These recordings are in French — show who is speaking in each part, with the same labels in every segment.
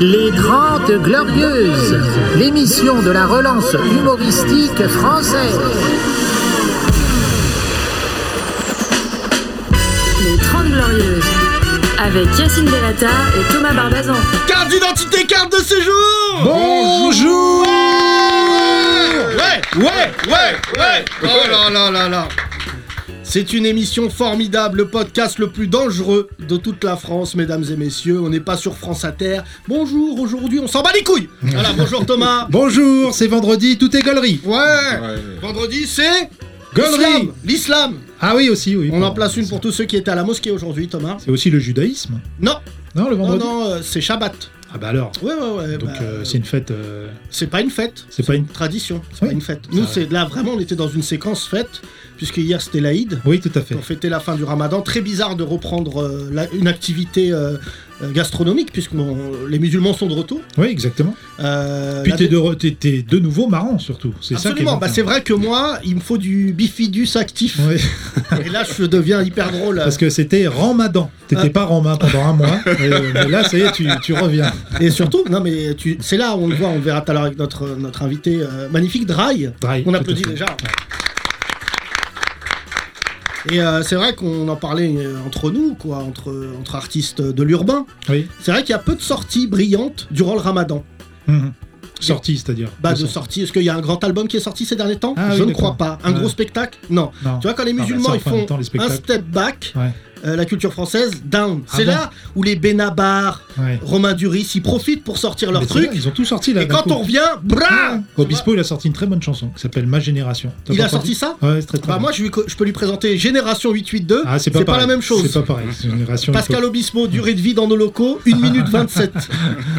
Speaker 1: Les Grandes Glorieuses, l'émission de la relance humoristique française.
Speaker 2: Les 30 Glorieuses, avec Yacine Delata et Thomas Barbazan.
Speaker 3: Carte d'identité, carte de séjour
Speaker 4: Bonjour
Speaker 3: Ouais, ouais, ouais, ouais Oh là là là là c'est une émission formidable, le podcast le plus dangereux de toute la France, mesdames et messieurs. On n'est pas sur France à terre. Bonjour, aujourd'hui, on s'en bat les couilles. Voilà, bonjour Thomas.
Speaker 4: Bonjour, c'est vendredi, tout est galerie.
Speaker 3: Ouais. Vendredi, c'est
Speaker 4: Gaulerie.
Speaker 3: l'islam. L'islam.
Speaker 4: Ah oui, aussi, oui.
Speaker 3: On en
Speaker 4: pardon.
Speaker 3: place une pour tous ceux qui étaient à la mosquée aujourd'hui, Thomas.
Speaker 4: C'est aussi le judaïsme.
Speaker 3: Non,
Speaker 4: Non, le
Speaker 3: non,
Speaker 4: vendredi
Speaker 3: non, euh, c'est Shabbat.
Speaker 4: Ah bah alors.
Speaker 3: Ouais, ouais, ouais.
Speaker 4: Donc
Speaker 3: bah,
Speaker 4: euh, c'est une fête. euh,
Speaker 3: c'est pas une fête.
Speaker 4: c'est pas une.
Speaker 3: tradition, c'est
Speaker 4: Oui.
Speaker 3: pas une fête. Nous,
Speaker 4: Ça-
Speaker 3: c'est là vraiment, on était dans une séquence fête, puisque hier c'était l'Aïd.
Speaker 4: Oui, tout à fait.
Speaker 3: On fêtait la fin du ramadan. Très bizarre de reprendre euh, la- une activité euh, euh, gastronomique, puisque mon- les musulmans sont de retour.
Speaker 4: Oui, exactement.
Speaker 3: Euh,
Speaker 4: Puis
Speaker 3: la
Speaker 4: t'es
Speaker 3: dé-
Speaker 4: de, re- t'es- t'es de nouveau marrant surtout. C'est ça qui est
Speaker 3: Absolument, bah,
Speaker 4: marrant.
Speaker 3: c'est vrai que moi, il me faut du bifidus actif.
Speaker 4: Ouais,
Speaker 3: Et là, je deviens hyper drôle.
Speaker 4: parce que c'était Ramadan. T'étais
Speaker 3: Ah.
Speaker 4: pas Ramadan pendant un mois. mais, euh, mais là, ça y est, tu, tu reviens.
Speaker 3: Et surtout, non mais tu- c'est là, on le voit, on le verra tout à l'heure avec notre, notre invité euh, magnifique, Dry.
Speaker 4: Dry,
Speaker 3: On
Speaker 4: tout
Speaker 3: applaudit
Speaker 4: à fait.
Speaker 3: déjà. Et euh, c'est vrai qu'on en parlait euh, entre nous, quoi, entre, entre artistes de l'urbain.
Speaker 4: Oui.
Speaker 3: C'est vrai qu'il y a peu de sorties brillantes durant le ramadan.
Speaker 4: Mhm. Sortie, c'est-à-dire.
Speaker 3: Bah, de
Speaker 4: sortie.
Speaker 3: sorties, est-ce qu'il y a un grand album qui est sorti ces derniers temps
Speaker 4: Ah
Speaker 3: Je
Speaker 4: oui,
Speaker 3: ne crois pas. Un
Speaker 4: Ouais.
Speaker 3: gros spectacle Non.
Speaker 4: Non.
Speaker 3: Tu vois, quand les
Speaker 4: bah,
Speaker 3: musulmans
Speaker 4: ça,
Speaker 3: ils
Speaker 4: en même
Speaker 3: font
Speaker 4: temps, les
Speaker 3: un
Speaker 4: spectacles.
Speaker 3: step back,
Speaker 4: Ouais.
Speaker 3: euh, la culture française, down.
Speaker 4: Ah
Speaker 3: c'est
Speaker 4: bon
Speaker 3: là où les Benabar,
Speaker 4: ouais.
Speaker 3: Romain Duris, ils profitent pour sortir leur
Speaker 4: Mais c'est
Speaker 3: truc.
Speaker 4: vrai, Ils ont tout sorti là.
Speaker 3: Et
Speaker 4: d'un
Speaker 3: quand
Speaker 4: coup.
Speaker 3: on revient, brah
Speaker 4: Ouais. Obispo, il a sorti une très bonne chanson qui s'appelle Ma Génération. T'as
Speaker 3: Il
Speaker 4: pas
Speaker 3: a
Speaker 4: entendu
Speaker 3: sorti ça
Speaker 4: Ouais, c'est très très
Speaker 3: Bah
Speaker 4: bien.
Speaker 3: moi je, lui co- je peux lui présenter Génération 882,
Speaker 4: Ah,
Speaker 3: c'est pas, la
Speaker 4: pareil.
Speaker 3: même chose.
Speaker 4: C'est pas pareil. C'est une génération.
Speaker 3: Pascal Obispo, durée de vie dans nos locaux, 1 minute 27.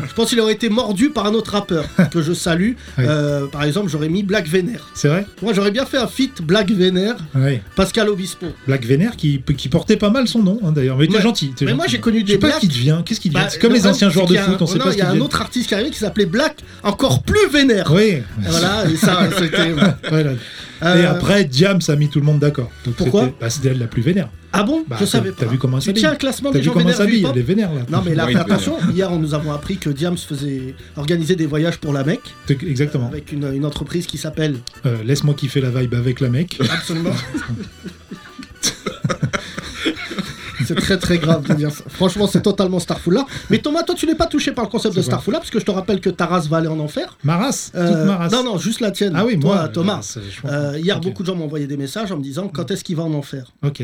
Speaker 3: je pense qu'il aurait été mordu par un autre rappeur que je salue.
Speaker 4: Oui.
Speaker 3: Euh, par exemple, j'aurais mis Black Vénère.
Speaker 4: C'est vrai
Speaker 3: Moi j'aurais bien fait un feat Black Vénère,
Speaker 4: Ouais.
Speaker 3: Pascal Obispo.
Speaker 4: Black Vénère qui, qui portait pas mal son nom hein, d'ailleurs. Mais il était
Speaker 3: Ouais.
Speaker 4: gentil. il était
Speaker 3: Mais moi
Speaker 4: gentil.
Speaker 3: j'ai connu
Speaker 4: Je sais
Speaker 3: des
Speaker 4: pas
Speaker 3: Blacks.
Speaker 4: qui devient. Qu'est-ce qu'il devient
Speaker 3: Bah,
Speaker 4: C'est comme
Speaker 3: le
Speaker 4: les
Speaker 3: problème,
Speaker 4: anciens joueurs
Speaker 3: c'est
Speaker 4: de
Speaker 3: qu'il y a
Speaker 4: foot,
Speaker 3: un-
Speaker 4: on sait
Speaker 3: non,
Speaker 4: pas ce
Speaker 3: Il y a un
Speaker 4: qu'ils
Speaker 3: autre artiste qui est arrivé qui s'appelait Black, encore plus vénère.
Speaker 4: Oui.
Speaker 3: Et Voilà, et ça c'était.
Speaker 4: Voilà. Et
Speaker 3: Euh,
Speaker 4: après, Diams a mis tout le monde d'accord. Donc
Speaker 3: Pourquoi
Speaker 4: c'était- bah, C'était elle la plus vénère.
Speaker 3: Ah bon
Speaker 4: Bah,
Speaker 3: Je
Speaker 4: t'as-
Speaker 3: savais pas.
Speaker 4: T'as vu comment elle
Speaker 3: Tu
Speaker 4: s'habille
Speaker 3: tiens un classement
Speaker 4: T'as
Speaker 3: des
Speaker 4: vu
Speaker 3: gens
Speaker 4: comment elle
Speaker 3: vénères hein. du
Speaker 4: s'habille
Speaker 3: hip-hop
Speaker 4: Elle est vénère là.
Speaker 3: Non mais là,
Speaker 5: Oui,
Speaker 3: fais
Speaker 5: il devait
Speaker 3: attention. Hier, on nous avons appris que Diams faisait organiser des voyages pour la Mecque
Speaker 4: T'es- Exactement.
Speaker 3: avec une, une entreprise qui s'appelle
Speaker 4: Euh, Laisse-moi kiffer la vibe avec la mec.
Speaker 3: absolument. c'est très très grave de dire ça. Franchement, c'est totalement Starfoula. Mais Thomas, toi, tu n'es pas touché par le concept de
Speaker 4: C'est vrai.
Speaker 3: Starfoula parce que je te rappelle que ta race va aller en enfer.
Speaker 4: Ma race
Speaker 3: Euh,
Speaker 4: Toute ma race.
Speaker 3: Non non, juste la tienne.
Speaker 4: Ah oui,
Speaker 3: Toi,
Speaker 4: moi,
Speaker 3: Thomas.
Speaker 4: c'est- je comprends.
Speaker 3: euh, hier,
Speaker 4: Ok.
Speaker 3: beaucoup de gens m'ont envoyé des messages en me disant quand est-ce qu'il va en enfer.
Speaker 4: Ok.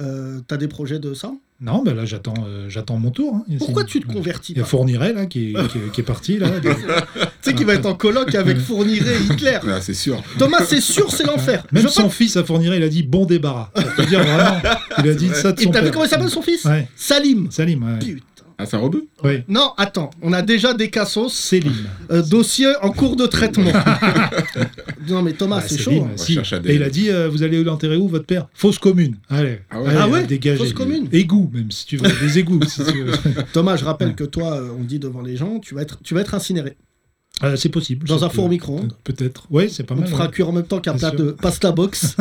Speaker 3: Euh, T'as des projets de ça
Speaker 4: Non, bah là, j'attends euh, j'attends mon tour. hein.
Speaker 3: Pourquoi tu te
Speaker 4: Ouais.
Speaker 3: convertis
Speaker 4: Il y a
Speaker 3: pas
Speaker 4: Fourniret, là, qui est, qui est- qui est parti, là. de-
Speaker 3: Tu sais qu'il va être en colloque avec Fourniret et Hitler.
Speaker 5: Ah, c'est sûr.
Speaker 3: Thomas, c'est sûr, c'est l'enfer. Je
Speaker 4: Même
Speaker 3: veux pas
Speaker 4: son fils à Fourniret, il a dit bon débarras. Ça veut dire vraiment, il a dit ça de
Speaker 3: Et
Speaker 4: son
Speaker 3: t'as vu
Speaker 4: père.
Speaker 3: comment il s'appelle son fils
Speaker 4: Ouais,
Speaker 3: Salim.
Speaker 4: Salim, ouais.
Speaker 3: Putain.
Speaker 5: Ah, c'est un rebeu
Speaker 4: Ouais.
Speaker 3: Non, attends, on a déjà des cassos,
Speaker 4: Céline.
Speaker 3: euh, dossier en cours de traitement. non mais Thomas,
Speaker 4: Bah,
Speaker 3: c'est
Speaker 4: Céline,
Speaker 3: chaud. hein.
Speaker 5: ouais.
Speaker 4: si.
Speaker 5: On cherche à
Speaker 4: Et il a dit euh, vous allez l'enterrer où, votre père Fausse commune. Allez.
Speaker 5: Ah ouais.
Speaker 4: Allez,
Speaker 3: Ah ouais
Speaker 4: euh, dégagez.
Speaker 3: Fausse commune.
Speaker 4: Égout, même, si tu veux. Des égouts, si tu veux.
Speaker 3: Thomas, je rappelle que toi, euh, on dit devant les gens, tu vas être, tu vas être incinéré
Speaker 4: Euh, c'est possible.
Speaker 3: dans
Speaker 4: ça
Speaker 3: un
Speaker 4: peut-
Speaker 3: four au micro-ondes.
Speaker 4: Peut-être. Ouais, c'est pas
Speaker 3: On
Speaker 4: mal.
Speaker 3: te fera
Speaker 4: ouais.
Speaker 3: cuire en même temps qu'un
Speaker 4: Bien
Speaker 3: plat
Speaker 4: sûr.
Speaker 3: de pasta box.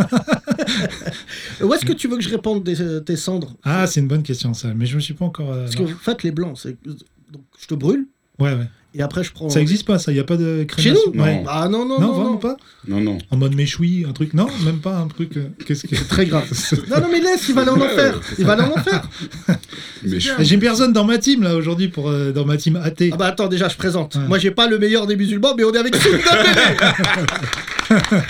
Speaker 3: Euh, Où est-ce que tu veux que je répande des- euh, tes cendres
Speaker 4: Ah, c'est une bonne question, ça. Mais je me suis pas encore. euh,
Speaker 3: Parce que
Speaker 4: non.
Speaker 3: vous faites les blancs. c'est- Donc, je te brûle
Speaker 4: Ouais, ouais.
Speaker 3: et après je prends.
Speaker 4: Ça existe pas, ça. Il n'y a pas de
Speaker 3: Oh. Chez
Speaker 4: crémation.
Speaker 3: nous
Speaker 5: Non.
Speaker 4: Ouais.
Speaker 3: Ah non, non,
Speaker 4: Non,
Speaker 3: non.
Speaker 4: vraiment
Speaker 3: non.
Speaker 4: pas
Speaker 5: Non, non.
Speaker 4: En mode méchoui, un truc. Non, même pas un truc. euh, Qu'est-ce que.
Speaker 3: C'est très grave. non, non, mais laisse, il va aller en enfer. Il va aller en enfer.
Speaker 5: Mais je
Speaker 4: J'ai personne dans ma team là aujourd'hui pour euh, dans ma team athée.
Speaker 3: Ah bah attends, déjà, je présente.
Speaker 4: Ouais.
Speaker 3: Moi, j'ai pas le meilleur des musulmans, mais on est avec Soum Dembélé.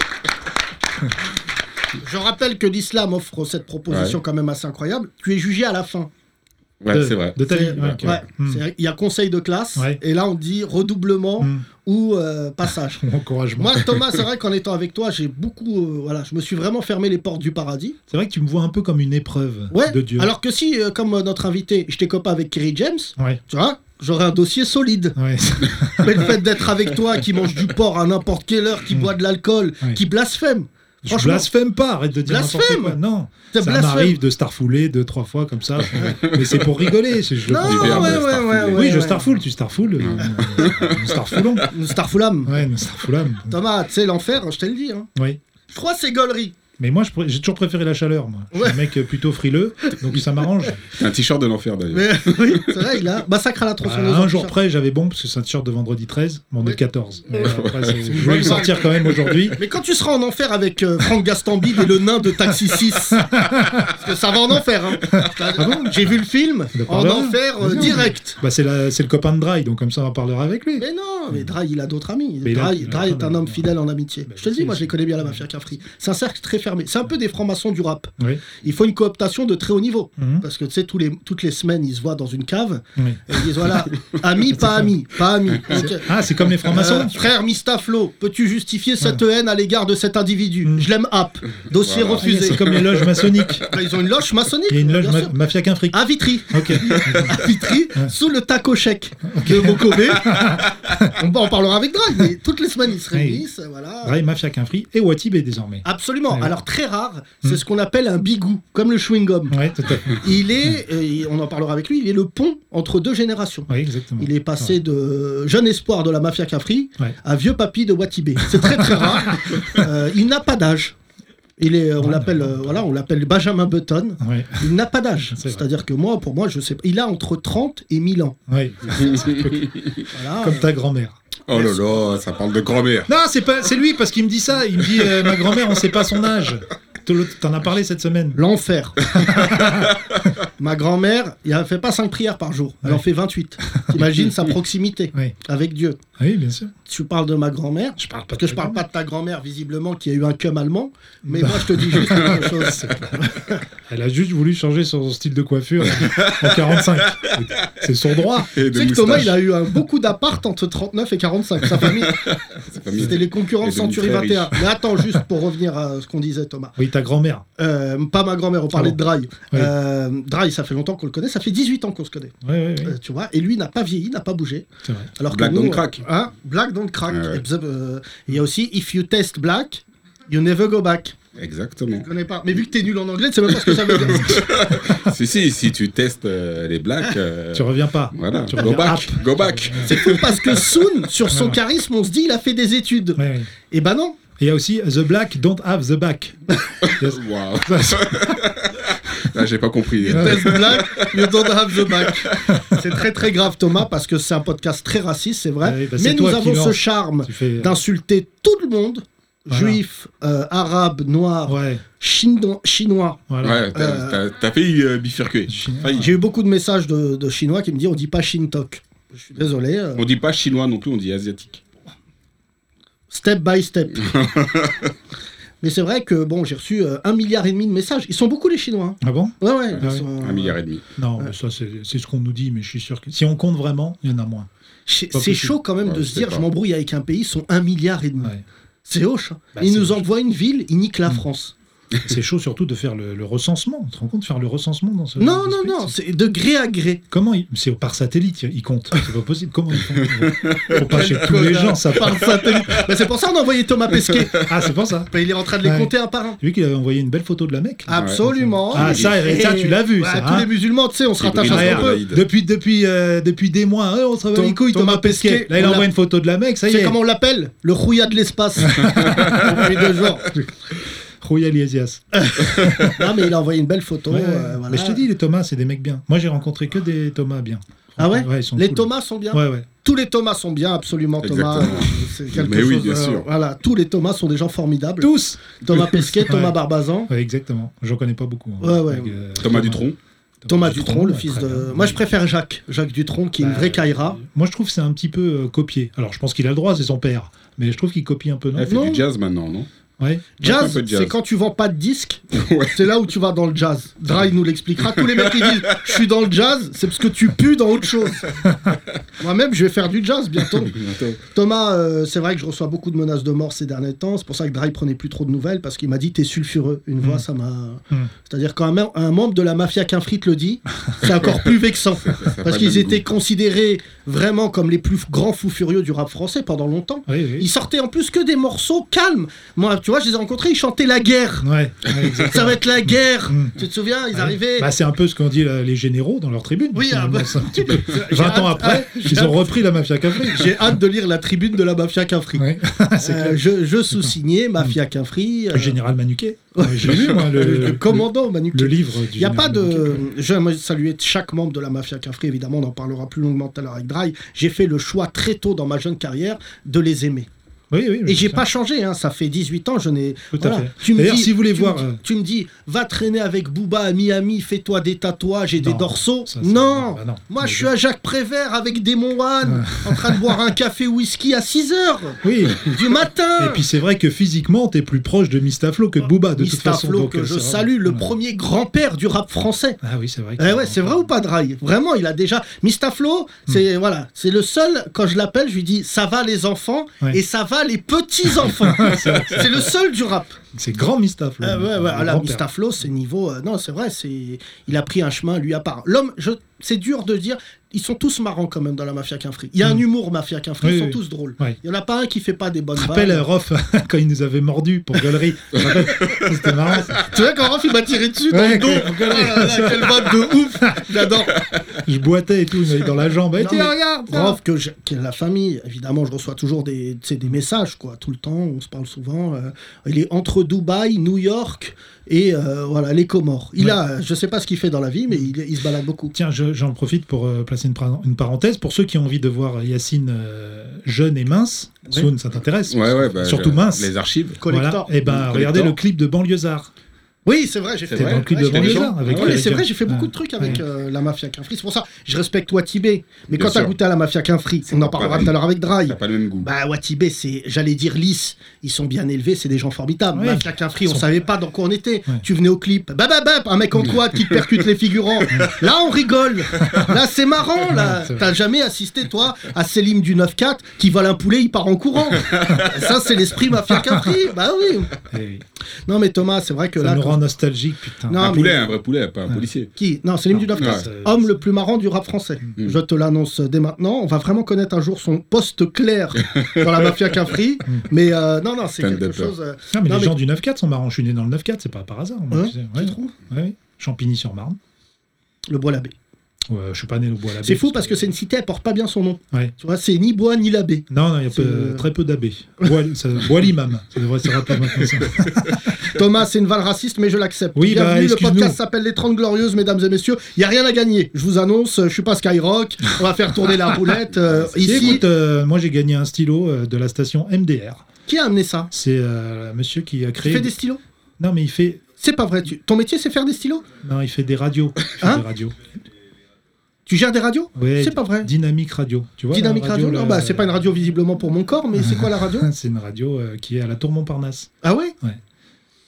Speaker 3: Je rappelle que l'islam offre cette proposition quand même assez incroyable. Tu es jugé à la fin.
Speaker 5: Ouais,
Speaker 4: de,
Speaker 5: c'est vrai.
Speaker 4: De ta
Speaker 3: bah, C'est-
Speaker 4: vie. Ouais, ok.
Speaker 3: ouais.
Speaker 4: Hmm.
Speaker 3: C'est- Il y a conseil de classe,
Speaker 4: Ouais.
Speaker 3: et là on dit redoublement
Speaker 4: Hmm.
Speaker 3: ou euh, passage.
Speaker 4: Mon encouragement.
Speaker 3: Moi, Thomas, c'est vrai qu'en étant avec toi, j'ai beaucoup. euh, voilà, je me suis vraiment fermé les portes du paradis.
Speaker 4: C'est vrai que tu me vois un peu comme une épreuve
Speaker 3: Ouais.
Speaker 4: de Dieu.
Speaker 3: Alors que si, euh, comme euh, notre invité, j'étais copain avec Kerry James,
Speaker 4: Ouais.
Speaker 3: tu vois, j'aurais un dossier solide.
Speaker 4: Ouais.
Speaker 3: Mais le fait d'être avec toi, qui mange du porc à n'importe quelle heure, qui boit de l'alcool,
Speaker 4: Mm. Oui.
Speaker 3: qui blasphème.
Speaker 4: Je
Speaker 3: Franchement.
Speaker 4: blasphème pas, arrête de dire n'importe
Speaker 3: Blasphème
Speaker 4: quoi. Non,
Speaker 3: C'est
Speaker 4: ça
Speaker 3: blasphème.
Speaker 4: m'arrive de starfouler deux trois fois comme ça, mais c'est pour rigoler. c'est- Je le
Speaker 3: Non,
Speaker 4: prends
Speaker 5: Du
Speaker 4: pas.
Speaker 5: verbe,
Speaker 3: ouais, ouais,
Speaker 5: starfouler.
Speaker 3: ouais, ouais,
Speaker 4: oui, je
Speaker 3: ouais.
Speaker 4: starfoule, tu starfoules, euh, euh, nous starfoulons.
Speaker 3: Nous starfoulam.
Speaker 4: Ouais, nous starfoulâmes.
Speaker 3: Thomas, tu sais, l'enfer, je te le dis. hein.
Speaker 4: Oui.
Speaker 3: Je crois que c'est gaulerie.
Speaker 4: Mais moi, je pr- j'ai toujours préféré la chaleur, moi. Je suis
Speaker 3: Ouais.
Speaker 4: un mec euh, plutôt frileux, donc ça m'arrange.
Speaker 5: Un t-shirt de l'enfer d'ailleurs.
Speaker 3: Mais oui, c'est vrai, il a massacré à la tronçonneuse. hein,
Speaker 4: Voilà,
Speaker 3: en
Speaker 4: Bah, un jour
Speaker 3: t-shirt.
Speaker 4: près, j'avais bon, parce que c'est un t-shirt de vendredi 13, mais on
Speaker 3: Euh,
Speaker 4: est
Speaker 3: Ouais.
Speaker 4: le 14. Mais après, c'est- je
Speaker 3: bonne
Speaker 4: voulais le sortir quand même aujourd'hui.
Speaker 3: Mais quand tu seras en enfer avec euh, Franck Gastambide et le nain de Taxi 6, parce que ça va en enfer. hein.
Speaker 4: Ah
Speaker 3: J'ai vu le film
Speaker 4: D'accord,
Speaker 3: en
Speaker 4: ouais.
Speaker 3: enfer euh,
Speaker 4: Vas-y, on-
Speaker 3: direct.
Speaker 4: Bah, c'est la- c'est le copain de Dry, donc comme ça, on en parlera avec lui.
Speaker 3: Mais non, mais Dry, il a d'autres amis.
Speaker 4: Mm. Mais il a-
Speaker 3: Dry,
Speaker 4: il
Speaker 3: Dry
Speaker 4: a
Speaker 3: est
Speaker 4: plein
Speaker 3: un
Speaker 4: d'amis.
Speaker 3: homme fidèle en amitié.
Speaker 4: Bah,
Speaker 3: Je te dis,
Speaker 4: si,
Speaker 3: moi, je
Speaker 4: si. Mm.
Speaker 3: les connais bien, la mafia Cafri. C'est un cercle très fermé. C'est un peu des francs-maçons du rap.
Speaker 4: Oui.
Speaker 3: Il faut une cooptation de très haut niveau.
Speaker 4: Mhm.
Speaker 3: Parce que, tu sais, tous les, toutes les semaines, ils se voient dans une cave.
Speaker 4: Oui.
Speaker 3: Et ils disent, voilà, ami, pas ami, pas ami. Ok.
Speaker 4: Ah, Mm. c'est comme les francs-maçons
Speaker 3: Euh, frère Mistaflo, peux-tu justifier cette haine à l'égard de cet individu
Speaker 4: Mm.
Speaker 3: Je l'aime app. Dossier
Speaker 5: Voilà.
Speaker 4: Ah, yes,
Speaker 3: refusé.
Speaker 4: C'est comme les loges maçonniques.
Speaker 3: Bah, Ils ont une loge maçonnique.
Speaker 4: Il y a une loge
Speaker 3: bien
Speaker 4: ma- Mm.
Speaker 3: sûr. Ah.
Speaker 4: mafia qu'un fric.
Speaker 3: À Vitry.
Speaker 4: Ok.
Speaker 3: À Vitry, sous le taco chèque de Mokobé. on, on parlera avec Drag, mais toutes les semaines, ils se
Speaker 4: Oui.
Speaker 3: réunissent. Voilà.
Speaker 4: Dry, mafia qu'un fric et Watibé désormais.
Speaker 3: Absolument.
Speaker 4: Ouais.
Speaker 3: Alors, très rare,
Speaker 4: Hmm.
Speaker 3: c'est ce qu'on appelle un bigou, comme le chewing-gum.
Speaker 4: Ouais, tout à fait.
Speaker 3: Il
Speaker 4: Hmm.
Speaker 3: est, et on en parlera avec lui, il est le pont entre deux générations.
Speaker 4: Oui, exactement.
Speaker 3: Il est passé de jeune espoir de la mafia Cafri
Speaker 4: Hmm. Ouais.
Speaker 3: à vieux papy de Watibé. C'est très très rare. Euh, il n'a pas d'âge. Il est, on
Speaker 4: Ouais,
Speaker 3: l'appelle, euh, voilà, on l'appelle Benjamin Button.
Speaker 4: Ouais. Ouais.
Speaker 3: Il n'a pas d'âge.
Speaker 4: C'est vrai.
Speaker 3: C'est-à-dire que moi, pour moi, je sais pas. Il a entre 30 et 1000 ans.
Speaker 4: Ouais.
Speaker 3: Voilà.
Speaker 4: Comme ta grand-mère.
Speaker 5: Oh là là, ça parle de grand-mère.
Speaker 4: Non, c'est pas, c'est lui parce qu'il me dit ça. Il me dit euh, ma grand-mère, on sait pas son âge. Te le- T'en as parlé cette semaine.
Speaker 3: L'enfer. Ma grand-mère, elle ne fait pas 5 prières par jour. Elle en
Speaker 4: Ouais.
Speaker 3: fait 28. T'imagines sa proximité
Speaker 4: Oui, Ah
Speaker 3: avec Dieu.
Speaker 4: oui, bien sûr.
Speaker 3: Tu parles de ma grand-mère.
Speaker 4: Je parle pas
Speaker 3: Parce que je parle pas de ta grand-mère, visiblement, qui a eu un cum allemand.
Speaker 4: Bah.
Speaker 3: Mais moi, je te dis juste quelque chose.
Speaker 4: Elle a juste voulu changer son style de coiffure en 45. C'est son droit.
Speaker 5: Et
Speaker 3: Tu
Speaker 5: de
Speaker 3: sais que Thomas,
Speaker 5: moustache.
Speaker 3: il a eu un, beaucoup d'appart entre 39 et 45. Sa famille,
Speaker 5: C'est
Speaker 3: c'était
Speaker 5: pas mieux.
Speaker 3: les concurrents de
Speaker 5: Et devenu
Speaker 3: Century
Speaker 5: très
Speaker 3: 21. Mais attends, juste pour revenir à ce qu'on disait, Thomas.
Speaker 4: Oui, ta grand-mère.
Speaker 3: Euh, pas ma grand-mère, on parlait
Speaker 4: Ah bon.
Speaker 3: de Dry.
Speaker 4: Oui.
Speaker 3: Euh, Dry, ça fait longtemps qu'on le connaît. Ça fait 18 ans qu'on se connaît.
Speaker 4: Oui, oui, oui.
Speaker 3: Euh, tu vois, et lui n'a pas vieilli, n'a pas bougé.
Speaker 4: C'est vrai.
Speaker 3: Alors que
Speaker 5: Black
Speaker 3: nous,
Speaker 5: don't crack.
Speaker 3: Hein, black don't crack.
Speaker 5: Ouais, ouais.
Speaker 3: Et puis, euh, Il y a aussi If you test black, you never go back.
Speaker 5: Exactement.
Speaker 3: Je connais pas. Mais vu que t'es nul en anglais, tu sais même pas ce que ça veut dire.
Speaker 5: si, si, si tu testes euh, les blacks, euh,
Speaker 4: Tu reviens pas.
Speaker 5: voilà.
Speaker 4: Tu
Speaker 5: Go
Speaker 4: reviens
Speaker 5: back, go back.
Speaker 3: C'est fou parce que Soon, sur son charisme, on se dit il a fait des études.
Speaker 4: Ouais, ouais.
Speaker 3: Et ben non.
Speaker 4: Et Il y a aussi euh, The Black Don't Have the Back.
Speaker 5: Waouh. Là, j'ai pas compris.
Speaker 3: You test black, you don't have the back. C'est très très grave, Thomas, parce que c'est un podcast très raciste, c'est vrai.
Speaker 4: Ouais, bah, c'est
Speaker 3: Mais nous
Speaker 4: toi qui
Speaker 3: avons ce
Speaker 4: lance.
Speaker 3: charme
Speaker 4: Tu fais. euh,
Speaker 3: d'insulter tout le monde.
Speaker 4: Voilà.
Speaker 3: Juifs, euh, arabes, noirs,
Speaker 4: Ouais,
Speaker 3: chino- chinois,
Speaker 4: voilà.
Speaker 5: Ouais, t'as t'as- t'as failli euh, bifurquer.
Speaker 4: Chinois.
Speaker 5: Failli.
Speaker 3: J'ai eu beaucoup de messages de, de Chinois qui me disent on dit pas Shintok. Je suis désolé. euh,
Speaker 5: On dit pas chinois non plus, on dit asiatique.
Speaker 3: step by step. Mais c'est vrai que bon, j'ai reçu euh, un milliard et demi de messages. Ils sont beaucoup les Chinois. hein.
Speaker 4: Ah bon
Speaker 3: Ouais ouais. ils
Speaker 4: Ah oui.
Speaker 3: sont-
Speaker 5: Un milliard et demi.
Speaker 4: Non, mais ça, c'est c'est ce qu'on nous dit, mais je suis sûr que si on compte vraiment, il y en a moins.
Speaker 3: C'est
Speaker 4: Pas
Speaker 3: c'est
Speaker 4: possible.
Speaker 3: chaud quand même
Speaker 5: Ouais,
Speaker 3: de
Speaker 5: je
Speaker 3: se
Speaker 5: sais
Speaker 3: dire
Speaker 5: pas.
Speaker 3: je m'embrouille avec un pays. Ils sont un milliard et demi.
Speaker 4: Ouais.
Speaker 3: C'est hoche. hein.
Speaker 4: Bah,
Speaker 3: ils
Speaker 4: c'est
Speaker 3: nous
Speaker 4: hoche. Mmh.
Speaker 3: envoient une ville, ils niquent la France.
Speaker 4: C'est chaud surtout de faire le, le recensement. Tu te rends compte de faire le recensement dans ce.
Speaker 3: Non non
Speaker 4: district,
Speaker 3: non,
Speaker 4: c'est-
Speaker 3: c'est de gré à gré.
Speaker 4: Comment ils... C'est par satellite, ils comptent. C'est pas possible. Comment ils font Faut pas chez tous les gens, ça parle.
Speaker 3: Par satellite. Bah, c'est pour ça qu'on a envoyé Thomas Pesquet.
Speaker 4: Ah, c'est pour ça.
Speaker 3: Bah, il est en train de les
Speaker 4: Ouais.
Speaker 3: compter un par un.
Speaker 4: J'ai vu qu'il avait envoyé une belle photo de la Mecque.
Speaker 3: Absolument.
Speaker 4: Ah, ça, et ça, tu l'as vu,
Speaker 3: Bah,
Speaker 4: ça,
Speaker 3: tous
Speaker 4: hein.
Speaker 3: les musulmans, tu sais, on se
Speaker 5: Il
Speaker 3: rattache
Speaker 5: brille
Speaker 3: à
Speaker 5: la
Speaker 3: ce qu'on peut.
Speaker 5: Adelaide.
Speaker 4: Ah, Depuis, depuis, euh, depuis des mois, hein, on se revoit
Speaker 3: Tom-
Speaker 4: les couilles, Thomas,
Speaker 3: Thomas Pesquet.
Speaker 4: Pesquet. Là, il
Speaker 3: On
Speaker 4: envoie
Speaker 3: l'a-
Speaker 4: une photo de la Mecque, ça
Speaker 3: Tu
Speaker 4: y
Speaker 3: sais
Speaker 4: est.
Speaker 3: comment on l'appelle Le rouillat de l'espace. Depuis deux jours.
Speaker 4: Rouya Liesias.
Speaker 3: Non, mais il a envoyé une belle photo.
Speaker 4: Ouais,
Speaker 3: euh, Ah voilà.
Speaker 4: Mais je te dis, les Thomas, c'est des mecs bien. Moi, j'ai rencontré que des Thomas bien.
Speaker 3: Ah ouais,
Speaker 4: ils sont
Speaker 3: Les
Speaker 4: cool.
Speaker 3: Thomas sont bien.
Speaker 4: Ouais, ouais.
Speaker 3: Tous les Thomas sont bien, absolument, Thomas.
Speaker 5: Exactement.
Speaker 3: Euh, C'est quelque
Speaker 5: Mais oui,
Speaker 3: chose,
Speaker 5: bien
Speaker 3: euh,
Speaker 5: sûr.
Speaker 3: Voilà, tous les Thomas sont des gens formidables.
Speaker 4: Tous
Speaker 3: Thomas Pesquet, Thomas
Speaker 4: Ouais.
Speaker 3: Barbazan.
Speaker 4: Ouais, exactement. J'en connais pas beaucoup. hein.
Speaker 3: Ouais, ouais.
Speaker 4: Avec, euh,
Speaker 5: Thomas Dutronc.
Speaker 3: Thomas Dutronc, le
Speaker 4: ouais,
Speaker 3: fils
Speaker 4: très
Speaker 3: de.
Speaker 4: bien.
Speaker 3: Moi, je préfère Jacques. Jacques Dutronc, qui est une
Speaker 4: Bah,
Speaker 3: vraie Kaira.
Speaker 4: Moi, je trouve que c'est un petit peu euh, copié. Alors, je pense qu'il a le droit, c'est son père. Mais je trouve qu'il copie un peu, non
Speaker 5: Elle fait
Speaker 3: Non.
Speaker 5: du jazz maintenant, non
Speaker 4: Ouais.
Speaker 3: Jazz,
Speaker 5: un peu de jazz.
Speaker 3: c'est quand tu vends pas de disque, c'est là où tu vas dans le jazz. Dry nous l'expliquera. Tous les mecs qui disent je suis dans le jazz, c'est parce que tu pues dans autre chose. Moi-même, je vais faire du jazz bientôt. Thomas, euh, c'est vrai que je reçois beaucoup de menaces de mort ces derniers temps. C'est pour ça que Dry prenait plus trop de nouvelles parce qu'il m'a dit t'es sulfureux. Une
Speaker 5: Mm.
Speaker 3: voix, ça m'a. C'est-à-dire quand un, mem- un membre de la mafia qu'un frite le dit, c'est encore plus vexant
Speaker 5: pas
Speaker 3: parce
Speaker 5: le
Speaker 3: qu'ils
Speaker 5: même
Speaker 3: étaient
Speaker 5: goût.
Speaker 3: considérés vraiment comme les plus grands fous furieux du rap français pendant longtemps.
Speaker 4: Oui, oui.
Speaker 3: Ils sortaient en plus que des morceaux calmes. Moi, tu vois, je les ai rencontrés, ils chantaient la guerre.
Speaker 4: Ouais, ouais, exactement.
Speaker 3: Ça va être la guerre.
Speaker 4: Mm.
Speaker 3: Tu te souviens, ils
Speaker 4: Ouais.
Speaker 3: arrivaient.
Speaker 4: Bah, c'est un peu ce qu'ont dit euh, les généraux dans leur tribune.
Speaker 3: Oui, ah
Speaker 4: finalement,
Speaker 3: bah-
Speaker 4: c'est un petit peu-
Speaker 3: J'ai
Speaker 4: 20 ans
Speaker 3: hâte-
Speaker 4: après, ils ont repris la mafia café.
Speaker 3: bah, J'ai hâte de lire la tribune de la mafia Cafri.
Speaker 4: Ouais, c'est
Speaker 3: Euh,
Speaker 4: clair. Mm.
Speaker 3: je je sous-signais Mafia Cafri, euh,
Speaker 4: Le général Manuquet. Ouais, J'ai lu, moi,
Speaker 3: le,
Speaker 4: le,
Speaker 3: le commandant Manu.
Speaker 4: le livre du
Speaker 3: Il n'y a pas
Speaker 4: général Manuquet.
Speaker 3: de. Je vais saluer chaque membre de la mafia Cafri, évidemment, on en parlera plus longuement tout à l'heure avec Dry. J'ai fait le choix très tôt dans ma jeune carrière de les aimer.
Speaker 4: Oui, oui.
Speaker 3: Et
Speaker 4: oui,
Speaker 3: j'ai
Speaker 4: ça,
Speaker 3: pas changé, hein, ça fait 18 ans, je n'ai.
Speaker 4: Tout à
Speaker 3: Voilà.
Speaker 4: fait.
Speaker 3: Tu me
Speaker 4: D'ailleurs,
Speaker 3: dis-
Speaker 4: si vous voulez
Speaker 3: tu
Speaker 4: voir.
Speaker 3: me-
Speaker 4: euh,
Speaker 3: Tu me dis, va traîner avec Booba à Miami, fais-toi des tatouages et des
Speaker 4: Non,
Speaker 3: dorsaux.
Speaker 4: ça, c'est-
Speaker 3: non
Speaker 4: bah non.
Speaker 3: Moi,
Speaker 4: Mais
Speaker 3: je suis à Jacques Prévert avec des Moines, en train de boire un café whisky à 6 heures
Speaker 4: Oui.
Speaker 3: du matin
Speaker 4: Et puis c'est vrai que physiquement, t'es plus proche de Mistaflo que de Booba, de toute façon.
Speaker 3: Mistaflo,
Speaker 4: donc,
Speaker 3: que
Speaker 4: euh,
Speaker 3: je
Speaker 4: c'est vrai.
Speaker 3: salue, le
Speaker 4: Ouais.
Speaker 3: premier grand-père du rap français.
Speaker 4: Ah oui, c'est vrai.
Speaker 3: Eh ouais, c'est vrai ou pas, Dry Vraiment, il a déjà. Mistaflo,
Speaker 4: Hmm.
Speaker 3: c'est voilà, c'est le seul. Quand je l'appelle, je lui dis ça va les enfants
Speaker 4: Ouais.
Speaker 3: et ça va les petits enfants. c'est le seul du rap.
Speaker 4: C'est grand Mistaflo.
Speaker 3: Ah ouais, ouais,
Speaker 4: le
Speaker 3: voilà,
Speaker 4: grand-père.
Speaker 3: Mistaflo, c'est niveau. euh, non, c'est vrai, c'est. Il a pris un chemin lui à part. L'homme, je... c'est dur de dire. Ils sont tous marrants quand même dans la mafia qu'un fric. Il y a un humour mafia qu'un fric.
Speaker 4: Oui,
Speaker 3: ils sont
Speaker 4: oui.
Speaker 3: tous drôles.
Speaker 4: Ouais.
Speaker 3: Il y en a pas un qui fait pas des bonnes
Speaker 4: Je me rappelle
Speaker 3: vannes.
Speaker 4: euh, Rof quand il nous avait mordu pour gueulerie. Je me rappelle, C'était marrant. ça.
Speaker 3: euh, Tu vois quand Raph, il m'a tiré dessus dans le
Speaker 4: Ouais,
Speaker 3: dos. Oh
Speaker 4: quand-
Speaker 3: là là, quelle vanne de ouf. J'adore.
Speaker 4: Je boitais et tout, il m'avait dans la jambe. Eh,
Speaker 3: Non,
Speaker 4: tiens,
Speaker 3: mais
Speaker 4: regarde tiens.
Speaker 3: Rof, que j'ai- qui est la famille, évidemment, je reçois toujours des, tu sais, des messages, quoi, tout le temps, on se parle souvent. euh, il est entre Dubaï, New York et euh, voilà, les Comores. Il
Speaker 4: Ouais.
Speaker 3: a, euh, je sais pas ce qu'il fait dans la vie, mais il, il se balade beaucoup.
Speaker 4: Tiens, je- j'en profite pour euh, placer une, pra- une parenthèse. Pour ceux qui ont envie de voir Yacine euh, jeune et mince,
Speaker 3: Ouais.
Speaker 4: Soun, ça t'intéresse
Speaker 5: Ouais, ouais, bah,
Speaker 4: Surtout
Speaker 5: je-
Speaker 4: mince.
Speaker 5: Les archives.
Speaker 3: Collector.
Speaker 4: Et ben,
Speaker 5: Collector.
Speaker 4: regardez le clip de Banlieusard.
Speaker 3: Oui, c'est vrai, j'ai fait.
Speaker 5: C'est
Speaker 4: T'es
Speaker 5: vrai.
Speaker 4: dans le clip
Speaker 3: Ouais,
Speaker 4: de
Speaker 3: j'ai fait des
Speaker 4: Banlieusard avec
Speaker 5: Ouais,
Speaker 3: Oui, mais
Speaker 4: avec-
Speaker 3: c'est vrai, j'ai fait beaucoup
Speaker 4: Ouais.
Speaker 3: de trucs avec
Speaker 4: Ouais.
Speaker 3: euh, la mafia qu'un fric. C'est pour ça, je respecte Watibé. Mais
Speaker 5: Bien
Speaker 3: quand t'as
Speaker 5: sûr.
Speaker 3: goûté à la mafia qu'un fric, on en parlera
Speaker 5: pareil.
Speaker 3: tout à l'heure avec Dry.
Speaker 5: T'as pas le même goût.
Speaker 3: Bah, Watibé, c'est, j'allais dire lisse. Ils sont bien élevés, c'est des gens formidables.
Speaker 4: Oui.
Speaker 3: Mafia qu'un fric, on
Speaker 4: Ils sont-
Speaker 3: savait pas dans quoi on était.
Speaker 4: Ouais.
Speaker 3: Tu venais au clip, bah, bah, bah, un mec en quad qui te percute les figurants. Là, on rigole. Là, c'est marrant. Là,
Speaker 4: Ouais, c'est vrai.
Speaker 3: t'as jamais assisté, toi, à Selim du 9-4 qui vole un poulet, il part en courant. ça, c'est l'esprit mafia qu'un fric. Bah oui.
Speaker 4: Eh oui.
Speaker 3: Non, mais Thomas, c'est vrai que
Speaker 4: Ça
Speaker 3: là.
Speaker 4: nous
Speaker 3: quand-
Speaker 4: rend nostalgique, putain.
Speaker 3: Non,
Speaker 5: Un
Speaker 3: mais-
Speaker 5: poulet, un vrai poulet, pas un policier.
Speaker 3: Qui Non, Selim du 9
Speaker 5: Ouais.
Speaker 3: Homme le plus marrant du rap français. Je te l'annonce dès maintenant. On va vraiment connaître un jour son poste clair dans la mafia Cafri. Mais euh, non, non, c'est
Speaker 5: Fan
Speaker 3: quelque
Speaker 5: de peur.
Speaker 3: chose. euh,
Speaker 4: Non, mais
Speaker 3: Non,
Speaker 4: les
Speaker 3: mais-
Speaker 4: gens du 9-4 sont marrants. Je suis né dans le 9-4, c'est pas par hasard. moi,
Speaker 3: Ouais,
Speaker 4: tu sais.
Speaker 3: tu trouves
Speaker 4: ouais, ouais. Champigny-sur-Marne.
Speaker 3: le bois l'abbé.
Speaker 4: Ouais, je suis pas né au bois l'abbé.
Speaker 3: C'est fou parce que c'est une cité, elle porte pas bien son nom.
Speaker 4: Ouais.
Speaker 3: Tu vois, c'est ni bois ni l'abbé.
Speaker 4: Non, non, il y a
Speaker 3: C'est,
Speaker 4: peu-
Speaker 3: euh,
Speaker 4: très peu d'abbés. Bois- ça- Bois l'imam, ça devrait se rappeler maintenant. ça.
Speaker 3: Thomas, c'est une vanne raciste, mais je l'accepte.
Speaker 4: Oui, bah,
Speaker 3: Bienvenue, le
Speaker 4: excuse-nous.
Speaker 3: podcast s'appelle Les 30 Glorieuses, mesdames et messieurs. Il n'y a rien à gagner. Je vous annonce, euh, je suis pas Skyrock. On va faire tourner la roulette. euh,
Speaker 4: Et
Speaker 3: ici,
Speaker 4: écoute, euh, moi j'ai gagné un stylo euh, de la station MDR.
Speaker 3: qui a amené ça
Speaker 4: C'est euh, un monsieur qui a
Speaker 3: Tu
Speaker 4: créé.
Speaker 3: fais des stylos
Speaker 4: Non, mais il fait.
Speaker 3: C'est pas vrai. Tu- Ton métier, c'est faire des stylos
Speaker 4: Non, il fait des radios. Il fait
Speaker 3: Hein
Speaker 4: des radios.
Speaker 3: Tu gères des radios
Speaker 4: Ouais,
Speaker 3: C'est pas vrai.
Speaker 4: Dynamique Radio. Tu vois,
Speaker 3: Dynamique
Speaker 4: la
Speaker 3: radio, non,
Speaker 4: là, euh,
Speaker 3: bah, c'est pas une radio visiblement pour mon corps, mais c'est quoi la radio
Speaker 4: C'est une radio euh, qui est à la Tour Montparnasse.
Speaker 3: Ah ouais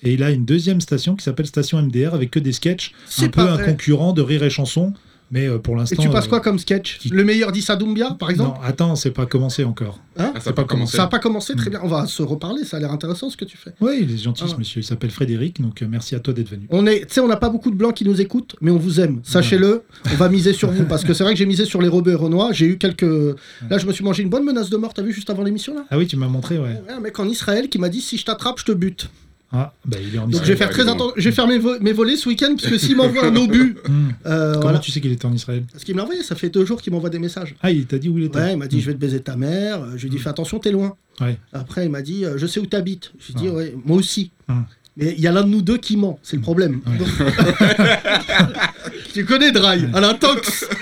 Speaker 4: Et il a une deuxième station qui s'appelle Station MDR avec que des sketchs.
Speaker 3: C'est
Speaker 4: un peu
Speaker 3: pas
Speaker 4: un
Speaker 3: vrai.
Speaker 4: concurrent de Rire et Chanson. Mais euh, pour
Speaker 3: Et
Speaker 4: l'instant.
Speaker 3: tu passes
Speaker 4: euh,
Speaker 3: quoi comme sketch
Speaker 4: qui-
Speaker 3: Le meilleur d'Issa Doumbia, par exemple Hein
Speaker 4: Non, attends, c'est pas commencé encore.
Speaker 5: Ah,
Speaker 4: C'est
Speaker 5: ça
Speaker 4: pas
Speaker 5: pas commencé.
Speaker 3: Ça n'a pas commencé,
Speaker 4: Hmm.
Speaker 3: très bien. On va se reparler, ça a l'air intéressant ce que tu fais.
Speaker 4: Oui, il est gentil, ce
Speaker 3: Ah.
Speaker 4: monsieur. Il s'appelle Frédéric, donc euh, merci à toi d'être venu.
Speaker 3: On est, tu sais, on n'a pas beaucoup de blancs qui nous écoutent, mais on vous aime. Sachez-le, on va miser sur vous parce que c'est vrai que j'ai misé sur les Robeux et Renoir. J'ai eu quelques. Là, je me suis mangé une bonne menace de mort. T'as vu juste avant l'émission là
Speaker 4: Ah oui, tu m'as montré, ouais.
Speaker 3: Ouais, Un mec en Israël qui m'a dit si je t'attrape, je te bute.
Speaker 4: Ah, bah il est en
Speaker 3: Donc
Speaker 4: Israël.
Speaker 3: je vais faire très attention. Je vais faire mes, vo- mes volets ce week-end parce que s'il m'envoie un obus,
Speaker 4: Hmm.
Speaker 3: euh,
Speaker 4: Comment
Speaker 3: voilà.
Speaker 4: tu sais qu'il était en Israël
Speaker 3: Parce qu'il me l'a envoyé, ça fait deux jours qu'il m'envoie des messages.
Speaker 4: Ah, il t'a dit où il était
Speaker 3: Ouais, il m'a dit je vais te baiser ta mère. Euh, Je lui ai dit fais attention, t'es loin.
Speaker 4: Ouais.
Speaker 3: Après, il m'a dit euh, je sais où t'habites. Je lui ai dit
Speaker 4: Ah.
Speaker 3: ouais, moi aussi.
Speaker 4: Ah.
Speaker 3: Mais il y a l'un de nous deux qui ment, c'est le problème.
Speaker 4: Ouais.
Speaker 3: Donc- tu connais Dry, à l'intox.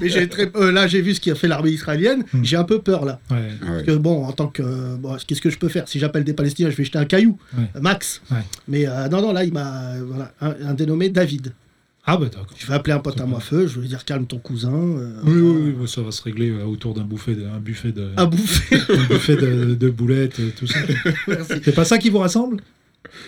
Speaker 3: Mais j'ai très euh, là j'ai vu ce qu'a fait l'armée israélienne,
Speaker 4: Mm.
Speaker 3: j'ai un peu peur là.
Speaker 4: Ouais.
Speaker 5: Ah ouais.
Speaker 3: Parce que bon, en tant que euh, bon, qu'est-ce que je peux faire Si j'appelle des Palestiniens, je vais jeter un caillou,
Speaker 4: Ouais.
Speaker 3: euh, max.
Speaker 4: Ouais.
Speaker 3: Mais euh, non non, là il m'a euh, voilà un, un dénommé David.
Speaker 4: Ah, bah d'accord.
Speaker 3: Je vais appeler un pote à moi feu, je vais lui dire calme ton cousin. euh,
Speaker 4: Oui, oui, oui, bah, ça va se régler euh, autour d'un buffet de, un buffet de,
Speaker 3: À bouffer.
Speaker 4: un buffet de, de boulettes, euh, tout ça.
Speaker 3: Merci.
Speaker 4: C'est pas ça qui vous rassemble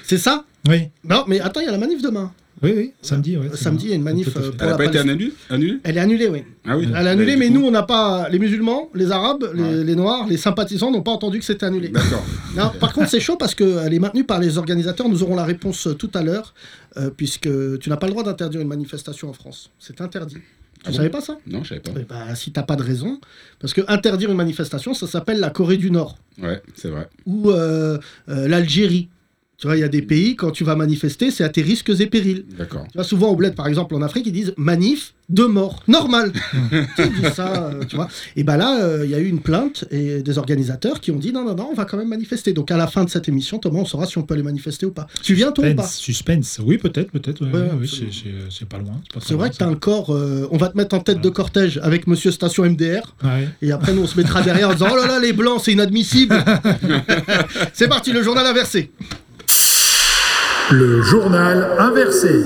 Speaker 3: C'est ça
Speaker 4: Oui,
Speaker 3: Non, mais attends, il y a la manif demain.
Speaker 4: oui, oui, samedi, ouais. c'est
Speaker 3: Samedi, il y a une manif,
Speaker 4: Tout à fait.
Speaker 3: euh, pour-
Speaker 5: Elle a
Speaker 3: la
Speaker 5: pas été
Speaker 3: Palestine.
Speaker 5: annulée annulée
Speaker 3: Elle est annulée, oui.
Speaker 5: Ah oui.
Speaker 3: Elle est annulée,
Speaker 5: du
Speaker 3: mais
Speaker 5: coup-
Speaker 3: nous, on n'a pas. Les musulmans, les arabes, les,
Speaker 5: Ouais.
Speaker 3: les noirs, les sympathisants n'ont pas entendu que c'était annulé.
Speaker 5: D'accord.
Speaker 3: Non, par contre, c'est chaud parce qu'elle est maintenue par les organisateurs. Nous aurons la réponse euh, tout à l'heure, euh, puisque tu n'as pas le droit d'interdire une manifestation en France. C'est interdit.
Speaker 5: Ah bon
Speaker 3: savais pas ça
Speaker 5: Non, je savais pas.
Speaker 3: Eh bah, Si t'as pas de raison, parce que interdire une manifestation, ça s'appelle la Corée du Nord
Speaker 5: Ouais, c'est vrai.
Speaker 3: ou euh, euh, l'Algérie. Tu vois, il y a des pays, quand tu vas manifester, c'est à tes risques et périls.
Speaker 5: D'accord.
Speaker 3: Tu vois, souvent au bled, par exemple, en Afrique, ils disent manif de mort, normal. tu dis ça, euh, tu vois. Et ben là, euh, il y a eu une plainte et des organisateurs qui ont dit non, non, non, on va quand même manifester. Donc à la fin de cette émission, Thomas, on saura si on peut les manifester ou pas. Tu viens, toi, ou pas
Speaker 4: Suspense, suspense. Oui, peut-être, peut-être. ouais,
Speaker 3: Ouais,
Speaker 4: ouais, ouais,
Speaker 3: absolument.
Speaker 4: c'est- c'est- c'est pas loin. pas très
Speaker 3: C'est vrai
Speaker 4: loin,
Speaker 3: que t'as un corps. euh, on va te mettre en tête de cortège avec Monsieur Station MDR.
Speaker 4: ça. Ouais.
Speaker 3: Et après, nous, on se mettra derrière en disant Oh là là, les blancs, c'est inadmissible C'est parti, le journal inversé.
Speaker 1: Le journal inversé.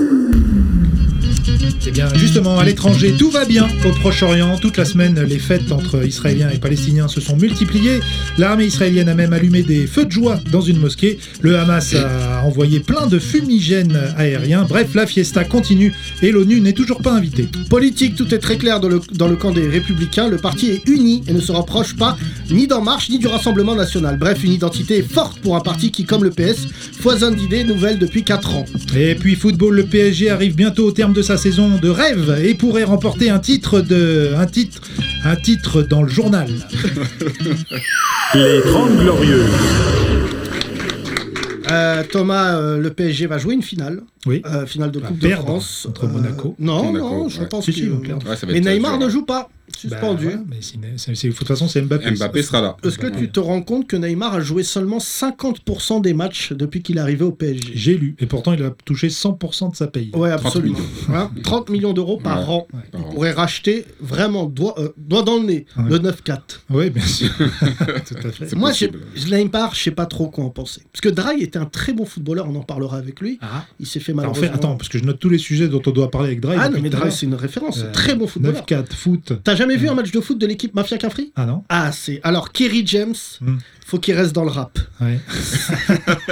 Speaker 4: Eh bien, justement, à l'étranger, tout va bien au Proche-Orient. Toute la semaine, les fêtes entre Israéliens et Palestiniens se sont multipliées. L'armée israélienne a même allumé des feux de joie dans une mosquée. Le Hamas a envoyé plein de fumigènes aériens. Bref, la fiesta continue et l'ONU n'est toujours pas invitée.
Speaker 3: Politique, tout est très clair dans le, dans le camp des Républicains. Le parti est uni et ne se rapproche pas ni d'En Marche ni du Rassemblement National. Bref, une identité forte pour un parti qui, comme le PS, foisonne d'idées nouvelles depuis 4 ans.
Speaker 4: Et puis football, le PSG arrive bientôt au terme de sa saison de rêve et pourrait remporter un titre de un titre un titre dans le journal.
Speaker 1: Les 30 Glorieux.
Speaker 3: Euh, Thomas, euh, le PSG va jouer une finale.
Speaker 4: Oui.
Speaker 3: Euh, finale de
Speaker 4: Va
Speaker 3: Coupe de
Speaker 4: Ah, perdre
Speaker 3: France. euh,
Speaker 4: contre Monaco.
Speaker 3: Non,
Speaker 5: Monaco,
Speaker 3: non, je
Speaker 5: ouais.
Speaker 3: pense
Speaker 4: Si,
Speaker 3: que.
Speaker 4: si, ils vont perdre.
Speaker 5: Ouais, ça va
Speaker 3: Mais
Speaker 5: être, euh,
Speaker 3: Neymar
Speaker 5: dur,
Speaker 3: ne
Speaker 5: hein.
Speaker 3: joue pas. Suspendu.
Speaker 4: Bah, ouais, mais c'est- c'est- c'est- de toute façon, c'est Mbappé.
Speaker 5: Mbappé sera là.
Speaker 3: Est-ce que tu te rends compte que Neymar a joué seulement 50% des matchs depuis qu'il est arrivé au PSG
Speaker 4: J'ai lu. Et pourtant, il a touché 100% de sa paye.
Speaker 3: Ouais,
Speaker 5: 30
Speaker 3: absolument. Hein, 30 millions d'euros par
Speaker 5: Ouais.
Speaker 3: an.
Speaker 5: Par an.
Speaker 3: pourrait racheter vraiment doigt, euh, doigt dans le nez
Speaker 4: Ouais.
Speaker 3: le 9-4.
Speaker 4: Oui, bien sûr. Tout à fait.
Speaker 5: C'est
Speaker 3: Moi, j'ai-
Speaker 5: possible.
Speaker 3: je Lampard, je sais pas trop quoi en penser. Parce que Dry était un très bon footballeur, on en parlera avec lui.
Speaker 4: Ah,
Speaker 3: Il s'est fait
Speaker 4: alors, en
Speaker 3: malheureusement.
Speaker 4: fait, attends, parce que je note tous les sujets dont on doit parler avec Drive.
Speaker 3: ah non, mais Dry, c'est une référence.
Speaker 4: Euh,
Speaker 3: très bon footballeur.
Speaker 4: 9-4, foot.
Speaker 3: T'as jamais vu un match de foot de l'équipe Mafia Cafri
Speaker 4: Ah non
Speaker 3: Ah, c'est. Alors, Kerry James,
Speaker 4: Hmm.
Speaker 3: faut qu'il reste dans le rap.
Speaker 4: ouais.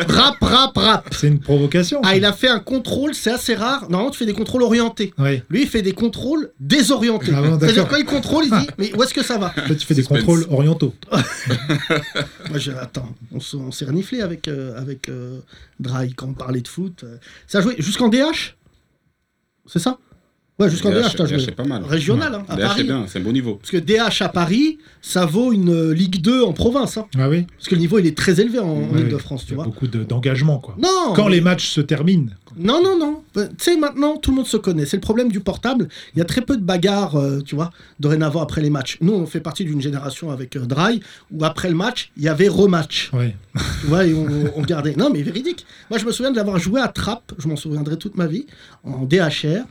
Speaker 3: rap, rap, rap.
Speaker 4: C'est une provocation.
Speaker 3: Ah, il a fait un contrôle, c'est assez rare. Normalement, tu fais des contrôles orientés.
Speaker 4: Ouais.
Speaker 3: Lui, il fait des contrôles désorientés.
Speaker 4: Ah bon,
Speaker 3: C'est-à-dire,
Speaker 4: d'accord.
Speaker 3: quand il contrôle, il dit Mais où est-ce que ça va
Speaker 4: Là, tu fais des
Speaker 5: Suspense.
Speaker 4: contrôles orientaux.
Speaker 3: Ah, Moi, je- attends, on se- on s'est reniflé avec, euh, avec euh, Dry quand on parlait de foot. euh. Ça a joué jusqu'en DH C'est ça Ouais, jusqu'en
Speaker 5: DH,
Speaker 3: DH, t'as joué.
Speaker 5: c'est pas mal.
Speaker 3: Régional, hein, à
Speaker 5: DH, c'est
Speaker 3: Paris.
Speaker 5: bien, c'est un bon niveau.
Speaker 3: Parce que DH à Paris, ça vaut une euh, Ligue 2 en province. hein.
Speaker 4: Ah oui
Speaker 3: Parce que le niveau, il est très élevé en, en
Speaker 4: Ouais,
Speaker 3: Ile-de-France,
Speaker 4: il y
Speaker 3: tu
Speaker 4: a
Speaker 3: vois.
Speaker 4: beaucoup de- d'engagement, quoi.
Speaker 3: Non
Speaker 4: Quand les matchs se terminent.
Speaker 3: Non, non, non. Euh, Tu sais, maintenant, tout le monde se connaît. C'est le problème du portable. Il y a très peu de bagarres, euh, tu vois, dorénavant après les matchs. Nous, on fait partie d'une génération avec euh, Dry, où après le match, il y avait rematch.
Speaker 4: Ouais.
Speaker 3: Tu vois, et on, on gardait. Non, mais véridique. Moi, je me souviens d'avoir joué à Trappe, je m'en souviendrai toute ma vie, en DHR.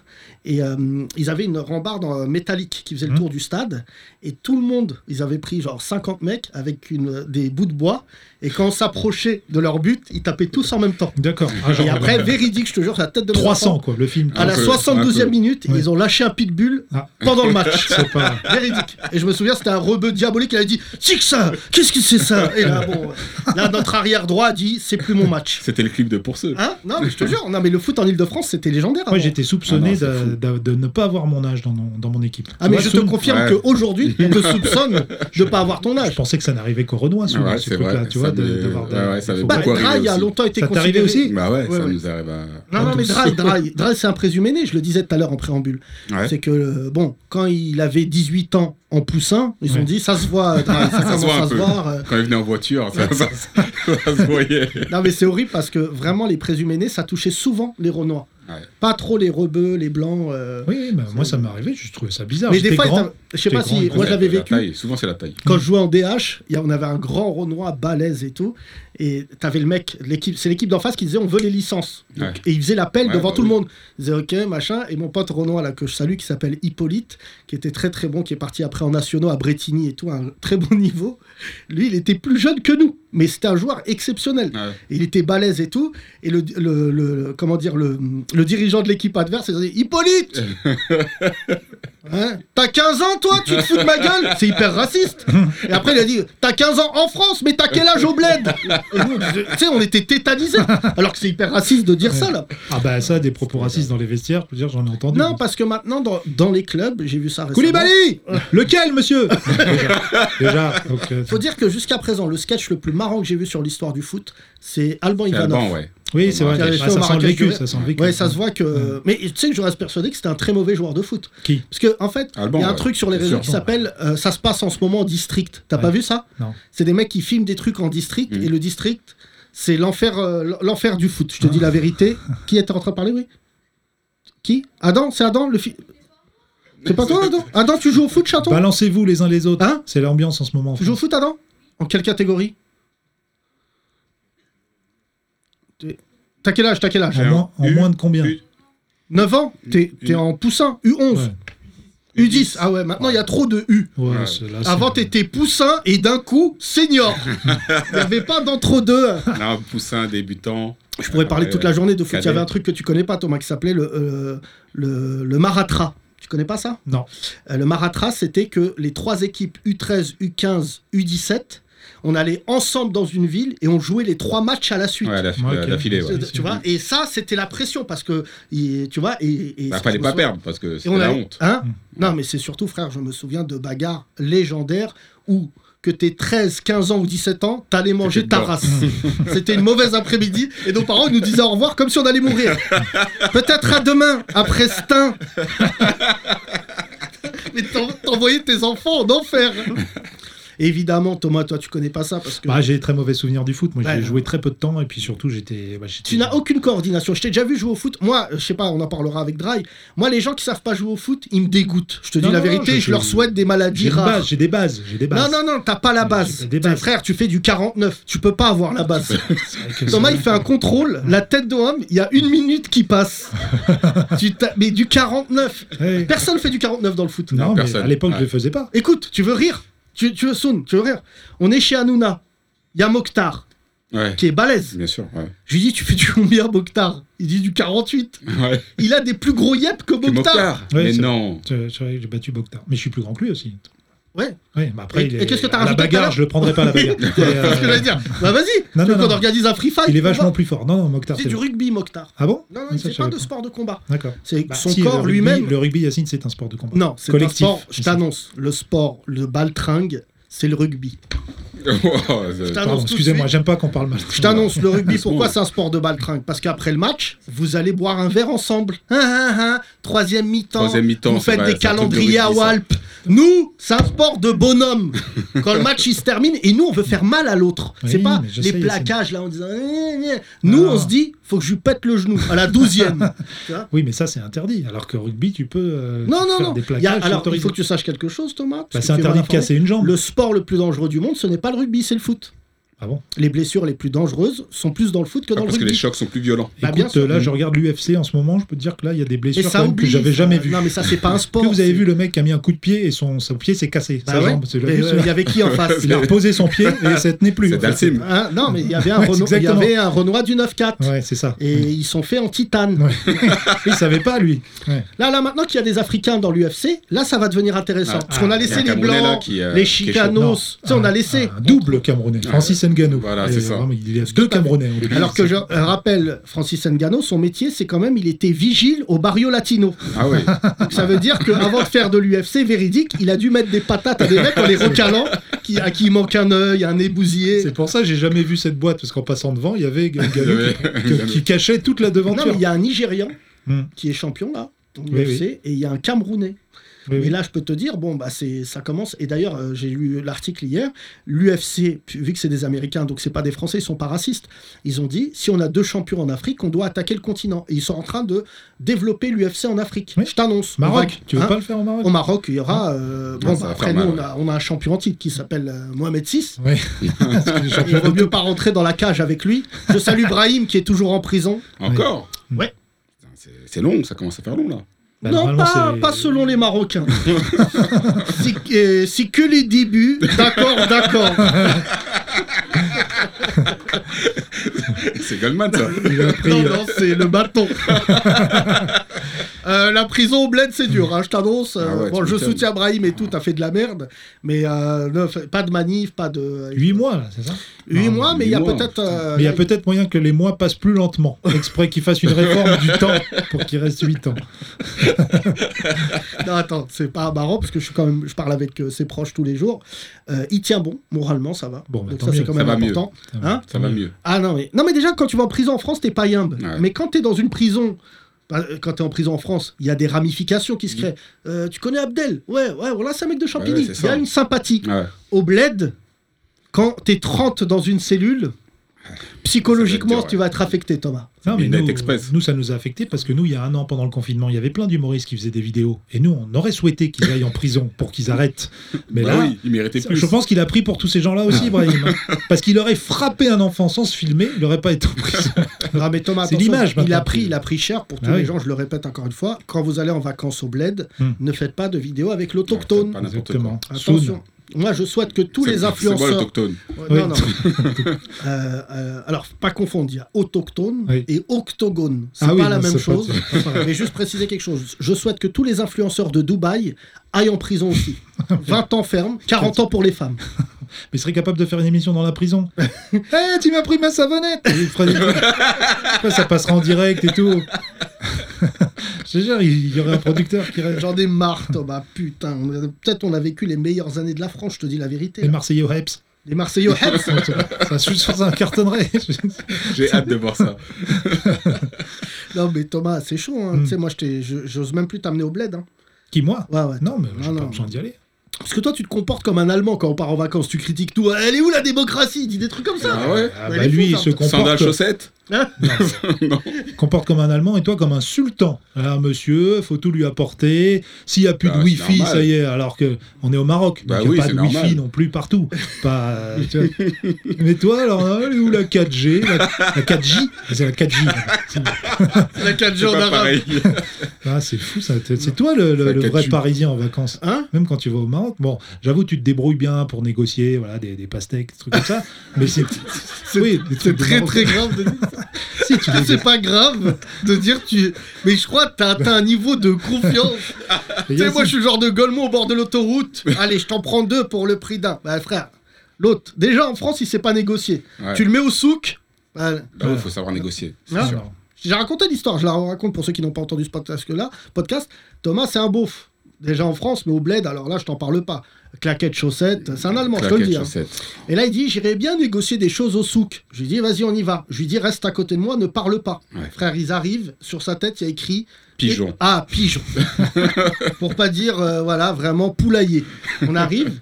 Speaker 3: Et euh, ils avaient une rambarde en métallique qui faisait le
Speaker 4: Mhm.
Speaker 3: tour du stade. Et tout le monde, ils avaient pris genre 50 mecs avec une, des bouts de bois. Et quand on s'approchait de leur but, ils tapaient tous en même temps.
Speaker 4: D'accord. Ah, genre,
Speaker 3: Et après, véridique, je te jure, la tête de mes
Speaker 4: 300,
Speaker 3: enfants,
Speaker 4: quoi, le film.
Speaker 3: À la
Speaker 5: Un peu,
Speaker 3: 72e
Speaker 5: un peu.
Speaker 3: minute,
Speaker 4: Ouais.
Speaker 3: ils ont lâché un pitbull
Speaker 4: Ah.
Speaker 3: pendant le match.
Speaker 4: C'est pas...
Speaker 3: Véridique. Et je me souviens, c'était un rebeu diabolique. Il avait dit C'est que ça Qu'est-ce que c'est ça Et là, bon, euh, là, notre arrière droit a dit C'est plus mon match.
Speaker 5: C'était le clip de Pour ceux.
Speaker 3: Hein Non, mais je te jure, non, mais le foot en Ile-de-France, c'était légendaire.
Speaker 4: Moi,
Speaker 3: avant.
Speaker 4: j'étais soupçonné
Speaker 5: Ah non, c'est
Speaker 4: d'a- d'a- de ne pas avoir mon âge dans mon, dans mon équipe.
Speaker 3: Ah, mais
Speaker 4: Tu
Speaker 3: je te
Speaker 4: vois, Soun,
Speaker 3: confirme
Speaker 5: Ouais.
Speaker 3: qu'aujourd'hui, on te soupçonne de pas avoir ton
Speaker 4: Ah, Je
Speaker 3: âge.
Speaker 4: pensais que ça n'arrivait qu'au Renoir, Soun,
Speaker 5: Ouais,
Speaker 4: ce
Speaker 5: c'est
Speaker 4: truc-là,
Speaker 5: vrai.
Speaker 4: tu vois,
Speaker 5: Ça
Speaker 4: de-
Speaker 5: m'est-
Speaker 4: d'avoir des-
Speaker 5: ouais, ouais,
Speaker 4: des
Speaker 5: ça m'est
Speaker 4: faux
Speaker 3: Bah,
Speaker 5: beaucoup
Speaker 4: blagues.
Speaker 5: arrivé
Speaker 3: Dry a
Speaker 5: aussi.
Speaker 3: longtemps été
Speaker 4: Ça t'est arrivé
Speaker 3: considéré-
Speaker 4: aussi
Speaker 5: Bah ouais,
Speaker 3: Ouais,
Speaker 5: ça
Speaker 3: ouais.
Speaker 5: nous arrive à.
Speaker 3: Non,
Speaker 4: En
Speaker 3: non, mais
Speaker 4: tous.
Speaker 3: Dry, Dry, Dry, c'est un présumé né, je le disais tout à l'heure en préambule.
Speaker 5: Ouais.
Speaker 3: C'est que, euh, bon, quand il avait 18 ans en poussin, ils ont
Speaker 4: Ouais.
Speaker 3: dit ça se voit, Dry, ça,
Speaker 5: Ça se
Speaker 3: commence
Speaker 5: voit un
Speaker 3: à se
Speaker 5: peu.
Speaker 3: voir. euh.
Speaker 5: Quand il venait en voiture, ça, ça- ça- ça se voyait.
Speaker 3: Non, mais c'est horrible parce que vraiment, les présumés nés, ça touchait souvent les Renois.
Speaker 5: Ouais.
Speaker 3: Pas trop les rebeux, les blancs. euh.
Speaker 4: Oui, oui, bah, moi, ça m'est arrivé, je trouvais ça bizarre.
Speaker 3: mais des
Speaker 4: J'étais
Speaker 3: fois,
Speaker 4: grand.
Speaker 3: t'as- je sais pas
Speaker 4: J'étais grand,
Speaker 3: si.
Speaker 4: grand.
Speaker 3: Moi, je l'avais
Speaker 5: La
Speaker 3: vécu.
Speaker 5: taille, Souvent, c'est la taille.
Speaker 3: quand je jouais en DH, il y a- on avait un grand Renoir balèze et tout. Et t'avais le mec, l'équipe, c'est l'équipe d'en face qui disait on veut les licences. Donc,
Speaker 5: Ouais.
Speaker 3: Et il faisait l'appel
Speaker 5: Ouais,
Speaker 3: devant
Speaker 5: bah
Speaker 3: tout le
Speaker 5: oui.
Speaker 3: monde. Il disait ok, machin. Et mon pote Renoir, là, que je salue, qui s'appelle Hippolyte, qui était très très bon, qui est parti après en nationaux à Bretigny et tout, à un très bon niveau. Lui, il était plus jeune que nous, mais c'était un joueur exceptionnel.
Speaker 5: Ouais.
Speaker 3: Et il était balèze et tout. Et le, le- le- comment dire, le, le dirigeant de l'équipe adverse, il a dit Hippolyte Hein T'as 15 ans, toi Tu te fous de ma gueule C'est hyper raciste. Et après, il a dit T'as 15 ans en France, mais t'as quel âge au bled Et nous, on disait- Tu sais, on était tétanisés. Alors que c'est hyper raciste de dire ça, là.
Speaker 4: Ah, bah, ça, des propos racistes dans les vestiaires, je veux dire, j'en ai entendu.
Speaker 3: Non, parce que maintenant, dans, dans les clubs, j'ai vu ça récemment.
Speaker 4: Koulibaly Lequel, monsieur Déjà. déjà, donc, euh,
Speaker 3: Faut dire que jusqu'à présent, le sketch le plus marrant que j'ai vu sur l'histoire du foot, c'est Alban
Speaker 5: C'est
Speaker 3: Ivanov.
Speaker 5: Alban, ouais.
Speaker 4: Oui, c'est vrai.
Speaker 3: Qui avait fait
Speaker 4: Ah, Ça,
Speaker 3: au
Speaker 4: sent le
Speaker 3: Marrakech
Speaker 4: vécu,
Speaker 3: du-
Speaker 4: ça sent le vécu.
Speaker 3: Ouais, ça se voit que. Mais tu sais que je reste persuadé que c'était un très mauvais joueur de foot.
Speaker 4: Qui
Speaker 3: Parce que, en fait, il
Speaker 5: Alban,
Speaker 3: y a un
Speaker 5: ouais,
Speaker 3: truc sur les
Speaker 5: bien
Speaker 3: réseaux
Speaker 5: sûr.
Speaker 3: qui s'appelle euh, Ça se passe en ce moment en district. T'as
Speaker 4: Ouais.
Speaker 3: pas vu ça
Speaker 4: Non.
Speaker 3: C'est des mecs qui filment des trucs en district
Speaker 5: Mm.
Speaker 3: et le district, c'est l'enfer euh, l'enfer du foot. Je te dis
Speaker 4: Ah.
Speaker 3: la vérité. Qui était en train de parler, oui Qui Adam C'est Adam le fi- C'est pas toi, Adam Adam, tu joues au foot,
Speaker 4: Bah,
Speaker 3: chaton
Speaker 4: Balancez-vous les uns les autres.
Speaker 3: Hein
Speaker 4: C'est l'ambiance en ce moment. en
Speaker 3: Tu joues au
Speaker 4: France.
Speaker 3: foot, Adam En quelle catégorie T'es- T'as quel âge T'as quel âge
Speaker 4: En moins, en
Speaker 5: U-
Speaker 4: moins de combien
Speaker 5: U-
Speaker 3: 9 ans T'es t'es en poussin U11
Speaker 4: Ouais.
Speaker 3: U10 Ah ouais, maintenant il y a trop de U.
Speaker 4: Ouais,
Speaker 5: Ouais.
Speaker 4: c'est- là, c'est-
Speaker 3: Avant, t'étais poussin et d'un coup, senior. Il n'y avait pas d'entre-deux.
Speaker 5: Non, poussin, débutant.
Speaker 3: Je pourrais parler
Speaker 5: Ouais,
Speaker 3: toute la journée de foot. Il y
Speaker 5: euh, Cadet.
Speaker 3: avait un truc que tu connais pas, Thomas, qui s'appelait le, euh, le, le Maratra. Tu connais pas ça
Speaker 4: Non.
Speaker 3: Euh, Le Maratra, c'était que les trois équipes U13, U15, U17, on allait ensemble dans une ville et on jouait les trois matchs à la suite.
Speaker 5: Ouais, à la,
Speaker 4: Ouais,
Speaker 5: à
Speaker 4: ok.
Speaker 5: la filée, ouais.
Speaker 3: Euh, Tu vois, et ça, c'était la pression parce que, et- tu vois, et, et
Speaker 5: Bah,
Speaker 3: ça,
Speaker 5: fallait
Speaker 3: je me
Speaker 5: pas
Speaker 3: souviens-
Speaker 5: perdre parce que
Speaker 3: Et
Speaker 5: c'était
Speaker 3: on
Speaker 5: la
Speaker 3: a
Speaker 5: honte.
Speaker 3: Hein non, mais c'est surtout, frère, je me souviens de bagarres légendaires où que t'es 13, 15 ans ou 17 ans, t'allais manger
Speaker 5: T'étais
Speaker 3: ta
Speaker 5: dedans.
Speaker 3: race. C'était une mauvaise après-midi et nos parents ils nous disaient au revoir comme si on allait mourir. Peut-être à demain, à Prestin. mais t'en- t'envoyais tes enfants en enfer. Évidemment, Thomas, toi, tu connais pas ça parce que.
Speaker 4: Bah, j'ai des très mauvais souvenirs du foot. Moi,
Speaker 3: Ouais.
Speaker 4: j'ai joué très peu de temps et puis surtout, j'étais. bah, j'étais-
Speaker 3: Tu n'as aucune coordination. Je t'ai déjà vu jouer au foot. Moi, euh, je sais pas, on en parlera avec Dry. Moi, les gens qui savent pas jouer au foot, ils me dégoûtent. Je te dis
Speaker 4: Non,
Speaker 3: la
Speaker 4: non,
Speaker 3: vérité,
Speaker 4: je-
Speaker 3: je, leur souhaite des maladies
Speaker 4: J'ai des
Speaker 3: rares.
Speaker 4: bases. J'ai des bases. J'ai des
Speaker 3: Non,
Speaker 4: bases.
Speaker 3: non, non, t'as pas la
Speaker 4: J'ai
Speaker 3: base.
Speaker 4: des bases.
Speaker 3: Frère, tu fais du 49. Tu peux pas avoir la base.
Speaker 4: C'est vrai que
Speaker 3: Thomas,
Speaker 4: c'est-
Speaker 3: il fait un contrôle, la tête d'homme, il y a une minute qui passe. tu t'as- mais du 49.
Speaker 4: Ouais.
Speaker 3: Personne fait du 49 dans le foot.
Speaker 4: Non, mais
Speaker 5: personne.
Speaker 4: à l'époque, je
Speaker 5: Ouais.
Speaker 4: le faisais pas.
Speaker 3: Écoute, tu veux rire tu, tu veux sound Tu veux rire On est chez Hanouna. Il y a Mokhtar,
Speaker 5: Ouais,
Speaker 3: qui est balèze.
Speaker 5: bien sûr. Ouais.
Speaker 3: Je lui dis, tu fais du combien, Mokhtar Il dit du 48.
Speaker 5: ouais.
Speaker 3: Il a des plus gros yep que
Speaker 5: Que
Speaker 3: Mokhtar.
Speaker 5: Mokhtar.
Speaker 4: Ouais,
Speaker 5: mais
Speaker 4: c'est-
Speaker 5: non.
Speaker 4: Je- je- J'ai battu Boktar. Mais je suis plus grand que lui aussi.
Speaker 3: Ouais.
Speaker 4: Ouais, mais après,
Speaker 3: Et-
Speaker 4: il
Speaker 3: et
Speaker 4: est-
Speaker 3: qu'est-ce que t'as
Speaker 4: La
Speaker 3: rajouté tout à
Speaker 4: bagarre,
Speaker 3: l'heure
Speaker 4: je le prendrai pas la bagarre. Et, euh,
Speaker 3: Qu'est-ce que j'allais dire Bah vas-y,
Speaker 4: Non, non,
Speaker 3: tu veux qu'on
Speaker 4: non.
Speaker 3: organise un free fight.
Speaker 4: Il est
Speaker 3: on va.
Speaker 4: vachement plus fort. Non, non, Mokhtar.
Speaker 3: C'est
Speaker 4: t'es-
Speaker 3: du rugby, Mokhtar.
Speaker 4: Ah bon
Speaker 3: Non, non,
Speaker 4: Ah,
Speaker 3: il
Speaker 4: ça,
Speaker 3: fait
Speaker 4: je
Speaker 3: pas
Speaker 4: savais
Speaker 3: de sport de combat.
Speaker 4: D'accord.
Speaker 3: C'est
Speaker 4: Bah,
Speaker 3: son
Speaker 4: si, le
Speaker 3: corps
Speaker 4: rugby-
Speaker 3: lui-même.
Speaker 4: Le rugby, Yacine, c'est un sport de combat.
Speaker 3: Non, c'est un
Speaker 4: Collectif.
Speaker 3: sport. Je t'annonce, le sport, le baltringue, c'est le rugby.
Speaker 5: Wow,
Speaker 3: Je
Speaker 5: Oh, ça-
Speaker 3: t'annonce
Speaker 4: Pardon,
Speaker 3: tout de
Speaker 4: excusez-moi,
Speaker 3: suite.
Speaker 4: j'aime pas qu'on parle mal.
Speaker 3: Je t'annonce le rugby,
Speaker 5: Let's
Speaker 3: pourquoi
Speaker 5: move.
Speaker 3: c'est un sport de baltringue Parce qu'après le match, vous allez boire un verre ensemble. Hein, hein, hein. Troisième mi-temps.
Speaker 5: Troisième mi-temps,
Speaker 3: Vous
Speaker 5: c'est
Speaker 3: faites
Speaker 5: vrai,
Speaker 3: des
Speaker 5: c'est un truc de
Speaker 3: calendriers à
Speaker 5: rugby, ça.
Speaker 3: Walp. Nous, c'est un sport de bonhomme. Quand le match il se termine, et nous on veut faire mal à l'autre. c'est
Speaker 4: Oui,
Speaker 3: pas
Speaker 4: mais je
Speaker 3: les
Speaker 4: sais,
Speaker 3: plaquages là en disant. Gna, gna. Nous
Speaker 4: Non.
Speaker 3: on se dit, faut que je lui pète le genou à la douzième.
Speaker 4: Oui, mais ça, c'est interdit. Alors que rugby, tu peux euh,
Speaker 3: non, non,
Speaker 4: faire
Speaker 3: non.
Speaker 4: des
Speaker 3: Il y a-
Speaker 4: plaquages.
Speaker 3: alors il
Speaker 4: autorisés.
Speaker 3: faut que tu saches quelque chose, Thomas. parce
Speaker 4: Bah,
Speaker 3: que tu es
Speaker 4: c'est
Speaker 3: mal
Speaker 4: interdit de
Speaker 3: informé.
Speaker 4: casser une jambe.
Speaker 3: Le sport le plus dangereux du monde, ce n'est pas le rugby, c'est le foot.
Speaker 4: Ah bon
Speaker 3: Les blessures les plus dangereuses sont plus dans le foot que dans
Speaker 5: Ah,
Speaker 3: le
Speaker 5: parce que
Speaker 3: rugby.
Speaker 5: les chocs sont plus violents.
Speaker 3: Bah, bien
Speaker 4: Écoute,
Speaker 3: sûr.
Speaker 4: là, je regarde l'UFC en ce moment. Je peux te dire que là, il y a des
Speaker 3: Et
Speaker 4: blessures
Speaker 3: ça
Speaker 4: quand même que
Speaker 3: oublie.
Speaker 4: j'avais jamais vues.
Speaker 3: Non, mais ça, c'est pas un sport.
Speaker 4: que vous avez
Speaker 3: c'est-
Speaker 4: vu le mec qui a mis un coup de pied et son, son pied s'est cassé.
Speaker 3: Bah
Speaker 4: sa
Speaker 3: ouais.
Speaker 4: jambe. C'est le-
Speaker 3: Mais, euh, Il y avait qui en face
Speaker 4: Il a reposé son pied et ça tenait plus.
Speaker 5: C'est
Speaker 4: en fait.
Speaker 5: Dalsim.
Speaker 3: Hein Non, mais il y avait un,
Speaker 4: Ouais,
Speaker 3: Renault, il y
Speaker 4: exactement.
Speaker 3: avait un Renoir du 9-4.
Speaker 4: Ouais, c'est ça.
Speaker 3: Et ils sont faits en titane.
Speaker 4: Ouais. il savait pas, lui. Ouais.
Speaker 3: Là, là, maintenant qu'il y a des Africains dans l'UFC, là, ça va devenir intéressant.
Speaker 5: Ah,
Speaker 3: Parce qu'on a
Speaker 5: il y
Speaker 3: laissé
Speaker 5: a un
Speaker 3: les
Speaker 5: Camerounais, là,
Speaker 3: Blancs,
Speaker 5: qui, euh,
Speaker 3: les
Speaker 5: qui est chaud.
Speaker 3: Chicanos.
Speaker 4: Non.
Speaker 3: Tu sais, on a laissé.
Speaker 4: Un double Camerounais, Francis Ngannou.
Speaker 5: Voilà,
Speaker 4: Et
Speaker 5: c'est ça.
Speaker 4: vraiment, il y a deux Camerounais. au début.
Speaker 3: Alors que je rappelle, Francis Ngannou, son métier, c'est quand même, il était vigile au barrio latino.
Speaker 5: Ah oui.
Speaker 3: Donc ça veut dire qu'avant de faire de l'UFC véridique, il a dû mettre des patates à des mecs en les recalant, qui, à qui il manque un œil, un nez bousillé.
Speaker 4: C'est pour ça que j'ai jamais vu cette boîte, parce qu'en passant devant, il y avait
Speaker 5: Eh
Speaker 4: Ngannou qui,
Speaker 5: Il y avait-
Speaker 4: qui cachait toute la
Speaker 3: Non, mais
Speaker 4: devanture.
Speaker 3: il y a un Nigérian
Speaker 4: Hmm.
Speaker 3: qui est champion là. en UFC,
Speaker 4: Oui,
Speaker 3: et il y a un Camerounais.
Speaker 4: Oui, oui.
Speaker 3: Et là, je peux te dire, bon, bah, c'est, ça commence. Et d'ailleurs, euh, j'ai lu l'article hier. L'UFC, puis vu que c'est des Américains, donc c'est pas des Français, ils sont pas racistes. Ils ont dit, si on a deux champions en Afrique, on doit attaquer le continent. Et ils sont en train de développer l'UFC en Afrique.
Speaker 4: Oui.
Speaker 3: Je t'annonce.
Speaker 4: Maroc, tu veux
Speaker 3: Hein
Speaker 4: pas le faire au Maroc
Speaker 3: Au Maroc, il y aura. euh, bon,
Speaker 5: Ouais,
Speaker 3: bah,
Speaker 5: ça va
Speaker 3: après,
Speaker 5: faire
Speaker 3: nous,
Speaker 5: mal,
Speaker 3: on, a, on a un champion en titre qui s'appelle euh, Mohamed VI.
Speaker 4: Oui. Parce que les
Speaker 3: Il
Speaker 4: champions
Speaker 3: vaut
Speaker 4: de
Speaker 3: mieux
Speaker 4: tout.
Speaker 3: pas rentrer dans la cage avec lui. Je salue Brahim qui est toujours en prison.
Speaker 5: Encore
Speaker 3: Ouais.
Speaker 5: Putain, c'est- C'est long, ça commence à faire long là.
Speaker 4: Bah,
Speaker 3: non,
Speaker 4: normalement,
Speaker 3: pas,
Speaker 4: c'est-
Speaker 3: pas selon les Marocains. c'est euh, c'est que les débuts. D'accord, d'accord.
Speaker 5: C'est Goldman ça.
Speaker 4: Il a pris,
Speaker 3: Non,
Speaker 4: euh,
Speaker 3: non, c'est le bâton. Euh, la prison au bled, c'est dur, hein, je t'annonce.
Speaker 5: Ah ouais,
Speaker 3: bon,
Speaker 5: tu
Speaker 3: je
Speaker 5: m'étonnes.
Speaker 3: soutiens Brahim et tout, t'as fait de la merde, mais euh, ne fais- pas de manif, pas de.
Speaker 4: 8 mois, là, c'est ça
Speaker 3: Huit
Speaker 4: Non,
Speaker 3: mois, mais il y a
Speaker 5: huit mois.
Speaker 3: peut-être. euh,
Speaker 4: Mais il y a peut-être moyen que les mois passent plus lentement, exprès qu'ils fassent une réforme du temps pour qu'il reste 8 ans.
Speaker 3: Non, attends, c'est pas marrant parce que je suis quand même, je parle avec euh, ses proches tous les jours. Euh, il tient bon, moralement, ça va.
Speaker 4: Bon, bah,
Speaker 3: Donc
Speaker 4: tant
Speaker 3: ça c'est
Speaker 4: mieux.
Speaker 3: quand
Speaker 5: Ça
Speaker 3: même
Speaker 5: va mieux.
Speaker 3: important. Hein
Speaker 5: Ça va mieux.
Speaker 3: Ah non mais non mais déjà quand tu vas en prison en France t'es pas yimbe.
Speaker 5: Ouais.
Speaker 3: Mais quand t'es dans une prison, bah, euh, quand t'es en prison en France, il y a des ramifications qui se
Speaker 5: Oui.
Speaker 3: créent. Euh, tu connais Abdel Ouais ouais, voilà c'est un mec de Champigny.
Speaker 5: Mm. Ouais,
Speaker 3: Il
Speaker 5: ouais, c'est
Speaker 3: y a
Speaker 5: ça.
Speaker 3: une sympathie.
Speaker 5: Ouais.
Speaker 3: Au bled, quand t'es 30 dans une cellule, psychologiquement
Speaker 5: dur, ouais.
Speaker 3: tu vas être affecté Thomas.
Speaker 4: Non, mais
Speaker 5: Midnight
Speaker 4: nous,
Speaker 5: Express.
Speaker 4: nous, ça nous a affecté parce que nous, il y a un an, pendant le confinement, il y avait plein d'humoristes qui faisaient des vidéos. Et nous, on aurait souhaité qu'ils aillent en prison pour qu'ils arrêtent. Mais
Speaker 5: Bah
Speaker 4: là,
Speaker 5: oui, il méritait plus.
Speaker 4: je pense qu'il a pris pour tous ces gens-là aussi, Ibrahim. hein. Parce qu'il aurait frappé un enfant sans se filmer, il n'aurait pas été en prison.
Speaker 5: Ah,
Speaker 3: Non mais Thomas,
Speaker 4: C'est
Speaker 3: attention,
Speaker 4: l'image,
Speaker 3: Il
Speaker 4: maintenant.
Speaker 3: a pris, il a pris cher pour tous
Speaker 4: Ah
Speaker 3: les
Speaker 4: oui.
Speaker 3: gens. Je le répète encore une fois. Quand vous allez en vacances au bled,
Speaker 4: Hmm.
Speaker 3: ne faites pas de vidéos avec
Speaker 5: Ouais, c'est
Speaker 3: l'autochtone.
Speaker 5: pas n'importe
Speaker 4: Exactement.
Speaker 5: quoi.
Speaker 3: Attention. Moi, je souhaite que tous
Speaker 5: C'est-
Speaker 3: les
Speaker 5: C'est moi
Speaker 3: influenceurs.
Speaker 5: l'autochtone.
Speaker 3: Ouais,
Speaker 4: Oui.
Speaker 3: non, non. Euh, euh, alors, pas confondre, il y a autochtone
Speaker 4: Oui.
Speaker 3: et octogone. C'est
Speaker 4: Ah
Speaker 3: pas
Speaker 4: oui,
Speaker 3: la
Speaker 4: non,
Speaker 3: même
Speaker 4: c'est pas-
Speaker 3: chose. Mais juste préciser quelque chose. Je souhaite que tous les influenceurs de Dubaï aillent en prison aussi. 20 ans ferme, 40 ans pour les femmes.
Speaker 4: Mais il serait capable de faire une émission dans la prison. Hé, Eh, tu m'as pris ma savonnette Il ferait des trucs. Après, ça passera en direct et tout. Je te jure, il il y aurait un producteur qui rêve.
Speaker 3: J'en ai marre, Thomas. Putain, on a- peut-être on a vécu les meilleures années de la France, je te dis la vérité.
Speaker 4: Les
Speaker 3: là.
Speaker 4: Marseillais au Heps.
Speaker 3: Les Marseillais au Heps.
Speaker 4: Ça, ça, ça cartonnerait.
Speaker 5: J'ai hâte de voir ça.
Speaker 3: Non, mais Thomas, c'est chaud. hein.
Speaker 4: Mm.
Speaker 3: Tu sais, moi, je t'ai- je- j'ose même plus t'amener au bled. hein.
Speaker 4: qui, moi
Speaker 3: Ouais, ouais.
Speaker 4: Non, mais j'ai
Speaker 3: Non,
Speaker 4: pas
Speaker 3: non.
Speaker 4: besoin d'y aller.
Speaker 3: Parce que toi, tu te comportes comme un Allemand quand on part en vacances. Tu critiques tout. Elle est où la démocratie Dis des trucs comme ça.
Speaker 5: Ah ouais
Speaker 4: Ah
Speaker 3: Mais
Speaker 4: bah
Speaker 3: elle est
Speaker 4: lui, il
Speaker 3: fausse,
Speaker 4: se
Speaker 3: hein.
Speaker 4: comporte,
Speaker 5: Sandales, chaussettes
Speaker 4: comporte comme un Allemand et toi comme un sultan. Alors, monsieur, faut tout lui apporter. S'il n'y a plus
Speaker 5: Bah,
Speaker 4: de
Speaker 5: c'est
Speaker 4: Wi-Fi,
Speaker 5: normal.
Speaker 4: ça y est, alors que on est au Maroc,
Speaker 5: Bah
Speaker 4: donc il
Speaker 5: oui,
Speaker 4: n'y a pas
Speaker 5: c'est
Speaker 4: de Wi-Fi
Speaker 5: normal.
Speaker 4: non plus partout. Pas, euh, tu vois. Mais toi, alors, elle est où la 4G La, la 4J C'est la 4G.
Speaker 3: La 4G
Speaker 5: C'est pas pareil.
Speaker 4: Ah, c'est fou, ça. T'es- C'est toi le, le-
Speaker 5: La
Speaker 4: le
Speaker 5: 4J.
Speaker 4: vrai Parisien en vacances.
Speaker 3: Hein
Speaker 4: Même quand tu vas au Maroc. Bon, j'avoue, tu te débrouilles bien pour négocier voilà, des, des pastèques, des trucs comme ça. Mais c'est oui, des
Speaker 3: C'est
Speaker 4: trucs de
Speaker 3: très
Speaker 4: Maroc.
Speaker 3: très grave de dire
Speaker 4: Si, tu
Speaker 3: ça.
Speaker 4: les-
Speaker 3: C'est pas grave de dire tu. Mais je crois que t'as atteint un niveau de confiance. tu sais, moi je suis le genre de Golemont au bord de l'autoroute. Allez, je t'en prends deux pour le prix d'un. Bah frère, l'autre. Déjà en France, il sait pas négocier.
Speaker 5: Ouais.
Speaker 3: Tu le mets au souk. Voilà.
Speaker 5: Bah oui, faut savoir négocier.
Speaker 4: C'est
Speaker 3: Hein
Speaker 4: sûr.
Speaker 3: J'ai raconté l'histoire, je la raconte pour ceux qui n'ont pas entendu ce podcast-là. Podcast, Thomas, c'est un beauf. Déjà en France, mais au bled, alors là, je t'en parle pas. Claquette, chaussette, c'est un Allemand, je te le
Speaker 5: Claquettes,
Speaker 3: dis. hein.
Speaker 5: chaussettes.
Speaker 3: Et là, il dit, j'irai bien négocier des choses au souk. Je lui dis, vas-y, on y va. Je lui dis, reste à côté de moi, ne parle pas.
Speaker 5: Ouais.
Speaker 3: Frère, ils arrivent, sur sa tête, il y a écrit...
Speaker 5: Pigeon.
Speaker 3: Ah, pigeon. Pour pas dire, euh, voilà, vraiment poulailler. On arrive,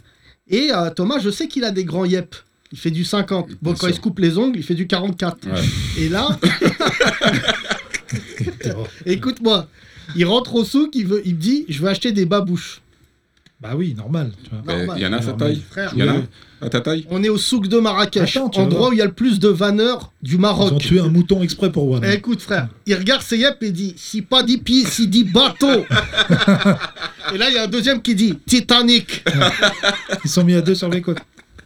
Speaker 3: et euh, Thomas, je sais qu'il a des grands yep. Il fait du 50. Bon,
Speaker 5: Bien
Speaker 3: quand
Speaker 5: sûr.
Speaker 3: il se coupe les ongles, il fait du 44.
Speaker 5: Ouais.
Speaker 3: Et là, écoute-moi, il rentre au souk, il, veut, il me dit, je veux acheter des babouches.
Speaker 4: Bah oui, normal. Tu vois.
Speaker 5: Eh,
Speaker 3: Normal.
Speaker 5: Il y en a à sa
Speaker 4: Normal.
Speaker 5: taille
Speaker 3: Frère,
Speaker 5: Il y en a
Speaker 4: Oui.
Speaker 5: un à ta taille
Speaker 3: On est au souk de Marrakech,
Speaker 4: Attends, tu vas
Speaker 3: endroit
Speaker 4: voir.
Speaker 3: où il y a le plus de vanneurs du Maroc.
Speaker 4: Ils ont tué un mouton exprès pour One.
Speaker 3: Eh, écoute, frère, il regarde ses yep et dit Si pas dit pieds, si dit bateau. et là, il y a un deuxième qui dit Titanic.
Speaker 4: Ils sont mis à deux sur les côtes.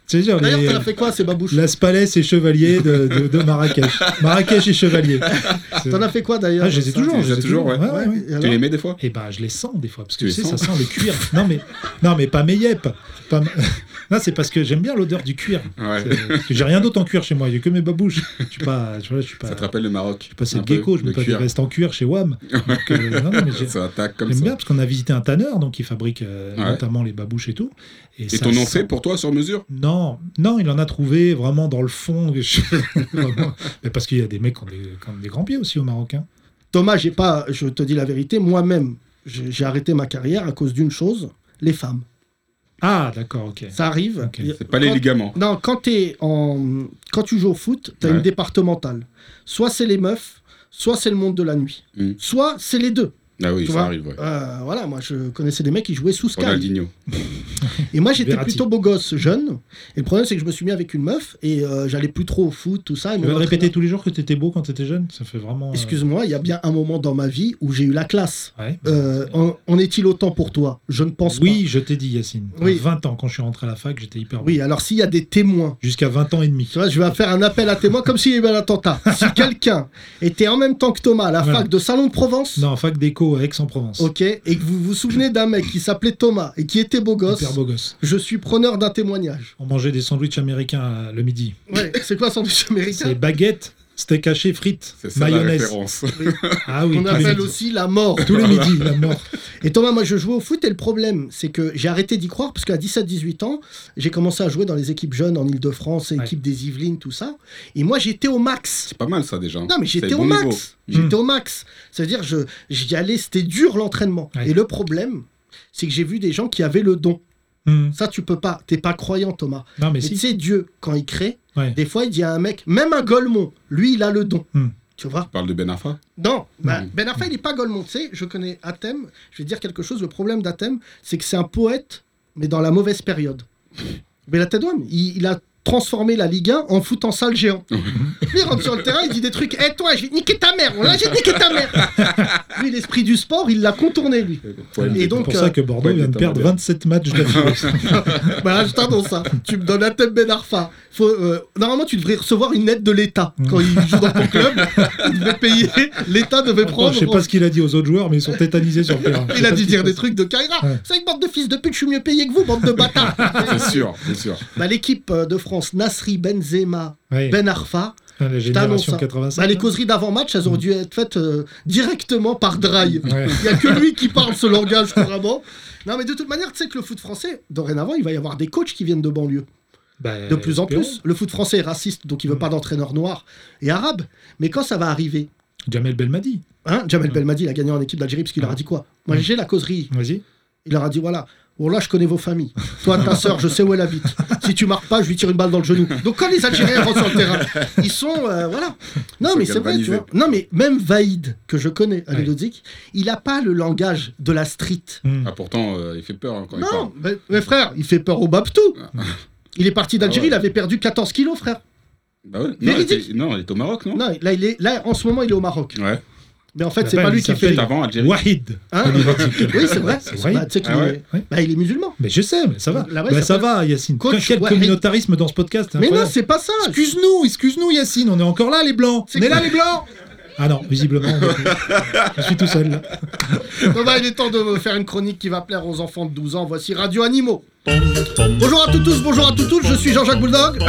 Speaker 4: C'est sûr,
Speaker 3: D'ailleurs,
Speaker 4: les-
Speaker 3: t'en as fait quoi, ces babouches
Speaker 4: Las Palais et Chevalier de, de- de Marrakech. Marrakech et Chevalier. C'est-
Speaker 3: T'en as fait quoi d'ailleurs
Speaker 4: Ah, je les ai
Speaker 3: ça
Speaker 4: toujours.
Speaker 5: Tu les
Speaker 4: je
Speaker 5: as toujours, ouais.
Speaker 4: Ouais, ouais, ouais.
Speaker 3: Et alors
Speaker 5: Tu les mets des fois
Speaker 4: Et bah, je les sens des fois, parce que
Speaker 5: Tu
Speaker 4: tu
Speaker 5: les
Speaker 4: sais, ça
Speaker 5: sens
Speaker 4: sent le cuir. Non, mais, non, mais pas mes yep. Pas ma- Non, c'est parce que j'aime bien l'odeur du cuir.
Speaker 5: Ouais.
Speaker 4: C'est- parce que J'ai rien d'autre en cuir chez moi, j'ai que mes babouches. Je suis pas. Tu vois, je suis pas.
Speaker 5: Ça te rappelle le Maroc Je
Speaker 4: Je suis pas cette gecko, je mets pas des restes en cuir chez WAM. Donc, euh, non, non, mais j'ai-
Speaker 5: Ça attaque comme
Speaker 4: J'aime bien
Speaker 5: ça.
Speaker 4: parce qu'on a visité un tanneur, donc il fabrique euh,
Speaker 5: Ouais.
Speaker 4: notamment les babouches et tout.
Speaker 5: Et
Speaker 4: ça
Speaker 5: ton nom
Speaker 4: sent-
Speaker 5: fait pour toi sur mesure
Speaker 4: Non, non, il en a trouvé vraiment dans le fond. Vraiment. Mais parce qu'il y a des mecs qui ont des, qui ont des grands pieds aussi au Maroc. hein.
Speaker 3: Thomas, j'ai pas, je te dis la vérité, moi-même, j'ai j'ai arrêté ma carrière à cause d'une chose les femmes.
Speaker 4: Ah, d'accord, ok.
Speaker 3: Ça arrive.
Speaker 4: Ok.
Speaker 3: Et
Speaker 5: C'est pas les
Speaker 3: quand-
Speaker 5: ligaments.
Speaker 3: Non, quand, t'es en... quand tu joues au foot, t'as
Speaker 5: Ouais.
Speaker 3: une départementale. Soit c'est les meufs, soit c'est le monde de la nuit.
Speaker 5: Mm.
Speaker 3: Soit c'est les deux.
Speaker 5: Ah oui,
Speaker 3: Tu
Speaker 5: ça
Speaker 3: vois
Speaker 5: arrive, ouais.
Speaker 3: Euh, voilà, moi je connaissais des mecs qui jouaient sous Sky.
Speaker 5: Ronaldinho.
Speaker 3: Et moi j'étais
Speaker 4: Verratti.
Speaker 3: plutôt beau gosse, jeune. Et le problème c'est que je me suis mis avec une meuf et euh, j'allais plus trop au foot, tout ça. et
Speaker 4: Tu
Speaker 3: mon
Speaker 4: veux
Speaker 3: entraîneur-
Speaker 4: répéter tous les jours que t'étais beau quand t'étais jeune Ça fait vraiment. euh,
Speaker 3: Excuse-moi, il y a bien un moment dans ma vie où j'ai eu la classe.
Speaker 4: ouais.
Speaker 3: Euh, en, en est-il autant pour toi Je ne pense
Speaker 4: Oui, je t'ai dit, Yacine.
Speaker 3: Oui.
Speaker 4: À 20 ans, quand je suis rentré à la fac, j'étais hyper
Speaker 3: pas.
Speaker 4: beau.
Speaker 3: Oui, alors s'il y a des témoins.
Speaker 4: Jusqu'à 20 ans et demi.
Speaker 3: Tu vois, je vais faire un appel à témoins comme s'il y avait un attentat. Si quelqu'un était en même temps que Thomas à la
Speaker 4: Voilà.
Speaker 3: fac de Salon de Provence,
Speaker 4: Non, fac d'éco, Bordeaux à Aix-en-Provence.
Speaker 3: ok, et que vous vous souvenez d'un mec qui s'appelait Thomas et qui était beau gosse,
Speaker 4: Hyper beau gosse.
Speaker 3: je suis preneur d'un témoignage.
Speaker 4: On mangeait des sandwichs américains à- le midi.
Speaker 3: Ouais, c'est quoi sandwich
Speaker 4: C'est
Speaker 3: américain
Speaker 4: baguette, steak haché, frites,
Speaker 5: C'est ça la
Speaker 4: mayonnaise.
Speaker 5: référence.
Speaker 4: Ah oui,
Speaker 3: On
Speaker 4: tous les
Speaker 3: appelle
Speaker 4: midis.
Speaker 3: aussi la mort.
Speaker 4: Tous les midis, la mort.
Speaker 3: Et Thomas, moi je jouais au foot et le problème, c'est que j'ai arrêté d'y croire parce qu'à 17-18 ans, j'ai commencé à jouer dans les équipes jeunes en Ile-de-France,
Speaker 4: Ouais.
Speaker 3: équipe des Yvelines, tout ça. Et moi j'étais au max.
Speaker 5: C'est pas mal ça déjà. hein.
Speaker 3: Non mais
Speaker 5: C'est
Speaker 3: j'étais au
Speaker 5: bon
Speaker 3: max.
Speaker 5: niveau. Hmm.
Speaker 3: J'étais au max. Ça veut dire je j'y allais, c'était dur l'entraînement.
Speaker 4: Ouais.
Speaker 3: Et le problème, c'est que j'ai vu des gens qui avaient le don.
Speaker 4: Hmm.
Speaker 3: Ça tu peux pas, t'es pas croyant Thomas.
Speaker 4: Non, mais
Speaker 3: Mais tu
Speaker 4: si.
Speaker 3: sais Dieu quand il crée,
Speaker 4: Ouais.
Speaker 3: des fois il dit à un mec, même un Golemont, lui il a le don.
Speaker 4: Hmm.
Speaker 3: Tu vois
Speaker 5: Tu parles de Ben Affa
Speaker 3: non, bah,
Speaker 5: Non.
Speaker 3: Ben Arfa, il n'est pas Golemont. Tu sais, je connais Athem. Je vais dire quelque chose. Le problème d'Athem, c'est que c'est un poète, mais dans la mauvaise période. Mais la tête d'homme, il, il a transformé la Ligue 1 en foot en salle géant. Lui, il rentre sur le terrain, il dit des trucs. Hé, toi, je vais te niquer ta mère. On l'a, je vais te niquer ta mère. Lui, l'esprit du sport, il l'a contourné, lui.
Speaker 4: C'est
Speaker 3: Et donc,
Speaker 4: pour
Speaker 3: euh,
Speaker 4: ça que Bordeaux
Speaker 5: ouais,
Speaker 4: vient de
Speaker 5: t'as
Speaker 4: perdre
Speaker 5: bien.
Speaker 4: 27 matchs d'affilée.
Speaker 3: Bah, je t'annonce ça. Tu me donnes Athem Ben Arfa. Faut, euh, normalement, tu devrais recevoir une aide de l'État quand il joue dans ton club. Il devait payer. L'État devait
Speaker 4: Attends,
Speaker 3: prendre.
Speaker 4: je sais pas ce qu'il a dit aux autres joueurs, mais ils sont tétanisés sur le terrain. Je sais
Speaker 3: Il a
Speaker 4: pas
Speaker 3: dû
Speaker 4: ce qui
Speaker 3: dire
Speaker 4: se
Speaker 3: des
Speaker 4: passe.
Speaker 3: trucs de Kaira.
Speaker 4: Ouais.
Speaker 3: C'est une bande de fils de pute, je suis mieux payé que vous, bande de bâtards.
Speaker 5: C'est sûr, c'est sûr.
Speaker 3: Bah, L'équipe euh, de France, Nasri, Benzema,
Speaker 4: Ouais.
Speaker 3: Ben Arfa,
Speaker 4: Ah, la
Speaker 3: je t'annonce
Speaker 4: génération
Speaker 3: ça.
Speaker 4: 85.
Speaker 3: Bah, les
Speaker 4: là.
Speaker 3: causeries d'avant-match, elles ont dû être faites euh, directement par Draille.
Speaker 4: Ouais.
Speaker 3: Il n'y a que lui qui parle ce langage couramment. Non, mais de toute manière, tu sais que le foot français, dorénavant, il va y avoir des coachs qui viennent de banlieue.
Speaker 4: Bah,
Speaker 3: De plus en
Speaker 4: espérons.
Speaker 3: plus. Le foot français est raciste, donc il veut
Speaker 4: Mm.
Speaker 3: pas d'entraîneur noir et arabe. Mais quand ça va arriver
Speaker 4: Jamel Belmadi.
Speaker 3: hein,
Speaker 4: Mm.
Speaker 3: Jamel Belmadi, il a gagné en équipe d'Algérie parce qu'il leur a dit quoi Moi, j'ai la causerie
Speaker 4: Vas-y.
Speaker 3: Il leur a dit voilà, bon là je connais vos familles. Toi, ta sœur, je sais où elle habite. Si tu marques pas, je lui tire une balle dans le genou. Donc quand les Algériens rentrent sur le terrain, ils sont euh, voilà. Non
Speaker 5: sont
Speaker 3: mais c'est vrai, tu
Speaker 5: galvanisés.
Speaker 3: vois. Non mais même Vaïd que je connais à
Speaker 4: Ouais.
Speaker 3: Ludovic, il a pas le langage de la street.
Speaker 4: Hmm.
Speaker 5: Ah, pourtant, euh, il fait peur hein, quand il parle.
Speaker 3: Non, mais, mais frère, il fait peur au Babtou. Il est parti d'Algérie,
Speaker 5: Ah ouais.
Speaker 3: il avait perdu 14 kilos, frère.
Speaker 4: Ah
Speaker 5: Bah ouais. Non, il
Speaker 3: Véridique.
Speaker 5: était- non, il est au Maroc, non,
Speaker 3: Non, là, il est, là, en ce moment, il est au Maroc.
Speaker 5: Ouais.
Speaker 3: Mais en fait,
Speaker 4: La
Speaker 3: c'est pas
Speaker 4: balle,
Speaker 3: lui
Speaker 4: il
Speaker 3: qui fait.
Speaker 5: Peut-être
Speaker 4: s'appelle-
Speaker 5: avant Algérie.
Speaker 4: Wahid.
Speaker 3: Hein oui, c'est vrai.
Speaker 4: C'est vrai.
Speaker 3: Bah, tu sais qu'il
Speaker 5: Ah
Speaker 3: est-
Speaker 5: ouais.
Speaker 4: Ouais.
Speaker 3: bah, il est musulman.
Speaker 4: Mais je sais, mais ça va.
Speaker 3: Là, ouais,
Speaker 4: Bah,
Speaker 3: ça
Speaker 4: ça va, Yacine.
Speaker 3: Coach
Speaker 4: Putain, quel
Speaker 3: Wahid.
Speaker 4: communautarisme dans ce podcast. c'est
Speaker 3: Mais non,
Speaker 4: incroyable.
Speaker 3: c'est pas ça.
Speaker 4: Excuse-nous, excuse-nous, Yacine. On est encore là, les blancs.
Speaker 3: C'est
Speaker 4: On est
Speaker 3: quoi
Speaker 4: là, les blancs. Ah non, visiblement. on est- je suis tout seul. là.
Speaker 3: Bon bah, il est temps de faire une chronique qui va plaire aux enfants de 12 ans. Voici Radio Animaux. Bonjour à tous, tous, bonjour à toutes, toutes, je suis Jean-Jacques Bouldog.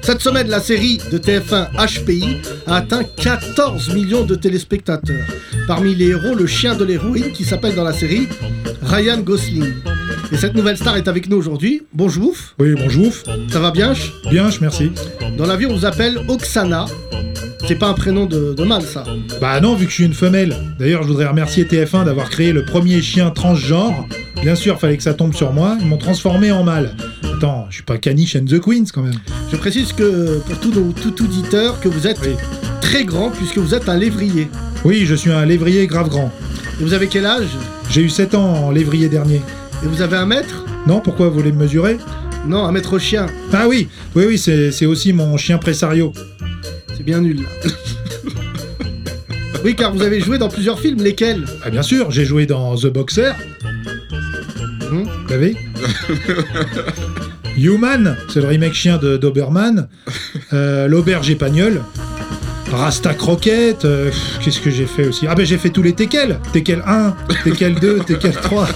Speaker 3: Cette semaine, la série de TF1 HPI a atteint 14 millions de téléspectateurs. Parmi les héros, le chien de l'héroïne qui s'appelle dans la série Ryan Gosling. Et cette nouvelle star est avec nous aujourd'hui. Bonjour,
Speaker 4: Oui, bonjour.
Speaker 3: ça va bien ch
Speaker 4: Bien, je merci.
Speaker 3: Dans la vie, on vous appelle Oksana. C'est pas un prénom de, de mal, ça.
Speaker 4: Bah non, vu que je suis une femelle. D'ailleurs, je voudrais remercier TF1 d'avoir créé le premier chien transgenre. Bien sûr, fallait que ça tombe sur moi. Ils m'ont transformé en mâle. Attends, je suis pas caniche and the queens quand même.
Speaker 3: Je précise que pour tout, tout auditeur, que vous êtes
Speaker 4: Oui.
Speaker 3: très grand puisque vous êtes un lévrier.
Speaker 4: Oui, je suis un lévrier grave grand.
Speaker 3: Et vous avez quel âge
Speaker 4: J'ai eu 7 ans en lévrier dernier.
Speaker 3: Et vous avez un maître
Speaker 4: Non, pourquoi vous voulez me mesurer
Speaker 3: Non, un maître chien.
Speaker 4: Ah oui, oui, oui, c'est c'est aussi mon chien pressario.
Speaker 3: C'est bien nul, là. oui, car vous avez joué dans plusieurs films, lesquels
Speaker 4: Ah bien sûr, j'ai joué dans The Boxer.
Speaker 3: Hmm.
Speaker 4: Vous l'avez Human, c'est le remake chien de d'Oberman. Euh, L'auberge épagnole. Rasta Croquette, euh, pff, qu'est-ce que j'ai fait aussi Ah ben j'ai fait tous les Tekel Tekel 1, Tekel 2, Tekel 3.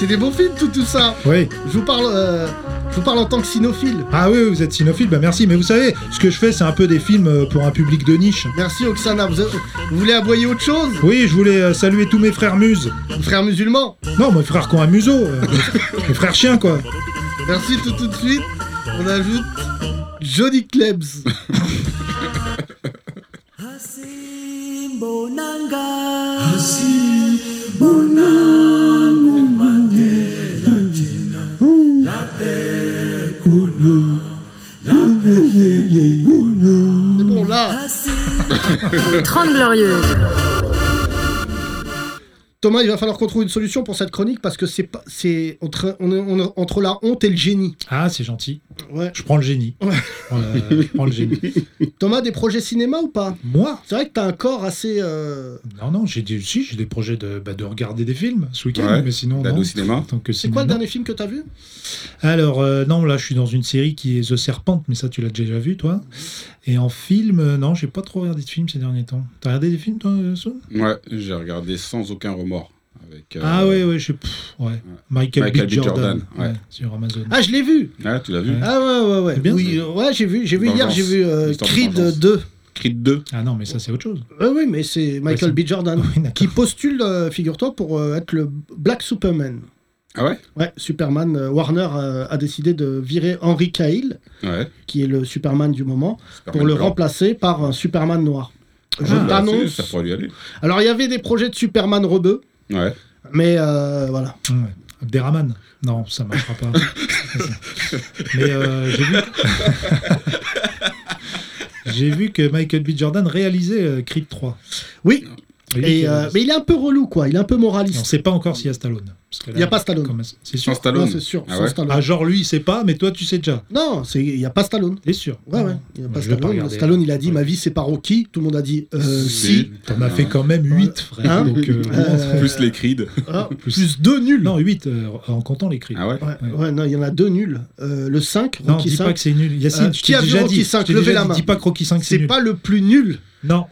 Speaker 3: C'est des bons films, tout, tout ça.
Speaker 4: Oui.
Speaker 3: Je vous parle, euh, je vous parle en tant que cynophile.
Speaker 4: Ah oui, oui, vous êtes cynophile, bah merci. Mais vous savez, ce que je fais, c'est un peu des films euh, pour un public de niche.
Speaker 3: Merci, Oksana. Vous, avez- vous voulez aboyer autre chose
Speaker 4: Oui, je voulais euh, saluer tous mes frères muses.
Speaker 3: Frère musulman
Speaker 4: Non, mes frères qui ont un museau. euh, mes frères chiens, quoi.
Speaker 3: Merci, tout, tout de suite. On ajoute Johnny Klebs. C'est bon, là.
Speaker 2: 30 Glorieuses.
Speaker 3: Thomas, il va falloir qu'on trouve une solution pour cette chronique parce que c'est pas, c'est entre, on est, on est entre la honte et le génie.
Speaker 4: Ah, c'est gentil.
Speaker 3: Ouais.
Speaker 4: Je prends le génie.
Speaker 3: Ouais.
Speaker 4: Je prends, le- je prends le génie.
Speaker 3: Thomas, des projets cinéma ou pas
Speaker 4: Moi
Speaker 3: C'est vrai que t'as un corps assez. euh,
Speaker 4: Non, non, j'ai des, si, j'ai des projets de, bah, de regarder des films ce week-end,
Speaker 5: Ouais.
Speaker 4: mais sinon.
Speaker 5: D'aller
Speaker 4: non.
Speaker 5: au cinéma.
Speaker 4: Tant que
Speaker 3: C'est quoi le
Speaker 4: cinéma.
Speaker 5: Mhm.
Speaker 3: dernier film que t'as vu
Speaker 4: Alors, euh, non, là, je suis dans une série qui est The Serpent, mais ça, tu l'as déjà vu, toi. Et en film, euh, non, j'ai pas trop regardé de films ces derniers temps. T'as regardé des films, toi, euh, Soul
Speaker 5: Ouais, j'ai regardé sans aucun remords. Avec, euh,
Speaker 4: Ah, ouais, ouais, je sais. pff, ouais. Michael,
Speaker 5: Michael
Speaker 4: B.
Speaker 5: B.
Speaker 4: Jordan.
Speaker 5: Jordan, ouais.
Speaker 4: sur Amazon.
Speaker 3: Ah, je l'ai vu.
Speaker 5: Ah, tu l'as vu
Speaker 4: Ouais.
Speaker 3: Ah ouais, ouais, ouais.
Speaker 4: C'est bien,
Speaker 3: oui,
Speaker 5: ça.
Speaker 3: euh, ouais, j'ai vu, j'ai vu hier,
Speaker 5: Vengeance.
Speaker 3: j'ai vu euh,
Speaker 5: Histoire de
Speaker 3: Creed
Speaker 5: vengeance.
Speaker 3: 2.
Speaker 5: Creed 2.
Speaker 4: Ah, non, mais ça, c'est autre chose.
Speaker 3: Oui, oui, mais c'est Michael B. Jordan
Speaker 4: Oui, d'accord.
Speaker 3: qui postule, euh, figure-toi, pour euh, être le Black Superman.
Speaker 5: Ah ouais
Speaker 3: Ouais, Superman. euh, Warner euh, a décidé de virer Henry Cavill,
Speaker 5: Ouais.
Speaker 3: qui est le Superman du moment,
Speaker 5: Superman
Speaker 3: pour le
Speaker 5: blanc.
Speaker 3: remplacer par un Superman noir. Je
Speaker 5: Ah,
Speaker 3: t'annonce.
Speaker 5: c'est- Ça pourrait lui aller.
Speaker 3: Alors, il y avait des projets de Superman rebeu,
Speaker 5: Ouais.
Speaker 3: mais euh, voilà.
Speaker 4: Ouais. Abderrahman. Non, ça marchera pas. Mais euh, j'ai vu. j'ai vu que Michael B. Jordan réalisait euh, Creed 3.
Speaker 3: Oui,
Speaker 4: Oui,
Speaker 3: et,
Speaker 4: que-
Speaker 3: euh, mais il est un peu relou, quoi. Il est un peu
Speaker 4: Et on ne
Speaker 3: moraliste.
Speaker 4: sait pas encore s'il y a Stallone. Parce que là,
Speaker 3: Il n'y a pas Stallone.
Speaker 4: comme- C'est
Speaker 5: Sans
Speaker 4: sûr.
Speaker 5: Stallone.
Speaker 3: Non, c'est sûr.
Speaker 5: Ah
Speaker 3: sans
Speaker 5: ouais
Speaker 3: Stallone.
Speaker 4: Ah, genre lui, il sait pas, mais toi, tu sais déjà.
Speaker 3: Non, c'est- il n'y a pas Stallone.
Speaker 4: T'es sûr
Speaker 3: Ouais, ouais. Il n'y a
Speaker 4: Ouais,
Speaker 3: pas
Speaker 4: je vais pas
Speaker 3: Stallone.
Speaker 4: regarder.
Speaker 3: Stallone, il a dit Ma vie, c'est pas Rocky. Tout le monde a dit Euh, Si.
Speaker 4: T'en as fait quand même 8, frère.
Speaker 3: Hein
Speaker 4: donc, euh,
Speaker 3: Euh,
Speaker 5: Plus les Creed.
Speaker 3: Ah,
Speaker 4: plus-
Speaker 3: plus deux nuls.
Speaker 4: Non, 8 en comptant les Creed.
Speaker 5: Ah ouais
Speaker 3: Ouais, ouais, non, il y en a deux nuls. Euh, le 5,
Speaker 4: Non,
Speaker 3: Rocky
Speaker 4: dis
Speaker 3: 5,
Speaker 4: pas que c'est nul. Yacine,
Speaker 3: Euh,
Speaker 4: je
Speaker 3: qui
Speaker 4: t'ai
Speaker 3: a vu
Speaker 4: déjà
Speaker 3: Rocky
Speaker 4: dit.
Speaker 3: cinq
Speaker 4: je t'ai
Speaker 3: Levez
Speaker 4: déjà
Speaker 3: la
Speaker 4: dit,
Speaker 3: main.
Speaker 4: Dis pas que Rocky 5 c'est
Speaker 3: c'est
Speaker 4: nul.
Speaker 3: pas le plus nul.
Speaker 4: Non.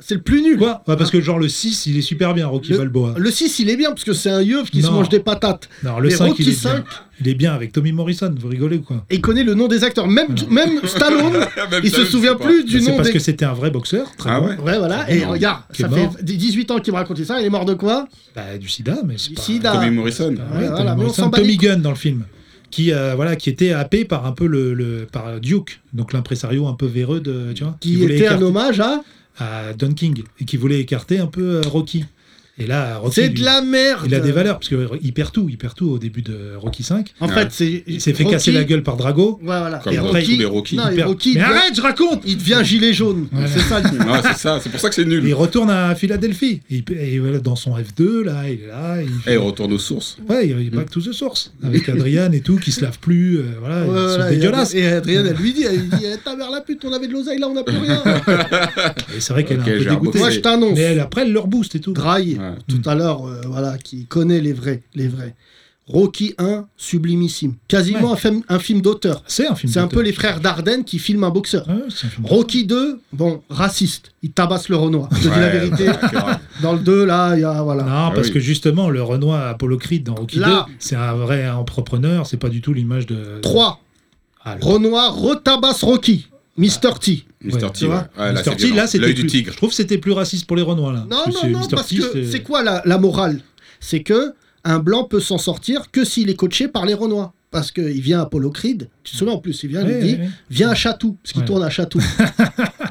Speaker 3: C'est le plus nul.
Speaker 4: Quoi Bah, Parce que genre le 6, il est super bien, Rocky
Speaker 3: Le-
Speaker 4: Balboa.
Speaker 3: Le 6, il est bien parce que c'est un yeuve qui se
Speaker 4: Non.
Speaker 3: mange des patates.
Speaker 4: Non, le
Speaker 3: Mais
Speaker 4: 5, il
Speaker 3: Rocky
Speaker 4: est bien.
Speaker 3: 5,
Speaker 4: Il est bien avec Tommy Morrison, vous rigolez ou quoi
Speaker 3: il connaît le nom des acteurs. Même, même Stallone, il se souvient plus du
Speaker 4: Bah, C'est
Speaker 3: nom
Speaker 4: parce
Speaker 3: des.
Speaker 4: que c'était un vrai boxeur, très
Speaker 5: Ah
Speaker 4: bon.
Speaker 5: ouais
Speaker 3: Ouais, voilà. Et
Speaker 5: Non.
Speaker 3: regarde,
Speaker 4: Qui est
Speaker 3: ça fait
Speaker 4: mort.
Speaker 3: 18 ans qu'il me racontait ça. Il est mort de quoi
Speaker 4: Bah, du sida, mais c'est pas...
Speaker 3: Sida.
Speaker 5: Tommy Morrison.
Speaker 4: Ah
Speaker 3: Ouais,
Speaker 4: ouais,
Speaker 3: voilà,
Speaker 4: Tommy
Speaker 3: mais on
Speaker 4: Morrison,
Speaker 3: s'en bat
Speaker 4: Tommy
Speaker 3: les
Speaker 4: Gunn dans le film, qui, euh, voilà, qui était happé par un peu le, le- par Duke, donc l'impresario un peu véreux de, tu vois,
Speaker 3: Qui
Speaker 4: voulait
Speaker 3: était un
Speaker 4: écarter-
Speaker 3: hommage à.
Speaker 4: à Don King et qui voulait écarter un peu euh, Rocky. Et là, Rocky,
Speaker 3: C'est
Speaker 4: lui,
Speaker 3: de la merde.
Speaker 4: il a des valeurs parce qu'il perd tout, il perd tout au début de Rocky 5.
Speaker 3: En
Speaker 5: Ouais.
Speaker 3: fait, c'est.
Speaker 4: Il s'est fait casser la gueule par Drago.
Speaker 3: Ouais, voilà.
Speaker 5: Comme
Speaker 3: Et
Speaker 5: dans
Speaker 4: Rocky,
Speaker 5: tous les Rocky.
Speaker 3: Non,
Speaker 4: Il
Speaker 3: et
Speaker 4: perd-
Speaker 3: Rocky,
Speaker 4: Mais
Speaker 3: il devient-
Speaker 4: arrête, je raconte
Speaker 3: il devient gilet jaune.
Speaker 4: Ouais.
Speaker 3: C'est ça. le-
Speaker 5: Ah, c'est ça, c'est pour ça que c'est
Speaker 4: Et Il
Speaker 5: nul.
Speaker 4: retourne à Philadelphie. Et, il- et voilà, dans son F2, là, il est là. il
Speaker 5: Eh,
Speaker 4: fait-
Speaker 5: retourne aux sources.
Speaker 4: Ouais, il est back to the source. Avec Adrian et tout, qui se lave plus. euh, voilà,
Speaker 3: Ouais,
Speaker 4: ils
Speaker 3: voilà,
Speaker 4: sont
Speaker 3: et-
Speaker 4: dégueulasses. Et,
Speaker 3: Et Adrienne, elle lui dit, elle lui dit Eh, ta mère la pute, on avait de l'oseille, là on n'a plus rien.
Speaker 4: c'est vrai qu'elle
Speaker 5: Ok,
Speaker 4: est un
Speaker 5: j'ai
Speaker 4: peu
Speaker 5: un
Speaker 4: dégoûtée.
Speaker 5: boxeur.
Speaker 3: Moi je t'annonce,
Speaker 4: Mais elle, après, elle leur booste et tout.
Speaker 3: Draille,
Speaker 5: Ouais.
Speaker 3: tout à l'heure, euh, voilà, qui connaît les vrais, les vrais. Rocky 1, sublimissime. Quasiment
Speaker 4: Ouais.
Speaker 3: un, film, un film d'auteur.
Speaker 4: C'est un film.
Speaker 3: C'est un peu
Speaker 4: d'auteur.
Speaker 3: les frères Dardenne qui filment un boxeur.
Speaker 4: Ouais, c'est un film d'auteur.
Speaker 3: Rocky 2, bon, raciste. Il tabasse le Renoir. Je te dis la
Speaker 5: Ouais,
Speaker 3: vérité.
Speaker 5: bah, grave.
Speaker 3: Dans le 2, là, il y a, voilà.
Speaker 4: Non, parce
Speaker 5: oui.
Speaker 4: que justement, le Renoir Apollo Creed dans Rocky
Speaker 3: Ah Là.
Speaker 4: 2, c'est un vrai entrepreneur, c'est pas du tout l'image de.
Speaker 3: 3,
Speaker 4: Ah, le-
Speaker 3: Renoir retabasse Rocky. Mr. T.
Speaker 5: Mr.
Speaker 4: Ouais,
Speaker 5: T,
Speaker 3: tu
Speaker 5: ouais.
Speaker 3: vois.
Speaker 5: Ouais, là,
Speaker 4: Mr.
Speaker 5: c'est
Speaker 4: T,
Speaker 5: violent.
Speaker 4: là, c'était
Speaker 5: L'œil du
Speaker 4: plus-
Speaker 5: tigre.
Speaker 4: Je trouve que c'était plus raciste pour les Renoirs, là.
Speaker 3: Non,
Speaker 4: Parce que
Speaker 3: non, non,
Speaker 4: Mr.
Speaker 3: parce
Speaker 4: T,
Speaker 3: que c'est quoi la, la morale C'est que un blanc peut s'en sortir que s'il est coaché par les Renois. Parce qu'il vient à Polo Creed, tu te souviens en plus, il vient, il
Speaker 4: Ouais,
Speaker 3: lui dit
Speaker 4: ouais, ouais.
Speaker 3: Viens à Chatou, parce qu'il
Speaker 4: Ouais.
Speaker 3: tourne à Chatou.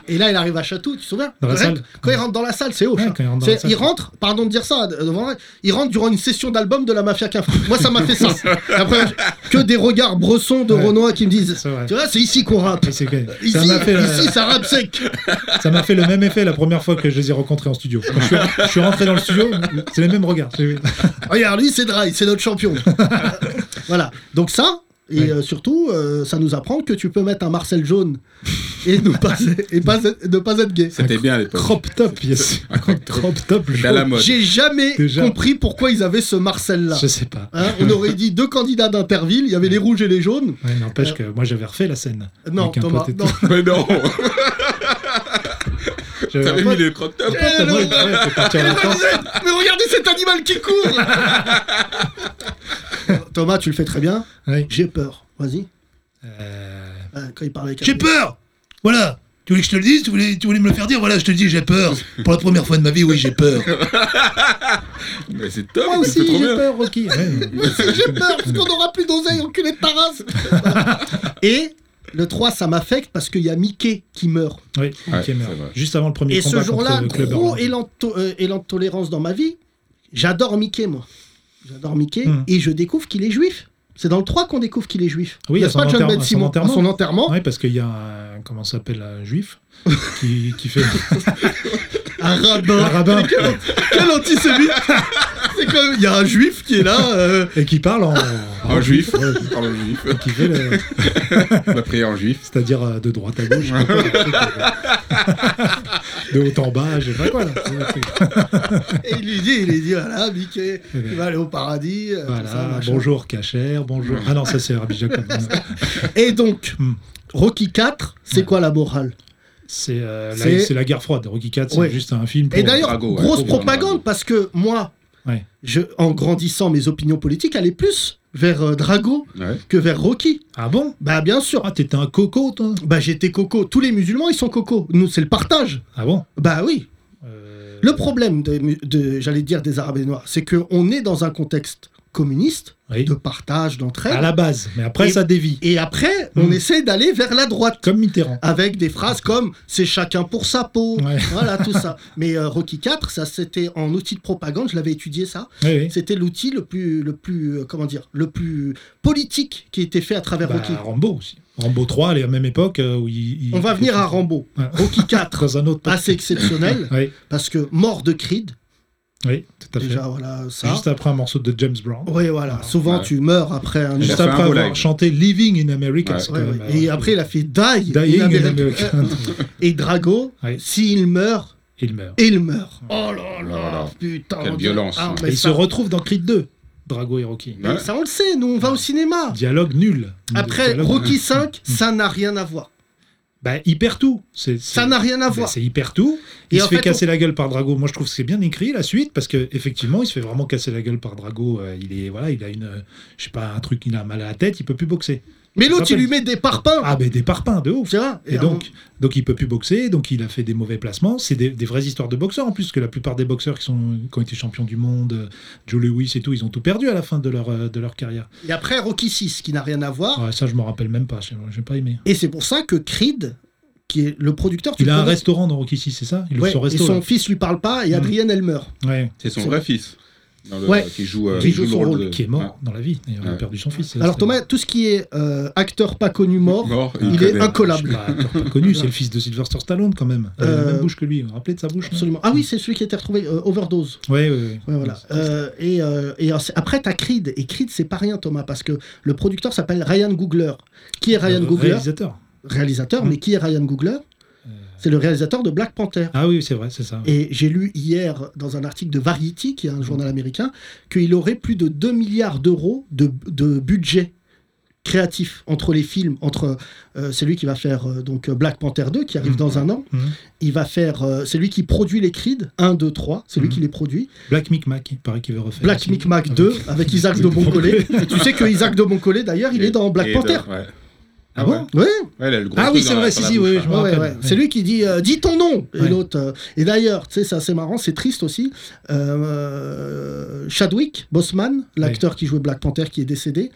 Speaker 3: et là, il arrive à Chatou, tu te souviens
Speaker 4: Dans la
Speaker 3: Quand
Speaker 4: salle.
Speaker 3: il- Quand il rentre dans la salle, c'est au
Speaker 4: Ouais,
Speaker 3: chat.
Speaker 4: quand il rentre dans
Speaker 3: C'est-
Speaker 4: la salle,
Speaker 3: il
Speaker 4: c'est-
Speaker 3: rentre, pardon de dire ça, euh, devant vrai, il rentre durant une session d'album de la Mafia Café. Moi, ça m'a fait ça. La première- que des regards bressons de
Speaker 4: Ouais.
Speaker 3: Renois qui me disent
Speaker 4: C'est vrai.
Speaker 3: Tu vois, c'est ici qu'on rate.
Speaker 4: Et c'est que-
Speaker 3: Ici,
Speaker 4: ça m'a fait, la-
Speaker 3: ici, ça rappe sec.
Speaker 4: ça m'a fait le même effet la première fois que je les ai rencontrés en studio. Quand je suis, je suis rentré dans le studio, c'est les mêmes regards. C'est-
Speaker 3: Regarde, lui, c'est Dry, c'est notre champion. voilà. Donc ça, et
Speaker 4: Ouais.
Speaker 3: euh, surtout, euh, ça nous apprend que tu peux mettre un Marcel jaune et ne pas, et pas être- ne pas être gay.
Speaker 5: C'était bien à l'époque.
Speaker 4: Crop top, yes.
Speaker 5: Un crop top.
Speaker 4: Crop top,
Speaker 5: C'était à la
Speaker 4: jaune.
Speaker 5: mode.
Speaker 3: J'ai jamais
Speaker 4: Déjà.
Speaker 3: compris pourquoi ils avaient ce Marcel-là.
Speaker 4: Je sais pas.
Speaker 3: Hein, on aurait dit deux candidats d'Interville, il y avait les rouges et les jaunes.
Speaker 4: Ouais, N'empêche que moi j'avais refait la scène.
Speaker 3: Non,
Speaker 4: avec un
Speaker 3: Thomas,
Speaker 4: pote et tout.
Speaker 3: non.
Speaker 5: Mais non
Speaker 4: J'avais
Speaker 5: T'avais
Speaker 4: un pote-
Speaker 5: mis le crop top
Speaker 4: un pote à moi, il parlait, il faut partir en vacances.
Speaker 3: Eh, Mais regardez cet animal qui court Thomas, tu le fais très bien.
Speaker 4: Ouais.
Speaker 3: J'ai peur. Vas-y.
Speaker 4: Euh,
Speaker 3: Euh, quand il parlait avec
Speaker 6: J'ai peur Voilà Tu voulais que je te le dise tu voulais, tu voulais me le faire dire Voilà, je te le dis, j'ai peur. Pour la première fois de ma vie, oui, j'ai peur.
Speaker 5: Mais c'est top,
Speaker 4: Moi
Speaker 5: il fait
Speaker 4: aussi
Speaker 5: trop
Speaker 4: j'ai
Speaker 5: bien.
Speaker 4: peur, Rocky. Ouais.
Speaker 3: J'ai peur parce qu'on n'aura plus d'oseille, enculé de ta race. Voilà. Et le 3, ça m'affecte parce qu'il y a Mickey qui meurt.
Speaker 4: Oui,
Speaker 5: Ouais,
Speaker 4: Mickey meurt.
Speaker 5: c'est vrai.
Speaker 4: Juste avant le premier
Speaker 3: Et
Speaker 4: combat
Speaker 3: ce jour-là,
Speaker 4: contre Clubber.
Speaker 3: gros élan de to- euh, élan de tolérance dans ma vie, j'adore Mickey, moi. J'adore Mickey
Speaker 4: Hmm.
Speaker 3: et je découvre qu'il est juif. C'est dans le 3 qu'on découvre qu'il est juif.
Speaker 4: Oui,
Speaker 3: N'est-ce
Speaker 4: à son
Speaker 3: pas, John
Speaker 4: enterrement-
Speaker 3: Ben
Speaker 4: à son
Speaker 3: Simon
Speaker 4: enterrement.
Speaker 3: À son enterrement,
Speaker 4: Oui, parce qu'il y a un, comment ça s'appelle, un juif qui, qui fait
Speaker 3: un
Speaker 4: un
Speaker 3: rabbin.
Speaker 4: rabbin.
Speaker 3: Quel antisémite c'est comme. Il y a un juif qui est là. euh,
Speaker 4: Et qui parle en,
Speaker 5: En juif.
Speaker 4: ouais,
Speaker 5: Parle en juif.
Speaker 4: qui fait le-
Speaker 5: La prière en juif.
Speaker 4: c'est-à-dire euh, de droite à gauche, je sais pas, de haut en bas, je sais pas quoi. là.
Speaker 3: et il lui dit, il lui dit, voilà, Mickey, tu vas aller au paradis. euh, tout ça,
Speaker 4: Eh ben. Voilà,
Speaker 3: machin.
Speaker 4: bonjour Kacher, bonjour. Ah non, ça c'est Rabbi Jacob.
Speaker 3: Et donc,
Speaker 4: Hmm.
Speaker 3: Rocky 4, c'est quoi la morale
Speaker 4: C'est euh, la-
Speaker 3: C'est-
Speaker 4: c'est la guerre froide. Rocky IV, c'est
Speaker 3: Ouais.
Speaker 4: juste un film. Pour...
Speaker 3: Et d'ailleurs,
Speaker 5: Drago, ouais,
Speaker 3: grosse
Speaker 5: pour Drago.
Speaker 3: propagande, parce que moi,
Speaker 4: Ouais.
Speaker 3: je, en grandissant, mes opinions politiques allaient plus vers euh, Drago
Speaker 5: Ouais.
Speaker 3: que vers Rocky.
Speaker 4: Ah bon
Speaker 3: Bah bien sûr.
Speaker 4: Ah, t'étais un coco, toi
Speaker 3: Bah j'étais coco. Tous les musulmans, ils sont coco. Nous, c'est le partage.
Speaker 4: Ah bon
Speaker 3: Bah oui.
Speaker 4: Euh,
Speaker 3: Le problème, de, de- j'allais dire, des Arabes et des Noirs, c'est qu'on est dans un contexte communiste,
Speaker 4: oui.
Speaker 3: de partage, d'entraide.
Speaker 4: À la base, mais après
Speaker 3: Et-
Speaker 4: ça dévie.
Speaker 3: Et après, on
Speaker 4: Mm.
Speaker 3: essaie d'aller vers la droite.
Speaker 4: Comme Mitterrand.
Speaker 3: Avec des phrases comme c'est chacun pour sa peau,
Speaker 4: Ouais.
Speaker 3: voilà tout ça. Mais euh, Rocky 4, ça c'était en outil de propagande, je l'avais étudié ça.
Speaker 4: Oui, oui.
Speaker 3: C'était l'outil le plus, le plus, euh, comment dire, le plus politique qui était fait à travers
Speaker 4: Bah,
Speaker 3: Rocky.
Speaker 4: Rambo aussi. Rambo 3, à la même époque euh, où il, il-
Speaker 3: On va venir à Rambo. Ah,
Speaker 4: Ouais.
Speaker 3: Rocky 4,
Speaker 4: Dans un autre.
Speaker 3: assez exceptionnel,
Speaker 4: Oui,
Speaker 3: parce que mort de Creed,
Speaker 4: oui, tout à fait.
Speaker 3: déjà voilà ça. Oh.
Speaker 4: Juste après un morceau de James Brown.
Speaker 3: Oui, voilà. Souvent,
Speaker 5: Ouais.
Speaker 3: tu meurs après un.
Speaker 5: Il
Speaker 4: Juste
Speaker 5: a fait
Speaker 4: après
Speaker 5: un beau
Speaker 4: avoir
Speaker 5: live.
Speaker 4: chanté Living in America.
Speaker 5: Ouais.
Speaker 4: c'est
Speaker 3: Ouais,
Speaker 4: quand
Speaker 3: ouais.
Speaker 4: même,
Speaker 3: Et
Speaker 4: euh,
Speaker 3: après, il a fait Die.
Speaker 4: Dying in
Speaker 3: America.
Speaker 4: America.
Speaker 3: Et Drago,
Speaker 4: Ouais.
Speaker 3: s'il meurt,
Speaker 4: il meurt.
Speaker 3: il meurt. Oh là
Speaker 5: là là.
Speaker 3: putain.
Speaker 5: Quelle
Speaker 3: on-
Speaker 5: violence.
Speaker 3: Ah,
Speaker 5: hein.
Speaker 4: Et
Speaker 3: mais
Speaker 4: il se
Speaker 3: ça,
Speaker 4: retrouve dans Creed 2, Drago et Rocky.
Speaker 3: mais ça, on le sait, nous, on va au cinéma.
Speaker 4: Dialogue nul.
Speaker 3: Après,
Speaker 4: Dialogue-
Speaker 3: Rocky 5, ça n'a rien à voir.
Speaker 4: Bah, il perd tout. C'est- c'est-
Speaker 3: Ça n'a rien à
Speaker 4: bah,
Speaker 3: voir.
Speaker 4: C'est hyper tout.
Speaker 3: Et
Speaker 4: Il
Speaker 3: en
Speaker 4: se fait,
Speaker 3: fait,
Speaker 4: casser la gueule par Drago. Moi, je trouve que c'est bien écrit la suite parce que effectivement, il se fait vraiment casser la gueule par Drago. Euh, il est voilà, il a une, euh, je sais pas, un truc, il a mal à la tête, il peut plus boxer.
Speaker 3: Mais l'autre, il
Speaker 4: rappelle-
Speaker 3: lui met des parpaings.
Speaker 4: Ah, mais des parpaings de ouf.
Speaker 3: tu vois
Speaker 4: Et
Speaker 3: à
Speaker 4: donc, donc il peut plus boxer, donc il a fait des mauvais placements. C'est des, des vraies histoires de boxeurs en plus, que la plupart des boxeurs qui, sont, qui ont été champions du monde, euh, Joe Lewis et tout, ils ont tout perdu à la fin de leur, euh, de leur carrière.
Speaker 3: un- Et après, Rocky 6, qui n'a rien à voir.
Speaker 4: Ouais, ça, je m'en rappelle même pas, j'ai j'ai pas aimé.
Speaker 3: Et c'est pour ça que Creed, qui est le producteur, tu
Speaker 4: Il
Speaker 3: le
Speaker 4: a un
Speaker 3: connais
Speaker 4: restaurant dans Rocky 6, c'est ça Il ouvre
Speaker 3: Ouais,
Speaker 4: son
Speaker 3: et
Speaker 4: resto.
Speaker 3: son fils lui parle pas et
Speaker 4: Mm.
Speaker 3: Adrienne elle meurt.
Speaker 4: là. Ouais.
Speaker 5: C'est son
Speaker 3: C'est-
Speaker 5: vrai fils. dans le-
Speaker 3: Ouais.
Speaker 5: Qui joue, euh,
Speaker 3: Qui joue
Speaker 5: le
Speaker 3: son rôle,
Speaker 5: de-
Speaker 4: Qui est mort
Speaker 5: Ouais.
Speaker 4: dans la vie, d'ailleurs, il a
Speaker 5: Ouais.
Speaker 4: perdu son fils. Ah,
Speaker 3: Alors
Speaker 4: C'est-
Speaker 3: Thomas, tout ce qui est euh, acteur pas connu mort,
Speaker 5: Mort,
Speaker 3: il est
Speaker 5: connaît.
Speaker 4: je suis
Speaker 3: incollable.
Speaker 4: pas, acteur pas connu, c'est le fils de Sylvester Stallone quand même. Il a la
Speaker 3: Euh,
Speaker 4: même bouche que lui, vous vous rappelez de sa bouche non
Speaker 3: Absolument. Ah oui, c'est celui qui a été retrouvé, euh, overdose.
Speaker 4: Ouais, ouais, ouais.
Speaker 3: Ouais, voilà. Euh, et euh, et ensuite- après, t'as Creed. Et Creed, c'est pas rien, Thomas, parce que le producteur s'appelle Ryan Googler. Qui est Ryan
Speaker 4: Le
Speaker 3: Googler
Speaker 4: réalisateur. Euh.
Speaker 3: Réalisateur,
Speaker 4: Mm.
Speaker 3: mais qui est Ryan Googler C'est le réalisateur de Black Panther.
Speaker 4: Ah oui, c'est vrai, c'est ça.
Speaker 3: Et j'ai lu hier dans un article de Variety, qui est un journal américain, qu'il aurait plus de 2 milliards d'euros de, de budget créatif entre les films, entre euh, celui qui va faire euh, donc euh, Black Panther 2, qui arrive
Speaker 4: Mhm.
Speaker 3: dans un an,
Speaker 4: Mhm.
Speaker 3: il va faire, euh, c'est lui qui produit les Creed 1, 2, 3, c'est lui
Speaker 4: Mhm.
Speaker 3: qui les produit,
Speaker 4: Black Micmac, il paraît qu'il veut refaire.
Speaker 3: Black
Speaker 4: aussi.
Speaker 3: Micmac
Speaker 4: Avec-
Speaker 3: 2 avec Isaac de Boncollet. tu sais que Isaac de Boncollet, d'ailleurs, il est dans Black
Speaker 5: Et
Speaker 3: Panther.
Speaker 5: dans- ouais.
Speaker 4: Ah bon
Speaker 3: Ouais,
Speaker 5: Ouais, il a le gros
Speaker 4: Ah
Speaker 5: truc
Speaker 4: oui,
Speaker 5: dans
Speaker 4: c'est
Speaker 5: la-
Speaker 4: vrai,
Speaker 5: dans
Speaker 4: si,
Speaker 5: la
Speaker 4: si,
Speaker 5: bouche,
Speaker 4: oui,
Speaker 5: là.
Speaker 4: je me
Speaker 3: Ouais,
Speaker 4: rappelle.
Speaker 3: ouais. C'est lui qui dit euh, dis ton nom et
Speaker 4: Ouais.
Speaker 3: l'autre. euh, et d'ailleurs, tu sais, c'est assez marrant, c'est triste aussi. euh, Chadwick Boseman, l'acteur qui jouait Black Panther, qui est décédé.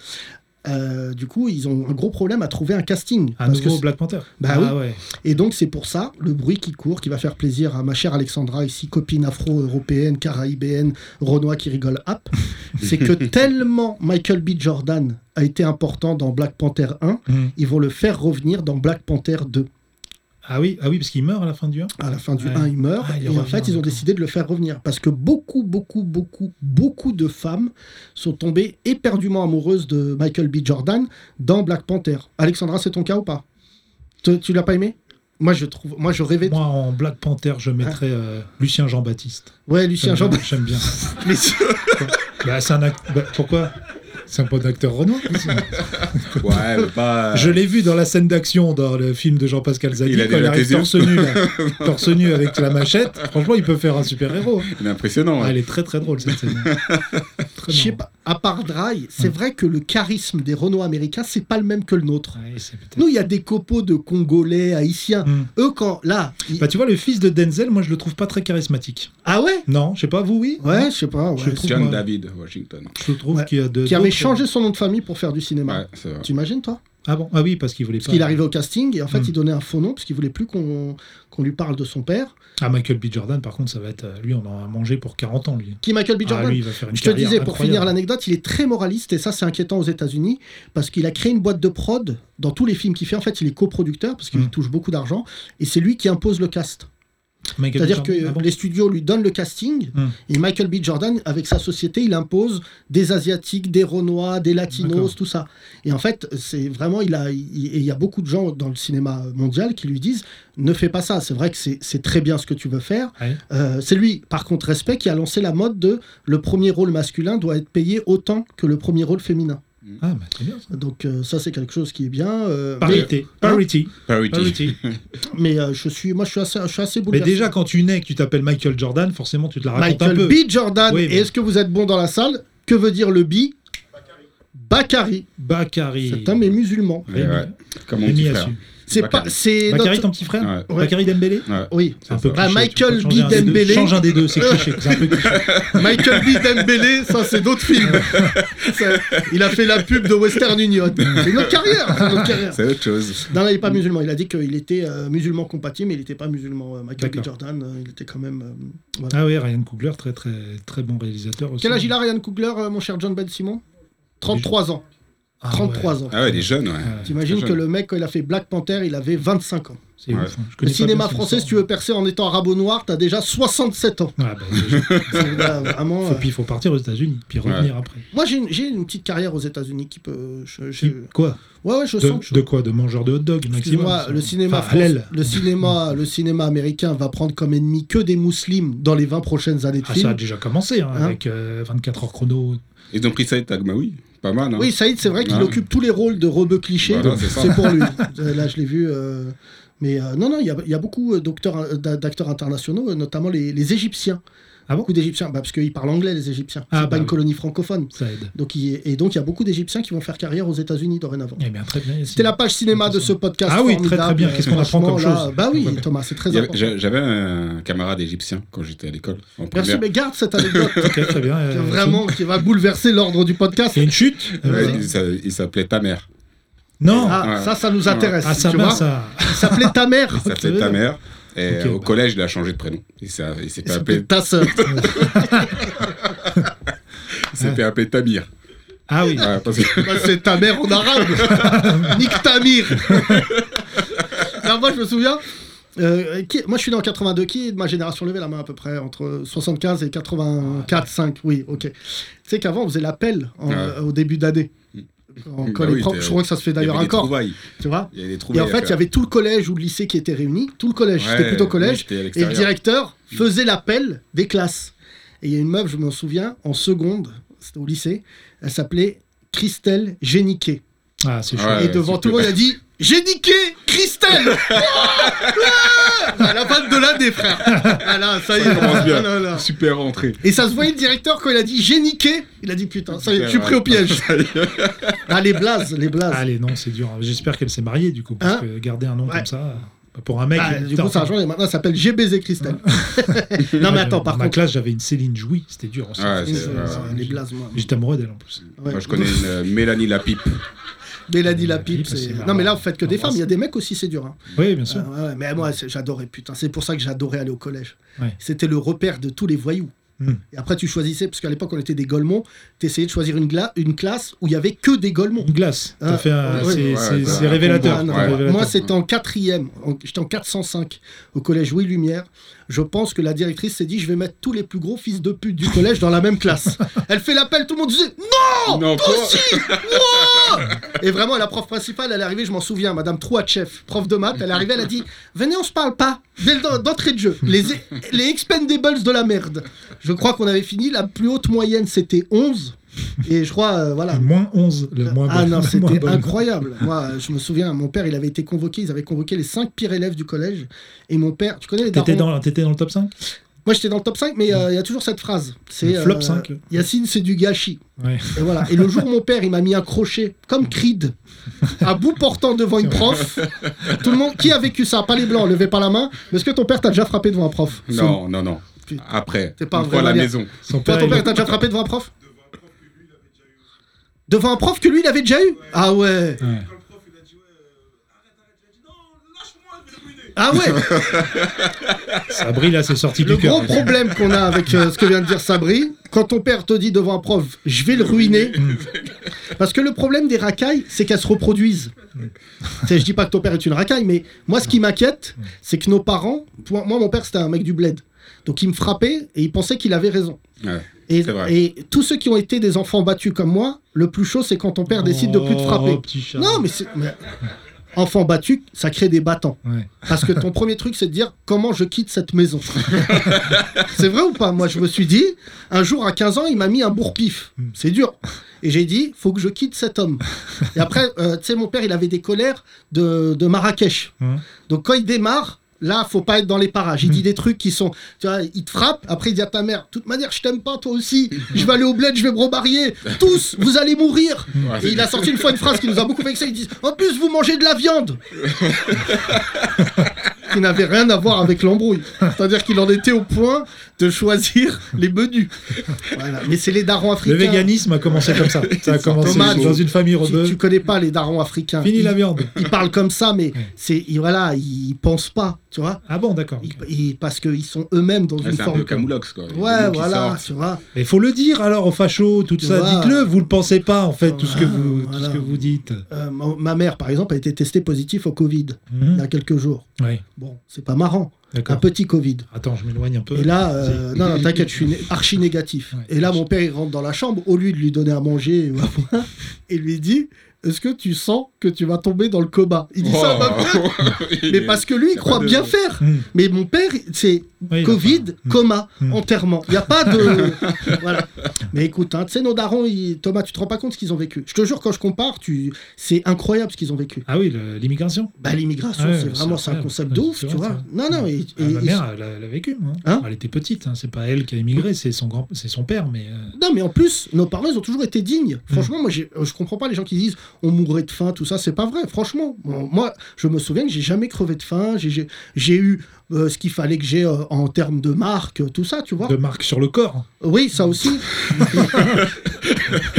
Speaker 3: euh, du coup, ils ont un gros problème à trouver un casting.
Speaker 4: Un
Speaker 3: parce que
Speaker 4: Ah, nouveau
Speaker 3: c'est-
Speaker 4: Black Panther.
Speaker 3: Bah
Speaker 4: ah,
Speaker 3: oui.
Speaker 4: ouais.
Speaker 3: Et donc, c'est pour ça le bruit qui court, qui va faire plaisir à ma chère Alexandra, ici copine afro-européenne, caraïbéenne, Renoir qui rigole hop, c'est que tellement Michael B. Jordan a été important dans Black Panther 1,
Speaker 4: Mm.
Speaker 3: ils vont le faire revenir dans Black Panther 2.
Speaker 4: Ah oui, ah oui, parce qu'il meurt à la fin du 1.
Speaker 3: à la fin du
Speaker 4: Ouais.
Speaker 3: 1, il meurt.
Speaker 4: Ah, il
Speaker 3: et en
Speaker 4: revient,
Speaker 3: fait, ils ont
Speaker 4: d'accord.
Speaker 3: décidé de le faire revenir. Parce que beaucoup, beaucoup, beaucoup, beaucoup de femmes sont tombées éperdument amoureuses de Michael B. Jordan dans Black Panther. Alexandra, c'est ton cas ou pas Te- Tu l'as pas aimé moi je, trouve, moi, je rêvais. de-
Speaker 4: Moi, en Black Panther, je mettrais euh, Lucien Jean-Baptiste.
Speaker 3: Ouais, Ah. Lucien
Speaker 4: J'aime
Speaker 3: Jean.
Speaker 4: bien, J'aime bien. Bah, c'est un act- bah, pourquoi C'est un bon acteur renois.
Speaker 5: Ouais, mais pas.
Speaker 4: Je l'ai vu dans la scène d'action dans le film de Jean-Pascal Zadi
Speaker 5: Il a
Speaker 4: quand il
Speaker 5: des
Speaker 4: arrive
Speaker 5: yeux.
Speaker 4: torse nu, là, torse nu avec la machette. Franchement, il peut faire un super héros.
Speaker 5: Il est impressionnant. ouais.
Speaker 4: elle est très très drôle cette scène.
Speaker 3: Je
Speaker 4: Très
Speaker 3: sais
Speaker 4: marrant.
Speaker 3: pas. À part Dry, c'est vrai que le charisme des Renault américains, c'est pas le même que le nôtre.
Speaker 4: Ouais, c'est peut-être-
Speaker 3: Nous, il y a des copeaux de Congolais, Haïtiens.
Speaker 4: Hmm.
Speaker 3: Eux, quand. Là. ils-
Speaker 4: Bah, tu vois, le fils de Denzel, moi, je le trouve pas très charismatique.
Speaker 3: Ah ouais
Speaker 4: Non, je sais pas, vous, oui
Speaker 3: Ouais, je sais pas. ouais.
Speaker 4: Je le trouve,
Speaker 5: John
Speaker 4: moi,
Speaker 5: David Washington.
Speaker 4: je le trouve
Speaker 3: Ouais.
Speaker 4: qu'il y a de.
Speaker 3: Qui avait
Speaker 4: d'autres-
Speaker 3: changé son nom de famille pour faire du cinéma.
Speaker 5: Ouais, c'est vrai.
Speaker 3: T'imagines, toi
Speaker 4: Ah bon Ah oui, parce qu'il voulait
Speaker 3: Parce
Speaker 4: pas.
Speaker 3: qu'il arrivait au casting et en fait
Speaker 4: Mm.
Speaker 3: il donnait un faux nom parce qu'il voulait plus qu'on qu'on lui parle de son père,
Speaker 4: Ah, Michael B. Jordan, par contre, ça va être. euh, Lui, on en a mangé pour 40 ans, lui.
Speaker 3: qui est Michael B.
Speaker 4: Ah,
Speaker 3: Jordan.
Speaker 4: lui, il va faire une
Speaker 3: Je te
Speaker 4: carrière
Speaker 3: disais, pour
Speaker 4: incroyable.
Speaker 3: finir l'anecdote, il est très moraliste et ça c'est inquiétant aux États-Unis parce qu'il a créé une boîte de prod dans tous les films qu'il fait. En fait, il est coproducteur parce qu'il
Speaker 4: Mm.
Speaker 3: touche beaucoup d'argent et c'est lui qui impose le cast.
Speaker 4: Michael
Speaker 3: C'est-à-dire que
Speaker 4: Jordan. Ah bon
Speaker 3: les studios lui donnent le casting
Speaker 4: Hmm.
Speaker 3: et Michael B. Jordan, avec sa société, il impose des Asiatiques, des Renois, des
Speaker 4: D'accord.
Speaker 3: Latinos, tout ça. Et en fait, c'est vraiment, il a, il, et il y a beaucoup de gens dans le cinéma mondial qui lui disent ne fais pas ça. C'est vrai que c'est c'est très bien ce que tu veux faire.
Speaker 4: Ouais.
Speaker 3: Euh, c'est lui, par contre, respect, qui a lancé la mode de le premier rôle masculin doit être payé autant que le premier rôle féminin.
Speaker 4: Ah, bah, c'est bien ça.
Speaker 3: Donc euh, ça, c'est quelque chose qui est bien. euh, mais
Speaker 4: Parité. Parity.
Speaker 5: Parity.
Speaker 4: Parity.
Speaker 3: mais, euh, je suis, moi, je suis assez, je suis assez
Speaker 4: Mais
Speaker 3: bouleversé.
Speaker 4: déjà, quand tu nais et que tu t'appelles Michael Jordan, forcément, tu te la racontes un
Speaker 3: Michael
Speaker 4: peu.
Speaker 3: B. Jordan.
Speaker 4: Oui,
Speaker 3: Et
Speaker 4: mais-
Speaker 3: est-ce que vous êtes bon dans la salle Que veut dire le B Bakari.
Speaker 4: Bakary.
Speaker 3: Cet homme est musulman.
Speaker 5: Ouais,
Speaker 4: Rémi.
Speaker 5: ouais. Comme mon
Speaker 4: Rémi
Speaker 5: petit
Speaker 4: a
Speaker 5: frère.
Speaker 4: su.
Speaker 3: C'est
Speaker 5: Bakary.
Speaker 3: pas. C'est
Speaker 4: Bakary,
Speaker 3: notre-
Speaker 4: ton petit frère
Speaker 5: Ouais.
Speaker 3: Ouais.
Speaker 4: Bakary Dembélé
Speaker 5: Ouais.
Speaker 3: Oui.
Speaker 4: C'est un peu
Speaker 3: Bah,
Speaker 4: cliché,
Speaker 3: Michael
Speaker 4: tu peux changer
Speaker 3: B.
Speaker 4: un des deux.
Speaker 3: Dembélé.
Speaker 4: Change un des deux, c'est cliché. C'est un peu cliché.
Speaker 3: Michael B. Dembélé, ça c'est d'autres films. Ça, il a fait la pub de Western Union. C'est notre carrière. c'est notre carrière.
Speaker 5: C'est autre chose.
Speaker 3: Non, non, il n'est pas musulman. Il a dit qu'il était euh, musulman compatible, mais il n'était pas musulman. Euh, Michael B.
Speaker 4: D'accord.
Speaker 3: Jordan, euh, il était quand même. euh, voilà.
Speaker 4: Ah oui, Ryan Coogler, très très très bon réalisateur aussi.
Speaker 3: Quel âge il a, Ryan Coogler, euh, mon cher John Ben Simon 33 ans.
Speaker 4: Ah
Speaker 3: 33 ans.
Speaker 5: Ah ouais, il est jeune, ouais.
Speaker 4: Ah,
Speaker 3: T'imagines
Speaker 5: Très
Speaker 3: que
Speaker 5: jeune.
Speaker 3: le mec, quand il a fait Black Panther, il avait 25 ans.
Speaker 4: c'est
Speaker 5: Ouais.
Speaker 4: ouf, hein. Je
Speaker 3: Le
Speaker 4: connais pas
Speaker 3: cinéma
Speaker 4: bien ce
Speaker 3: français,
Speaker 4: film.
Speaker 3: si tu veux percer en étant arabo-noir, t'as déjà 67 ans.
Speaker 4: Ah, bah, déjà,
Speaker 3: C'est là, vraiment,
Speaker 4: faut,
Speaker 3: euh,
Speaker 4: puis il faut partir aux États-Unis, puis revenir après.
Speaker 3: Moi, j'ai une, j'ai une petite carrière aux États-Unis qui peut. je- je-
Speaker 4: Quoi
Speaker 3: Ouais, ouais, je
Speaker 4: de,
Speaker 3: sens que je-
Speaker 4: de quoi De mangeur de hot dog maximum
Speaker 3: Excuse-moi,
Speaker 4: ça.
Speaker 3: le cinéma,
Speaker 4: Enfin,
Speaker 3: fran-
Speaker 4: à l'aile.
Speaker 3: le, cinéma, le cinéma américain va prendre comme ennemi que des musulmans dans les 20 prochaines années de
Speaker 4: Ah, ça a
Speaker 3: film.
Speaker 4: déjà commencé hein,
Speaker 3: Hein
Speaker 4: avec euh, 24 heures chrono.
Speaker 5: Ils ont pris Saïd Tagmaoui. Pas mal, hein.
Speaker 3: Oui, Saïd, c'est vrai qu'il
Speaker 4: Ah.
Speaker 5: Ouais.
Speaker 3: occupe tous les rôles de rebeu cliché.
Speaker 4: Bah
Speaker 5: Voilà,
Speaker 3: donc
Speaker 5: c'est ça.
Speaker 3: c'est pour lui. Euh, Là, je l'ai vu. euh, Mais euh, non, non, il y a, il y a beaucoup euh, docteurs, euh, d'a- d'acteurs internationaux, euh, notamment les, les Égyptiens.
Speaker 4: Ah bon
Speaker 3: beaucoup d'Égyptiens, bah, parce qu'ils parlent anglais, les Égyptiens.
Speaker 4: Ah,
Speaker 3: c'est
Speaker 4: bah
Speaker 3: pas une
Speaker 4: oui.
Speaker 3: colonie francophone.
Speaker 4: Ça aide.
Speaker 3: Donc, il- et donc, il y a beaucoup d'Égyptiens qui vont faire carrière aux États-Unis dorénavant.
Speaker 4: Eh bien, très bien.
Speaker 3: C'était la page cinéma de ce podcast.
Speaker 4: Ah oui,
Speaker 3: formidable.
Speaker 4: très, très bien. Qu'est-ce qu'on apprend comme
Speaker 3: Franchement, là,
Speaker 4: chose
Speaker 3: Bah oui, Thomas, c'est très
Speaker 5: Il y avait-
Speaker 3: important.
Speaker 5: j'a- J'avais un camarade égyptien quand j'étais à l'école. en
Speaker 3: Merci,
Speaker 5: primaire.
Speaker 3: mais garde cette anecdote
Speaker 4: Ok, très bien.
Speaker 3: qui
Speaker 4: euh,
Speaker 3: est vraiment qui va bouleverser l'ordre du podcast.
Speaker 4: Il y a une chute
Speaker 5: Ouais,
Speaker 4: Euh,
Speaker 5: il s'a- Il s'appelait ta mère.
Speaker 4: Non Ah,
Speaker 3: Ah,
Speaker 5: Ouais.
Speaker 3: ça, ça nous intéresse.
Speaker 4: ça
Speaker 3: tu
Speaker 4: va,
Speaker 3: vois.
Speaker 4: ça.
Speaker 3: Il s'appelait ta mère.
Speaker 5: Il s'appelait ta mère. Et
Speaker 4: Ok,
Speaker 5: euh, au
Speaker 4: bah.
Speaker 5: collège, il a changé de prénom. Il s'est il s'est fait
Speaker 3: Il s'appelait
Speaker 5: appeler-
Speaker 3: ta sœur.
Speaker 5: il s'est fait appeler Tamir.
Speaker 4: Ah oui.
Speaker 5: Ouais, parce que-
Speaker 3: Bah, c'est ta mère en arabe. Nique ta mire. Non, moi, je me souviens. euh, qui- moi, je suis né en 82. Qui est de ma génération Levez la main à peu près entre 75 et 84, 5. Oui, ok. Tu sais qu'avant, on faisait l'appel en-
Speaker 5: Ouais.
Speaker 3: euh, au début d'année. Quand,
Speaker 5: Bah
Speaker 3: quand les
Speaker 5: oui,
Speaker 3: profs-
Speaker 5: t'es-
Speaker 3: je crois que ça se fait
Speaker 5: il y
Speaker 3: d'ailleurs
Speaker 5: avait des
Speaker 3: encore.
Speaker 5: trouvailles.
Speaker 3: Tu vois
Speaker 5: Il y avait des
Speaker 3: Et
Speaker 5: trouvailles
Speaker 3: en
Speaker 5: à
Speaker 3: fait, il y
Speaker 5: faire.
Speaker 3: avait tout le collège ou le lycée qui étaient réunis. Tout le collège. C'était
Speaker 5: Ouais,
Speaker 3: plutôt collège.
Speaker 5: moi, j'étais à
Speaker 3: Et le
Speaker 5: l'extérieur.
Speaker 3: directeur faisait l'appel des classes. Et il y a une meuf, je m'en souviens, en seconde, c'était au lycée, elle s'appelait Christelle Géniquet.
Speaker 4: Ah, c'est
Speaker 5: Ouais.
Speaker 4: chouette.
Speaker 3: et devant
Speaker 5: c'est
Speaker 3: tout le
Speaker 5: cool.
Speaker 3: monde, elle a dit Géniquet Christelle À la fin de l'année, frère Ah là, ça y est,
Speaker 5: Ça commence bien.
Speaker 3: ah là là.
Speaker 5: Super rentrée.
Speaker 3: Et ça se voyait le directeur quand il a dit Géniquet il a dit putain, ça y est, je suis
Speaker 5: Super,
Speaker 3: pris au piège. Ah, les blazes, les blazes.
Speaker 4: Allez, non, c'est dur. J'espère qu'elle s'est mariée, du coup, parce
Speaker 3: Hein
Speaker 4: que garder un nom
Speaker 3: Ouais.
Speaker 4: comme ça, euh, pour un mec.
Speaker 3: Ah,
Speaker 4: euh,
Speaker 3: du
Speaker 4: putain,
Speaker 3: coup, ça rejoint, et maintenant, ça s'appelle GBZ Christelle. non, mais attends,
Speaker 4: dans
Speaker 3: par
Speaker 4: ma
Speaker 3: contre,
Speaker 4: classe, j'avais une Céline Jouy, c'était dur aussi.
Speaker 5: Ouais,
Speaker 3: une-
Speaker 5: c'est- ouais, euh, ouais.
Speaker 3: les blazes, moi.
Speaker 4: J'étais amoureux d'elle en plus.
Speaker 3: Ouais.
Speaker 5: Moi, je connais une euh, Mélanie Lapipe.
Speaker 3: Mélanie la
Speaker 4: Pipe,
Speaker 3: pipe,
Speaker 4: c'est
Speaker 3: c'est.
Speaker 4: marrant.
Speaker 3: Non, mais là, vous faites que des
Speaker 4: L'embrasse.
Speaker 3: femmes. Il y a des mecs aussi, c'est dur. hein.
Speaker 4: Oui, bien sûr.
Speaker 3: Ah, ouais, mais moi, c'est- j'adorais, putain. C'est pour ça que j'adorais aller au collège.
Speaker 4: Ouais.
Speaker 3: C'était le repère de tous les voyous.
Speaker 4: Hmm.
Speaker 3: Et après, tu choisissais, parce qu'à l'époque, on était des Golemons, t'essayais de choisir une, gla- une classe où il y avait que des Golemons.
Speaker 4: Une glace. T'as
Speaker 3: Ah,
Speaker 4: fait
Speaker 3: ouais,
Speaker 4: un- c'est
Speaker 5: ouais,
Speaker 4: c'est-
Speaker 5: ouais,
Speaker 4: c'est
Speaker 5: ouais.
Speaker 4: révélateur.
Speaker 3: Ah, non,
Speaker 4: c'est
Speaker 5: Ouais.
Speaker 4: révélateur.
Speaker 3: Moi, c'était en quatrième. En- J'étais en 405 au collège Louis Lumière. Je pense que la directrice s'est dit je vais mettre tous les plus gros fils de pute du collège dans la même classe. Elle fait l'appel, tout le monde disait non,
Speaker 5: Non,
Speaker 3: toi
Speaker 5: quoi
Speaker 3: aussi Wouah Et vraiment, la prof principale, elle est arrivée, je m'en souviens, Madame Trouatchef, prof de maths, elle est arrivée, elle a dit venez, on se parle pas dès le- d'entrée de jeu. Les, les expendables de la merde. Je crois qu'on avait fini. La plus haute moyenne, c'était 11. Et je crois, euh, voilà,
Speaker 4: Le Moins 11, le moins
Speaker 3: ah
Speaker 4: bon-
Speaker 3: non,
Speaker 4: le moins
Speaker 3: c'était
Speaker 4: bon.
Speaker 3: incroyable. Moi, je me souviens, mon père, il avait été convoqué, ils avaient convoqué les 5 pires élèves du collège. Et mon père, tu connais les
Speaker 4: T'étais
Speaker 3: darons
Speaker 4: dans, t'étais dans le top 5
Speaker 3: Moi, j'étais dans le top 5, mais euh, il y a toujours cette phrase. C'est euh,
Speaker 4: Le flop 5.
Speaker 3: Yacine, c'est du gâchis.
Speaker 4: Ouais.
Speaker 3: Et voilà. Et le jour où mon père, il m'a mis un crochet, comme Creed, à bout portant devant une prof. Tout le monde, qui a vécu ça Pas les blancs, levez pas la main. Mais est-ce que ton père t'a déjà frappé devant un prof
Speaker 5: Non, non, non.
Speaker 3: Putain.
Speaker 5: Après,
Speaker 3: C'est pas un
Speaker 5: une
Speaker 3: vrai
Speaker 5: fois à la
Speaker 3: maniaque.
Speaker 5: maison.
Speaker 4: Son
Speaker 3: Toi,
Speaker 4: père,
Speaker 3: ton
Speaker 4: il a-
Speaker 3: père t'a déjà frappé devant un prof Devant un prof que lui, il avait déjà eu Ah ouais
Speaker 4: Ouais.
Speaker 3: Ah ouais
Speaker 4: Sabri, là, c'est sorti
Speaker 3: Le
Speaker 4: du cœur.
Speaker 3: gros problème qu'on a avec euh, ce que vient de dire Sabri, quand ton père te dit devant un prof, je vais le ruiner, parce que le problème des racailles, c'est qu'elles se reproduisent. Tu sais, je dis pas que ton père est une racaille, mais moi, ce qui m'inquiète, c'est que nos parents, moi, moi, mon père, c'était un mec du bled. Donc, il me frappait et il pensait qu'il avait raison.
Speaker 5: Ouais.
Speaker 3: Et,
Speaker 5: C'est vrai.
Speaker 3: et tous ceux qui ont été des enfants battus comme moi, le plus chaud, c'est quand ton père décide de plus te frapper.
Speaker 4: Oh, petit chat.
Speaker 3: Non, mais, c'est- mais- enfant battu, ça crée des battants.
Speaker 4: Ouais.
Speaker 3: Parce que ton premier truc, c'est de dire comment je quitte cette maison. c'est vrai ou pas Moi, je me suis dit, un jour à 15 ans, il m'a mis un bourre-pif. C'est dur. Et j'ai dit, faut que je quitte cet homme. Et après, euh, tu sais, mon père, il avait des colères de, de Marrakech.
Speaker 4: Mhm.
Speaker 3: Donc quand il démarre, là, faut pas être dans les parages.
Speaker 4: Mmh.
Speaker 3: Il dit des trucs qui sont. Tu vois, il te frappe, après il dit à ta mère, de toute manière, je t'aime pas, toi aussi. Je vais aller au bled, je vais me rebarier. Tous, vous allez mourir. Et il a sorti une fois une phrase qui nous a beaucoup vexé. Il dit En plus, vous mangez de la viande qui n'avait rien à voir avec l'embrouille. C'est-à-dire qu'il en était au point de choisir les menus. Voilà. Mais c'est les darons
Speaker 4: Le
Speaker 3: africains.
Speaker 4: véganisme a commencé comme ça. Ça a commencé
Speaker 3: Thomas,
Speaker 4: dans
Speaker 3: tu-
Speaker 4: une famille
Speaker 3: Tu, tu
Speaker 4: rebelle.
Speaker 3: connais pas les darons africains.
Speaker 4: Fini
Speaker 3: ils,
Speaker 4: la viande.
Speaker 3: ils parlent comme ça, mais c'est ils- voilà, ils pensent pas, tu vois.
Speaker 4: Ah bon, d'accord.
Speaker 3: Ils- ils- parce qu'ils sont eux-mêmes dans
Speaker 5: Ouais,
Speaker 3: une
Speaker 5: c'est un peu
Speaker 3: forme.
Speaker 5: Camoulox, quoi. Il y a des
Speaker 3: Ouais,
Speaker 5: mots qui
Speaker 3: voilà,
Speaker 5: sortent.
Speaker 3: tu vois.
Speaker 4: Il faut le dire alors aux fachos, tout
Speaker 3: Tu
Speaker 4: ça.
Speaker 3: vois.
Speaker 4: Dites-le, vous le pensez pas en fait, tout ce que vous, tout
Speaker 3: Voilà.
Speaker 4: ce que vous dites.
Speaker 3: Euh, ma, ma mère, par exemple, a été testée positive au Covid il y
Speaker 4: Mhm.
Speaker 3: a quelques jours.
Speaker 4: Ouais,
Speaker 3: Bon, c'est pas marrant. Un
Speaker 4: d'accord.
Speaker 3: petit Covid.
Speaker 4: Attends, je m'éloigne un peu.
Speaker 3: Et là, euh, non, non, t'inquiète, je suis né- archi négatif.
Speaker 4: Ouais.
Speaker 3: Et là, mon père, il rentre dans la chambre, au lieu de lui donner à manger ou à boire, et lui dit Est-ce que tu sens que tu vas tomber dans le coma Il dit ça à ma mère,
Speaker 5: Il
Speaker 3: mais
Speaker 5: est-
Speaker 3: parce que lui, il
Speaker 5: Oh. pas
Speaker 3: croit
Speaker 5: de-
Speaker 3: bien faire.
Speaker 4: Mm.
Speaker 3: Mais mon père, c'est
Speaker 4: Oui, il a
Speaker 3: Covid,
Speaker 4: Mm.
Speaker 3: coma,
Speaker 4: Mm.
Speaker 3: enterrement. Il n'y a pas de. voilà. Mais écoute, hein, tu sais, nos darons, ils- Thomas, tu te rends pas compte ce qu'ils ont vécu. Je te jure, quand je compare, tu... c'est incroyable ce qu'ils ont vécu.
Speaker 4: Ah oui, le- l'immigration.
Speaker 3: Bah, l'immigration,
Speaker 4: Ouais,
Speaker 3: c'est
Speaker 4: c'est
Speaker 3: vraiment c'est un
Speaker 4: incroyable.
Speaker 3: concept
Speaker 4: Ouais,
Speaker 3: de ouf,
Speaker 4: c'est
Speaker 3: tu
Speaker 4: vrai,
Speaker 3: vois.
Speaker 4: c'est
Speaker 3: Non,
Speaker 4: vrai.
Speaker 3: non, et-
Speaker 4: Ah,
Speaker 3: et-
Speaker 4: ma mère, elle a, elle a vécu. moi.
Speaker 3: Hein
Speaker 4: elle était petite, hein, c'est pas elle qui a immigré, c'est son grand, c'est son père, mais euh,
Speaker 3: Non, mais en plus, nos parents, ils ont toujours été dignes.
Speaker 4: Hmm.
Speaker 3: Franchement, moi, j'ai- euh, je comprends pas les gens qui disent on mourrait de faim, tout ça. C'est pas vrai, franchement. Bon, Moi, je me souviens que j'ai jamais crevé de faim. J'ai- J'ai j'ai eu euh, ce qu'il fallait que j'ai euh, en termes de marque, euh, tout ça, tu vois.
Speaker 4: de marque sur le corps.
Speaker 3: Oui, ça aussi.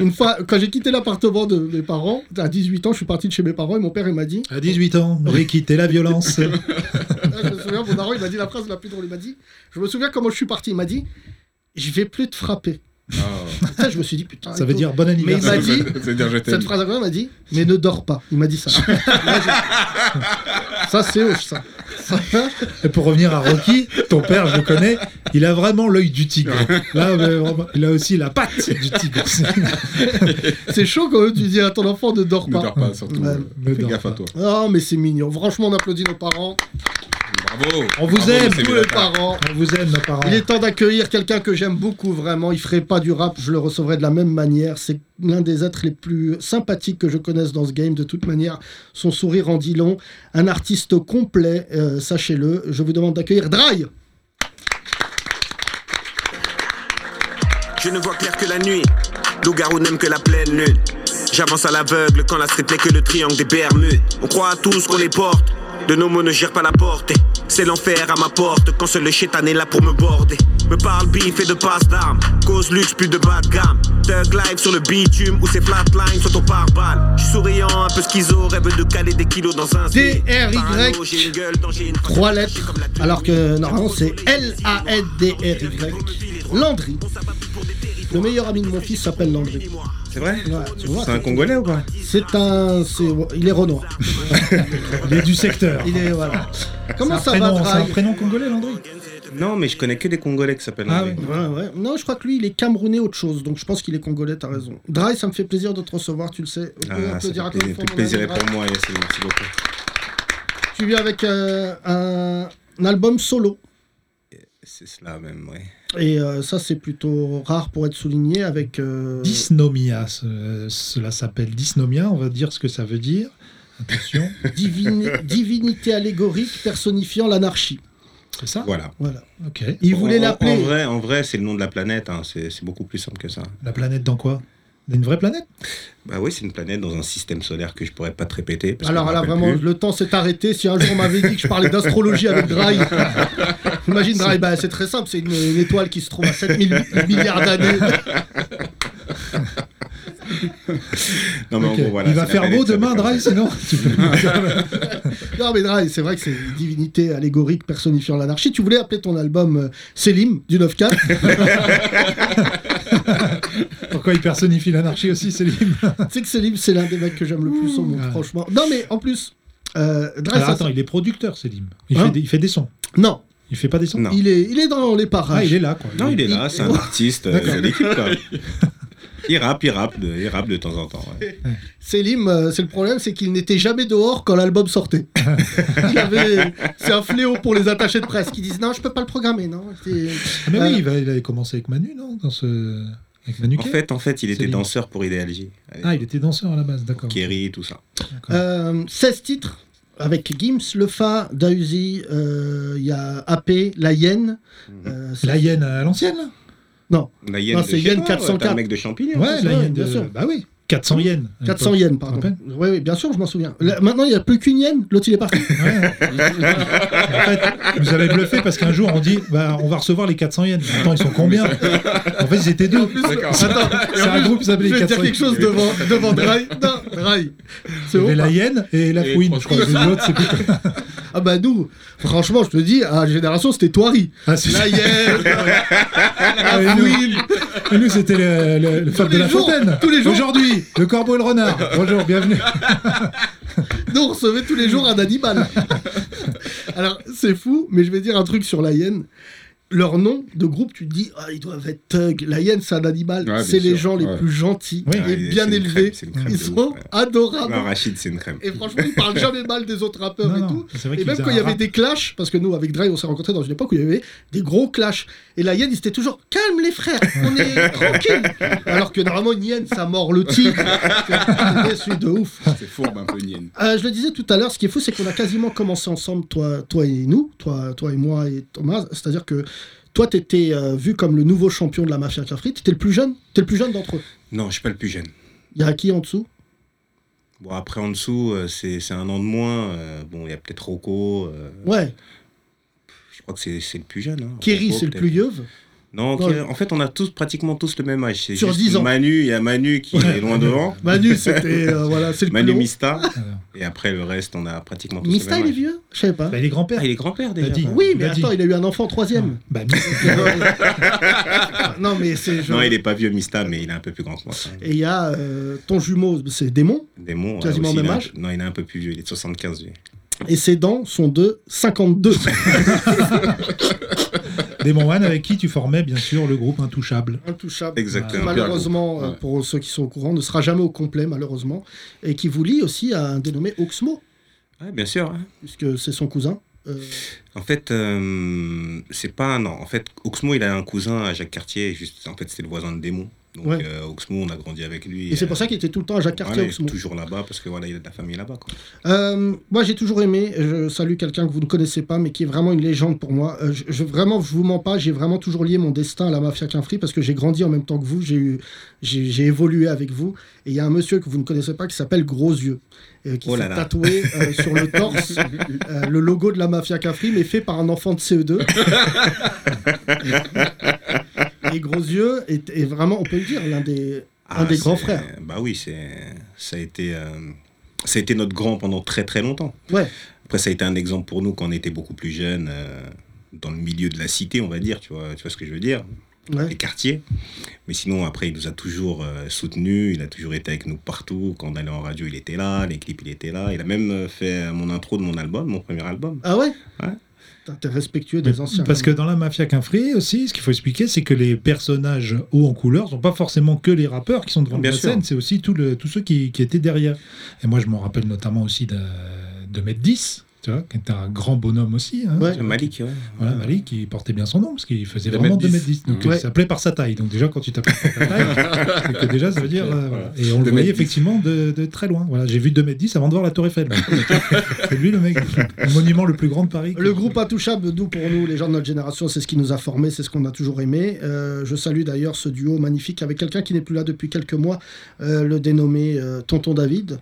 Speaker 3: Une fois, quand j'ai quitté l'appartement de mes parents, à 18 ans, je suis parti de chez mes parents et mon père, il m'a dit
Speaker 4: À 18 ans, j'ai quitté la violence.
Speaker 3: Ah, je me souviens, mon daron, il m'a dit la phrase la plus drôle. Il m'a dit Je me souviens comment je suis parti. Il m'a dit Je vais plus te frapper.
Speaker 5: Oh.
Speaker 3: Ça, je me suis dit Putain.
Speaker 4: ça veut
Speaker 3: écoute,
Speaker 4: dire bon
Speaker 3: Il m'a
Speaker 4: anniversaire.
Speaker 3: dit-
Speaker 5: C'est-à-dire, je t'aime.
Speaker 3: Cette phrase incroyable m'a dit Mais ne dors pas. Il m'a dit ça. Là, j'ai- ça, c'est hoche, ça. Ça,
Speaker 4: Et pour revenir à Rocky, ton père, je le connais, il a vraiment l'œil du tigre. Là, mais vraiment, il a aussi la patte du tigre.
Speaker 3: C'est chaud quand même, tu dis à ton enfant Ne dors
Speaker 5: Ne
Speaker 3: pas.
Speaker 5: dors pas, surtout.
Speaker 3: Ouais,
Speaker 5: euh,
Speaker 4: ne
Speaker 5: Fais
Speaker 4: dors
Speaker 5: gaffe
Speaker 4: pas.
Speaker 5: à toi.
Speaker 3: Oh, mais c'est mignon. Franchement, on applaudit nos parents,
Speaker 5: Bravo.
Speaker 4: On vous
Speaker 5: Bravo,
Speaker 4: aime,
Speaker 5: c'est
Speaker 3: tous
Speaker 5: bien.
Speaker 3: les parents.
Speaker 4: On vous aime, nos parents.
Speaker 3: Il est temps d'accueillir quelqu'un que j'aime beaucoup vraiment. Il ferait pas du rap, je le recevrais de la même manière. C'est l'un des êtres les plus sympathiques que je connaisse dans ce game. De toute manière, son sourire en dit long. Un artiste complet, euh, sachez-le. Je vous demande d'accueillir Dry.
Speaker 7: Je ne vois clair que la nuit. Loup-garou n'aime que la pleine lune. J'avance à l'aveugle quand la street n'est que le triangle des Bermudes. On croit à tous qu'on les porte. De nos mots ne gère pas la portée. C'est l'enfer à ma porte quand seul le chétan est là pour me border. Me parle bif et de passe d'armes. Cause luxe plus de bas de gamme. Thug life sur le bitume ou ses flatlines sont au pare-balles. Je suis souriant, un peu schizo, rêve de caler des kilos dans un slip.
Speaker 3: DRY.
Speaker 7: Parano, j'ai une gueule, danger, une face
Speaker 3: Trois
Speaker 7: cachée
Speaker 3: lettres,
Speaker 7: comme la tenue.
Speaker 3: alors que normalement c'est L-A-N-D-R-Y. Landry. Le meilleur ami de mon fils s'appelle Landry.
Speaker 8: C'est vrai
Speaker 3: Ouais, tu vois,
Speaker 8: C'est un Congolais ou quoi
Speaker 3: c'est un. c'est- Il est Renoir.
Speaker 4: Il est du secteur.
Speaker 3: Il est. Voilà. Comment
Speaker 4: C'est
Speaker 3: ça
Speaker 4: un
Speaker 3: va,
Speaker 4: prénom- C'est un
Speaker 3: Dry
Speaker 4: prénom congolais, Landry
Speaker 8: Non, mais je connais que des Congolais qui s'appellent
Speaker 4: Ah
Speaker 8: André.
Speaker 4: oui.
Speaker 3: Ouais, ouais. Non, je crois que lui, il est camerounais autre chose, donc je pense qu'il est congolais, t'as raison. Dry, ça me fait plaisir de te recevoir, tu le sais. On peut
Speaker 8: Ah, ça fait
Speaker 3: applaudir à
Speaker 8: plaisir,
Speaker 3: ton
Speaker 8: Tout le
Speaker 3: fond,
Speaker 8: plaisir
Speaker 3: mon
Speaker 8: est
Speaker 3: ami Dry.
Speaker 8: pour moi, Yassine, merci beaucoup.
Speaker 3: Tu viens avec euh, un, un album solo,
Speaker 8: C'est cela même, ouais.
Speaker 3: et euh, ça, c'est plutôt rare pour être souligné avec. euh,
Speaker 4: Dysnomia, ce- cela s'appelle dysnomia, on va dire ce que ça veut dire. Attention,
Speaker 3: divini- divinité allégorique personnifiant l'anarchie.
Speaker 4: c'est ça
Speaker 8: Voilà.
Speaker 3: Voilà.
Speaker 4: Ok.
Speaker 3: Il
Speaker 8: Oh, En-
Speaker 3: voulait
Speaker 8: en- En
Speaker 3: l'appeler.
Speaker 8: vrai, en vrai c'est le nom de la planète, hein, c'est c'est beaucoup plus simple que ça.
Speaker 4: La planète dans quoi Une vraie planète
Speaker 8: Bah oui, c'est une planète dans un système solaire que je pourrais pas te répéter. parce qu'on
Speaker 3: Alors
Speaker 8: me
Speaker 3: là,
Speaker 8: rappelle
Speaker 3: vraiment,
Speaker 8: plus.
Speaker 3: le temps s'est arrêté. Si un jour on m'avait dit que je parlais d'astrologie avec Dry, imagine Dry, bah, c'est très simple, c'est une, une étoile qui se trouve à 7000 milliards d'années.
Speaker 8: Non, mais en
Speaker 4: Ok.
Speaker 8: gros, voilà,
Speaker 4: Il va
Speaker 8: c'est la
Speaker 4: faire beau
Speaker 8: planète, ça
Speaker 4: demain,
Speaker 8: fait comme
Speaker 4: Dry,
Speaker 8: ça.
Speaker 4: sinon tu peux-
Speaker 3: Non, mais Dry, c'est vrai que c'est une divinité allégorique personnifiant l'anarchie. Tu voulais appeler ton album euh, Selim du 9-4
Speaker 4: Pourquoi il personnifie l'anarchie aussi, Céline
Speaker 3: Tu sais que Selim, c'est l'un des mecs que j'aime le plus au monde,
Speaker 4: Ouais.
Speaker 3: franchement. Non, mais en plus, euh, Dry,
Speaker 4: Alors
Speaker 3: ça-
Speaker 4: attends, il est producteur, Céline. Il,
Speaker 3: Hein
Speaker 4: fait des, il fait des sons.
Speaker 3: non,
Speaker 4: Il fait pas des sons
Speaker 8: Non.
Speaker 3: il est, il est dans les parages.
Speaker 4: Ah, il est là, quoi.
Speaker 8: Non, il est là, c'est un artiste euh,
Speaker 4: D'accord.
Speaker 8: de l'équipe, quoi. Il rappe, il rappe, de, il rappe de temps en temps. ouais.
Speaker 3: Selim, euh, c'est le problème, c'est qu'il n'était jamais dehors quand l'album sortait. Il avait- C'est un fléau pour les attachés de presse qui disent non, je peux pas le programmer, non. C'est-
Speaker 4: Ah, Mais
Speaker 3: Euh,
Speaker 4: oui, il, va- il avait commencé avec Manu, non Dans ce... Avec Manu
Speaker 8: En
Speaker 4: Kay
Speaker 8: fait, en fait, il était
Speaker 4: Céline.
Speaker 8: danseur pour Idéal J. Allez,
Speaker 4: Ah, il était danseur à la base, d'accord.
Speaker 8: Kerry, tout ça.
Speaker 4: d'accord.
Speaker 3: Euh, 16 titres avec Gims, Le Fa, Dausi, euh, il y a AP, La Hyène. euh, c'est-
Speaker 4: La hyène à l'ancienne, là
Speaker 3: Non,
Speaker 8: La hyène
Speaker 3: Non,
Speaker 8: de
Speaker 3: c'est
Speaker 8: chez
Speaker 3: hyène
Speaker 8: toi,
Speaker 3: 404.
Speaker 8: t'es un mec de Champigny.
Speaker 4: Ouais,
Speaker 3: c'est
Speaker 4: la
Speaker 3: vrai,
Speaker 4: hyène de...
Speaker 3: bien sûr.
Speaker 4: Bah oui, 400 yens. à
Speaker 3: 400
Speaker 4: l'époque.
Speaker 3: yens,
Speaker 4: te
Speaker 3: pardon.
Speaker 4: rappelles
Speaker 3: Oui, oui, bien sûr, je m'en souviens. Là, maintenant, il n'y a plus qu'une hyène, l'autre il est parti.
Speaker 4: En fait, vous avez bluffé parce qu'un jour, on dit, bah, on va recevoir les 400 yens. Attends, ils sont combien En fait, ils étaient deux.
Speaker 5: D'accord.
Speaker 3: Attends,
Speaker 4: C'est un groupe qui s'appelait
Speaker 3: je
Speaker 4: les
Speaker 3: vais
Speaker 4: 400
Speaker 3: dire quelque chose devant, devant Dry. Non, Dry. C'est
Speaker 4: Il
Speaker 3: bon.
Speaker 4: y avait la hyène et la
Speaker 5: Et
Speaker 4: fouine, je crois. L'autre, c'est plus...
Speaker 3: Ah bah nous, franchement, je te dis, à la génération, c'était Toiri.
Speaker 4: Ah, c'est-
Speaker 3: La hyène,
Speaker 4: Ah,
Speaker 3: la
Speaker 4: et nous-
Speaker 3: fouine.
Speaker 4: Et nous, c'était le, le, le Fab
Speaker 3: Tous
Speaker 4: de
Speaker 3: les
Speaker 4: la
Speaker 3: jours,
Speaker 4: Fontaine.
Speaker 3: tous les jours.
Speaker 4: Aujourd'hui, le corbeau et le renard. Bonjour, bienvenue.
Speaker 3: Nous, on recevait tous les jours un animal. Alors, c'est fou, mais je vais dire un truc sur la hyène. Leur nom de groupe, tu te dis, ah, ils doivent être thugs. La hyène, c'est un animal.
Speaker 5: Ouais, bien
Speaker 3: c'est les
Speaker 5: sûr,
Speaker 3: gens les
Speaker 5: ouais.
Speaker 3: plus gentils
Speaker 4: Oui.
Speaker 3: et
Speaker 8: Ouais,
Speaker 3: bien
Speaker 8: Ah, c'est une
Speaker 3: élevés.
Speaker 8: crème, c'est une crème
Speaker 3: ils
Speaker 8: de
Speaker 3: sont
Speaker 8: ouf, hein. Bah, ouais.
Speaker 3: adorables.
Speaker 8: Non, Rachid, c'est une crème.
Speaker 3: Et franchement, ils parlent jamais mal des autres rappeurs
Speaker 4: Non,
Speaker 3: et
Speaker 4: non,
Speaker 3: tout.
Speaker 4: c'est vrai
Speaker 3: Et
Speaker 4: qu'ils
Speaker 3: même
Speaker 4: faisaient
Speaker 3: quand il
Speaker 4: un
Speaker 3: y avait
Speaker 4: rap.
Speaker 3: des clashs, parce que nous, avec Dry, on s'est rencontrés dans une époque où il y avait des gros clashs. Et la hyène, ils étaient toujours calme, les frères, on est tranquille. Alors que normalement, une hyène, ça mord le tigre. C'est déçu de ouf.
Speaker 5: C'est fourbe un peu nienne.
Speaker 3: Euh, je le disais tout à l'heure, ce qui est fou, c'est qu'on a quasiment commencé ensemble, toi, toi et nous, toi, toi et moi et Thomas. C'est-à-dire que toi, t'étais euh, vu comme le nouveau champion de la mafia Cafri. T'étais le plus jeune. T'es le plus jeune d'entre eux.
Speaker 8: Non, je suis pas le plus jeune.
Speaker 3: Il y a qui en dessous
Speaker 8: Bon, après, en dessous, euh, c'est c'est un an de moins. euh, bon, il y a peut-être Rocco. euh,
Speaker 3: Ouais.
Speaker 8: je crois que c'est c'est le plus jeune. hein.
Speaker 3: Kerry,
Speaker 8: Rocco,
Speaker 3: c'est le
Speaker 8: peut-être.
Speaker 3: plus vieux. Non.
Speaker 8: Non, Kerry- en fait, on a tous pratiquement tous le même âge. C'est
Speaker 3: Sur
Speaker 8: juste
Speaker 3: 10 ans.
Speaker 8: Manu, il y a Manu qui est loin devant.
Speaker 3: Manu, c'était euh, voilà, c'est le
Speaker 8: Manu
Speaker 3: plus long.
Speaker 8: Mista. Et après, le reste, on a pratiquement tous
Speaker 3: Ah Mista, il
Speaker 8: le même
Speaker 3: est
Speaker 8: âge.
Speaker 3: vieux Je savais pas.
Speaker 4: Bah, il est grand-père.
Speaker 8: Ah, il est grand-père
Speaker 4: T'as
Speaker 8: déjà.
Speaker 4: dit.
Speaker 3: Oui,
Speaker 4: il
Speaker 3: mais
Speaker 4: l'a dit.
Speaker 3: attends, il a eu un enfant en troisième.
Speaker 4: Bah, mais-
Speaker 3: non, mais c'est. je-
Speaker 8: Non, il est pas vieux Mista, mais il est un peu plus grand que moi. Hein. ça.
Speaker 3: Et il y a euh, ton jumeau, c'est Démon,
Speaker 8: Démon. ouais,
Speaker 3: Quasiment
Speaker 8: euh, aussi, il
Speaker 3: même
Speaker 8: est un
Speaker 3: âge.
Speaker 8: peu- Non, il est un peu plus vieux, il est de 75. lui.
Speaker 3: et ses dents sont de 52.
Speaker 4: Démon One, avec qui tu formais, bien sûr, le groupe Intouchable.
Speaker 3: Intouchable. qui,
Speaker 8: Exactement.
Speaker 3: malheureusement,
Speaker 5: Ouais.
Speaker 3: euh, pour ceux qui sont au courant, ne sera jamais au complet, malheureusement, et qui vous lie aussi à un dénommé Oxmo,
Speaker 8: Ouais, bien sûr. hein.
Speaker 3: puisque c'est son cousin. Euh,
Speaker 8: En fait, euh, c'est pas un an. En fait, Oxmo, il a un cousin à Jacques Cartier. Juste, en fait, c'était le voisin de Démon. Donc,
Speaker 3: Ouais.
Speaker 8: euh, Oxmo, on a grandi avec lui. euh,
Speaker 3: et c'est pour ça qu'il était tout le temps à Jacques Cartier,
Speaker 8: Voilà, il est
Speaker 3: Oxmo.
Speaker 8: toujours là-bas parce que voilà, il a de la famille là-bas. quoi.
Speaker 3: Euh, moi, j'ai toujours aimé, je salue quelqu'un que vous ne connaissez pas, mais qui est vraiment une légende pour moi. Euh, je, je- vraiment, je vous mens pas, j'ai vraiment toujours lié mon destin à la mafia Quinfri, parce que j'ai grandi en même temps que vous, j'ai eu- j'ai j'ai évolué avec vous, et il y a un monsieur que vous ne connaissez pas qui s'appelle Gros Yeux, euh, qui
Speaker 8: Oh
Speaker 3: s'est
Speaker 8: là là.
Speaker 3: tatoué euh, sur le torse euh, le logo de la mafia Quinfri, mais fait par un enfant de E CE2. et Gros Yeux est, est vraiment, on peut le dire, l'un des... Un des
Speaker 8: c'est-
Speaker 3: grands frères.
Speaker 8: Bah oui, c'est ça a été euh, ça a été notre grand pendant très très longtemps.
Speaker 3: Ouais.
Speaker 8: Après, ça a été un exemple pour nous quand on était beaucoup plus jeunes, euh, dans le milieu de la cité, on va dire. Tu vois, tu vois ce que je veux dire
Speaker 3: ouais.
Speaker 8: Les quartiers. Mais sinon, après, il nous a toujours euh, soutenus. Il a toujours été avec nous partout. Quand on allait en radio, il était là. Les clips, il était là. Il a même euh, fait euh, mon intro de mon album, mon premier album.
Speaker 3: Ah ouais
Speaker 8: Ouais.
Speaker 3: Putain, T'es respectueux des anciens. hein.
Speaker 4: Parce que dans la mafia qu'un free aussi, ce qu'il faut expliquer, c'est que les personnages hauts en couleur sont pas forcément que les rappeurs qui sont devant
Speaker 8: Bien
Speaker 4: la
Speaker 8: sûr.
Speaker 4: scène, c'est aussi tout le- tous ceux qui, qui étaient derrière. Et moi, je m'en rappelle notamment aussi de, de Maître 10, tu vois, qui était un grand bonhomme aussi. hein.
Speaker 3: Ouais.
Speaker 8: Malik, ouais.
Speaker 4: Voilà, Malik, qui portait bien son nom, parce qu'il faisait
Speaker 5: De
Speaker 4: vraiment
Speaker 5: Maître
Speaker 4: 2 mètres 10.
Speaker 5: dix.
Speaker 4: Donc
Speaker 3: Ouais.
Speaker 4: il s'appelait par sa taille. Donc déjà, quand tu t'appelles par ta taille, c'est que déjà, ça veut dire.
Speaker 5: clair,
Speaker 4: euh,
Speaker 5: voilà.
Speaker 4: voilà. Et on le
Speaker 5: De
Speaker 4: voyait
Speaker 5: mètre dix.
Speaker 4: effectivement de, de très loin. Voilà, J'ai vu 2 mètres 10 avant de voir la Tour Eiffel. c'est lui le mec, le monument le plus grand de Paris.
Speaker 3: Le groupe Intouchable, nous, pour nous, les gens de notre génération, c'est ce qui nous a formés, c'est ce qu'on a toujours aimé. Euh, je salue d'ailleurs ce duo magnifique avec quelqu'un qui n'est plus là depuis quelques mois, euh, le dénommé euh, Tonton David.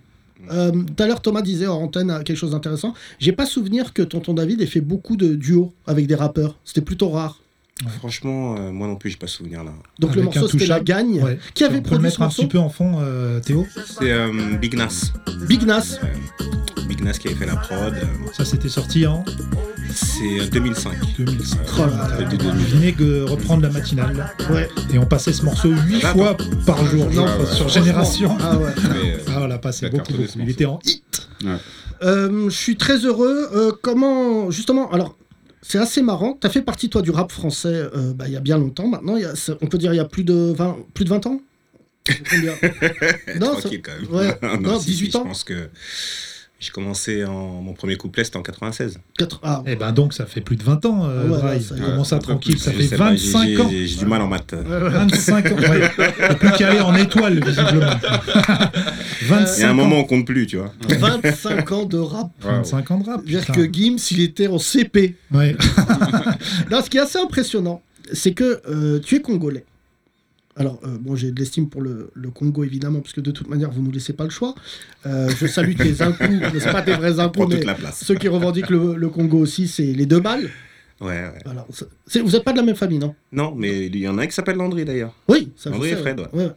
Speaker 3: Euh, Tout à l'heure, Thomas disait hors antenne euh, quelque chose d'intéressant. J'ai pas souvenir que Tonton David ait fait beaucoup de duos avec des rappeurs. C'était plutôt rare.
Speaker 8: Franchement, euh, moi non plus, j'ai pas ce souvenir là.
Speaker 3: Donc le
Speaker 4: Avec
Speaker 3: morceau, c'était La
Speaker 4: Intouchable.
Speaker 3: Gagne.
Speaker 4: Ouais.
Speaker 3: Qui avait
Speaker 4: On peut le
Speaker 3: produit ce
Speaker 4: mettre un
Speaker 3: morceau
Speaker 4: petit peu en fond, euh, Théo
Speaker 8: C'est euh, Big Nas.
Speaker 3: Big Nas.
Speaker 8: Big Big Nas qui avait fait la prod. euh,
Speaker 4: Ça, c'était sorti en
Speaker 8: C'est euh, 2005.
Speaker 4: 2005.
Speaker 3: Oh là là.
Speaker 8: Euh, de 2000.
Speaker 4: Je venais de reprendre la matinale.
Speaker 3: Ouais.
Speaker 4: Et on passait ce morceau 8
Speaker 8: Ah
Speaker 4: fois par jour,
Speaker 3: Non,
Speaker 4: genre,
Speaker 5: ouais,
Speaker 4: sur
Speaker 5: ouais.
Speaker 4: Génération.
Speaker 3: Ah ouais.
Speaker 5: Mais, euh,
Speaker 4: Ah, on l'a passé
Speaker 5: Ça a
Speaker 4: beaucoup,
Speaker 5: cartonné,
Speaker 4: beaucoup.
Speaker 5: ce
Speaker 4: Il était en hit.
Speaker 3: Euh, je suis très heureux. Euh, comment, justement, alors, c'est assez marrant. Tu as fait partie, toi, du rap français euh, bah, il y a bien longtemps maintenant. Il y a- ça- on peut dire il y a plus de 20, plus de 20 ans Combien Non, Ah, ça-
Speaker 8: Tranquille quand même.
Speaker 3: ouais. Non,
Speaker 8: si,
Speaker 3: 18
Speaker 8: si,
Speaker 3: ans.
Speaker 8: Je pense que j'ai commencé en. Mon premier couplet, c'était en 96.
Speaker 3: quatre- ah,
Speaker 4: Eh ben donc, ça fait plus de 20 ans, euh,
Speaker 3: Ah ouais,
Speaker 4: Braille.
Speaker 3: ça y est.
Speaker 4: Commence à
Speaker 5: Un peu
Speaker 4: tranquille,
Speaker 5: plus,
Speaker 4: ça
Speaker 8: Je
Speaker 4: fait
Speaker 8: sais pas, j'ai-
Speaker 4: 25
Speaker 8: j'ai-
Speaker 4: ans.
Speaker 8: J'ai j'ai du mal en maths.
Speaker 4: 25 ans, ouais. T'es plus calé en étoile, visiblement.
Speaker 8: Il y a
Speaker 4: 25
Speaker 8: un
Speaker 4: ans.
Speaker 8: moment, on compte plus, tu vois.
Speaker 3: 25 ans de rap.
Speaker 5: waouh.
Speaker 4: 25 ans de rap.
Speaker 3: C'est-à-dire
Speaker 4: Ah, putain.
Speaker 3: que Gims, il était en CP.
Speaker 4: Ouais. Ah,
Speaker 3: Non, ce qui est assez impressionnant, c'est que euh, tu es congolais. Alors, euh, bon, j'ai de l'estime pour le, le Congo, évidemment, parce que de toute manière, vous ne nous laissez pas le choix. Euh, je salue tes incous, mais c'est pas des vrais incous,
Speaker 8: Prends
Speaker 3: mais
Speaker 8: toute la place.
Speaker 3: ceux qui revendiquent le, le Congo aussi, c'est les deux balles.
Speaker 8: Ouais, ouais.
Speaker 3: Alors, c'est- vous n'êtes pas de la même famille, non
Speaker 8: Non, mais il y en a un qui s'appelle Landry d'ailleurs.
Speaker 3: Oui, ça je
Speaker 8: Oui,
Speaker 3: sais,
Speaker 8: Fred, ouais.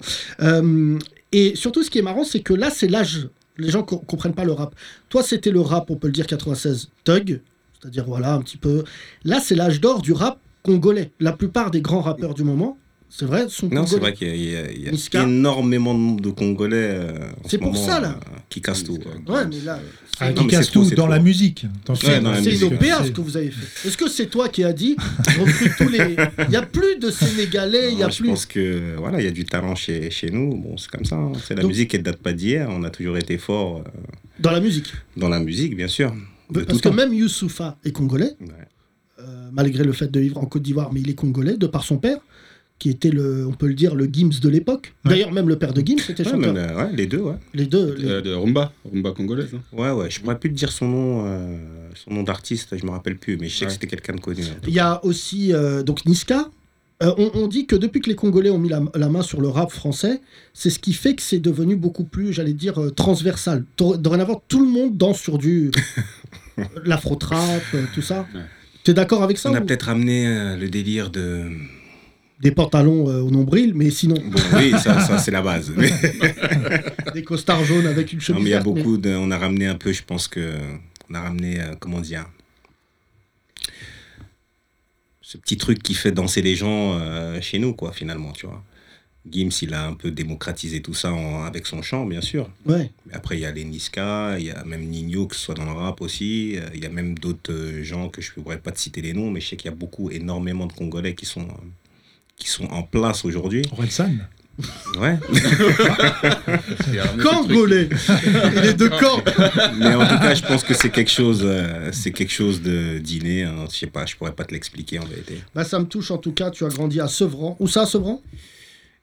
Speaker 3: Euh, et surtout, ce qui est marrant, c'est que là, c'est l'âge. Les gens co- comprennent pas le rap. Toi, c'était le rap, on peut le dire, 96, thug, c'est-à-dire, voilà, un petit peu. Là, c'est l'âge d'or du rap congolais. La plupart des grands rappeurs du moment, c'est vrai, sont
Speaker 8: Non, c'est
Speaker 3: congolais.
Speaker 8: vrai qu'il y a, il y a- il y a
Speaker 3: Niska.
Speaker 8: énormément de Congolais. euh, en
Speaker 3: C'est
Speaker 8: ce
Speaker 3: pour
Speaker 8: moment,
Speaker 3: ça, là.
Speaker 8: euh, Qui cassent tout. ouais.
Speaker 3: Ouais, mais là,
Speaker 4: Ah,
Speaker 8: Non,
Speaker 4: qui
Speaker 8: mais
Speaker 4: casse
Speaker 8: c'est trop,
Speaker 4: tout
Speaker 8: c'est
Speaker 4: dans
Speaker 8: trop.
Speaker 4: la musique. Dans le
Speaker 8: Ouais,
Speaker 4: film.
Speaker 8: dans la
Speaker 3: c'est une
Speaker 8: musique,
Speaker 3: OPA ce que vous avez fait. Est-ce que c'est toi qui as dit on recrute tous les. Il n'y a plus de Sénégalais, il n'y a
Speaker 8: Non, je
Speaker 3: plus.
Speaker 8: pense que voilà, il y a du talent chez, chez nous. Bon, c'est comme ça. hein. C'est la
Speaker 3: Donc-
Speaker 8: musique qui ne date pas d'hier. On a toujours été fort euh,
Speaker 3: Dans la musique.
Speaker 8: dans la musique, bien sûr. De
Speaker 3: Parce
Speaker 8: tout
Speaker 3: que
Speaker 8: temps.
Speaker 3: même Youssoufa est congolais.
Speaker 8: Ouais.
Speaker 3: euh, malgré le fait de vivre en Côte d'Ivoire, mais il est congolais de par son père, qui était le, on peut le dire, le Gims de l'époque.
Speaker 4: Ouais.
Speaker 3: D'ailleurs, même le père de Gims était
Speaker 8: Ouais,
Speaker 3: chanteur.
Speaker 8: même, euh, ouais, les deux, ouais.
Speaker 3: Les deux. les-
Speaker 5: Euh, de Rumba, Rumba congolaise. hein.
Speaker 8: Ouais, ouais. Je pourrais plus te dire son nom, euh, son nom d'artiste. Je me rappelle plus, mais je sais que c'était quelqu'un de connu. hein.
Speaker 3: Il y a aussi euh, donc Niska. Euh, on, on dit que depuis que les Congolais ont mis la, la main sur le rap français, c'est ce qui fait que c'est devenu beaucoup plus, j'allais dire, euh, transversal. Tor- Dorénavant, tout le monde danse sur du l'afro-trap, euh, tout ça.
Speaker 5: Ouais.
Speaker 3: T'es d'accord avec ça
Speaker 8: On a
Speaker 3: ou-
Speaker 8: peut-être amené euh, le délire de.
Speaker 3: Des pantalons euh, au nombril, mais sinon
Speaker 8: Bon, oui, ça, ça, c'est la base. Mais-
Speaker 3: des costards jaunes avec une
Speaker 8: Non,
Speaker 3: chemise
Speaker 8: mais il y a
Speaker 3: verte, mais-
Speaker 8: beaucoup de. On a ramené un peu, je pense que. On a ramené, euh, comment dire. Ce petit truc qui fait danser les gens euh, chez nous, quoi, finalement, tu vois. Gims, il a un peu démocratisé tout ça en- avec son chant, bien sûr.
Speaker 3: Ouais.
Speaker 8: Mais après, il y a les Niska, il y a même Nino, que ce soit dans le rap aussi. euh, Il y a même d'autres euh, gens que je ne pourrais pas te citer les noms, mais je sais qu'il y a beaucoup, énormément de Congolais qui sont, euh, qui sont en place aujourd'hui.
Speaker 4: Orelsan.
Speaker 8: Ouais.
Speaker 5: Il y a ramené ce truc.
Speaker 3: Cangolais Il est de Caen
Speaker 8: Mais en tout cas, je pense que c'est quelque chose, euh, c'est quelque chose de dîner. hein. Je sais pas, je pourrais pas te l'expliquer en vérité.
Speaker 3: Bah ça me touche en tout cas, tu as grandi à Sevran. Où ça, Sevran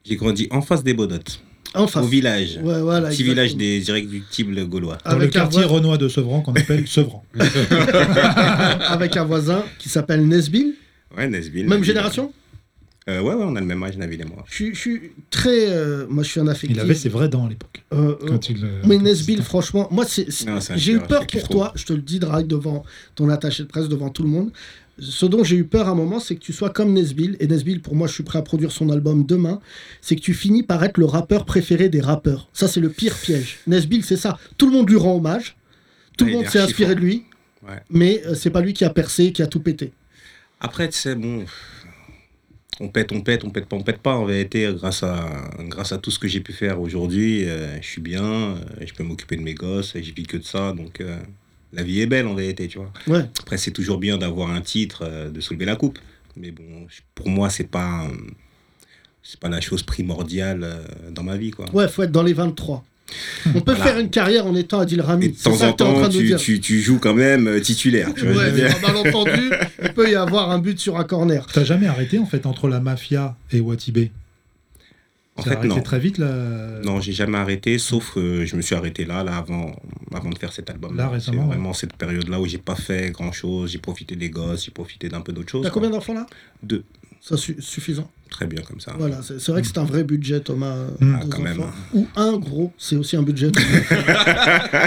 Speaker 8: J'ai grandi en face des Bodottes,
Speaker 3: Enfin.
Speaker 8: au village,
Speaker 3: Ouais, voilà.
Speaker 8: petit
Speaker 3: exactement.
Speaker 8: village des irréductibles gaulois.
Speaker 4: Dans le
Speaker 3: Avec un,
Speaker 4: quartier
Speaker 3: voisin,
Speaker 4: Renoir de Sevran qu'on appelle Sevran.
Speaker 8: hein.
Speaker 3: avec un voisin qui s'appelle Nesbill,
Speaker 8: Ouais, Nesbill.
Speaker 3: même
Speaker 8: Nabil.
Speaker 3: génération.
Speaker 8: Euh, Ouais, ouais, on a le même âge, Nabil et moi.
Speaker 3: Je suis- je suis très. euh, moi, je suis un affectif.
Speaker 4: Il avait ses vrais dents à l'époque.
Speaker 3: Euh, euh,
Speaker 4: Quand il, euh,
Speaker 3: mais Nesbill, franchement, moi, c'est- c'est-
Speaker 8: Non, c'est un
Speaker 3: j'ai eu
Speaker 8: tueur,
Speaker 3: peur
Speaker 8: c'est qu'il
Speaker 3: pour
Speaker 8: faut.
Speaker 3: toi. Je te le dis, Drag, devant ton attaché de presse, devant tout le monde. Ce dont j'ai eu peur à un moment, c'est que tu sois comme Nesbill. Et Nesbill, pour moi, je suis prêt à produire son album demain. C'est que tu finis par être le rappeur préféré des rappeurs. Ça, c'est le pire piège. Nesbill, c'est ça. Tout le monde lui rend hommage. Tout
Speaker 8: Ouais,
Speaker 3: le
Speaker 8: il
Speaker 3: monde
Speaker 8: est
Speaker 3: s'est
Speaker 8: archi
Speaker 3: inspiré de
Speaker 8: fort.
Speaker 3: lui.
Speaker 8: Ouais.
Speaker 3: Mais euh, c'est pas lui qui a percé, qui a tout pété.
Speaker 8: Après, tu sais, bon, on pète, on pète, on pète pas, on pète pas. En vérité, grâce à, grâce à tout ce que j'ai pu faire aujourd'hui, euh, je suis bien, euh, je peux m'occuper de mes gosses, j'ai vis que de ça, donc euh, la vie est belle en vérité, tu vois.
Speaker 3: Ouais.
Speaker 8: Après, c'est toujours bien d'avoir un titre, euh, de soulever la coupe. Mais bon, je- pour moi, c'est pas, euh, c'est pas la chose primordiale euh, dans ma vie, quoi.
Speaker 3: Ouais, faut être dans les 23. On peut
Speaker 8: Voilà.
Speaker 3: faire une carrière en étant Adil Rami.
Speaker 8: Et de
Speaker 3: C'est
Speaker 8: temps
Speaker 3: ça
Speaker 8: en
Speaker 3: que t'es en train
Speaker 8: temps,
Speaker 3: de nous
Speaker 8: tu,
Speaker 3: dire.
Speaker 8: tu- tu joues quand même euh, titulaire. Tu vois, je veux
Speaker 3: Ouais,
Speaker 8: dire.
Speaker 3: un malentendu, il peut y avoir un but sur un corner.
Speaker 4: T'as jamais arrêté en fait entre la mafia et Watibé T'as
Speaker 8: En fait,
Speaker 4: arrêté
Speaker 8: non.
Speaker 4: très vite la...
Speaker 8: Non, j'ai jamais arrêté, sauf euh, je me suis arrêté là, là avant, avant de faire cet album.
Speaker 4: Là, récemment,
Speaker 8: C'est vraiment cette période-là où j'ai pas fait grand-chose. J'ai profité des gosses, j'ai profité d'un peu d'autres choses.
Speaker 3: T'as
Speaker 8: quoi.
Speaker 3: combien d'enfants là
Speaker 8: Deux.
Speaker 3: Ça su- suffisant.
Speaker 8: Très bien comme ça.
Speaker 3: Voilà, c'est c'est vrai que c'est un vrai budget, Thomas. euh,
Speaker 4: Mm.
Speaker 8: Ah,
Speaker 3: deux
Speaker 8: quand même.
Speaker 3: enfants. Ou un gros, c'est aussi un budget.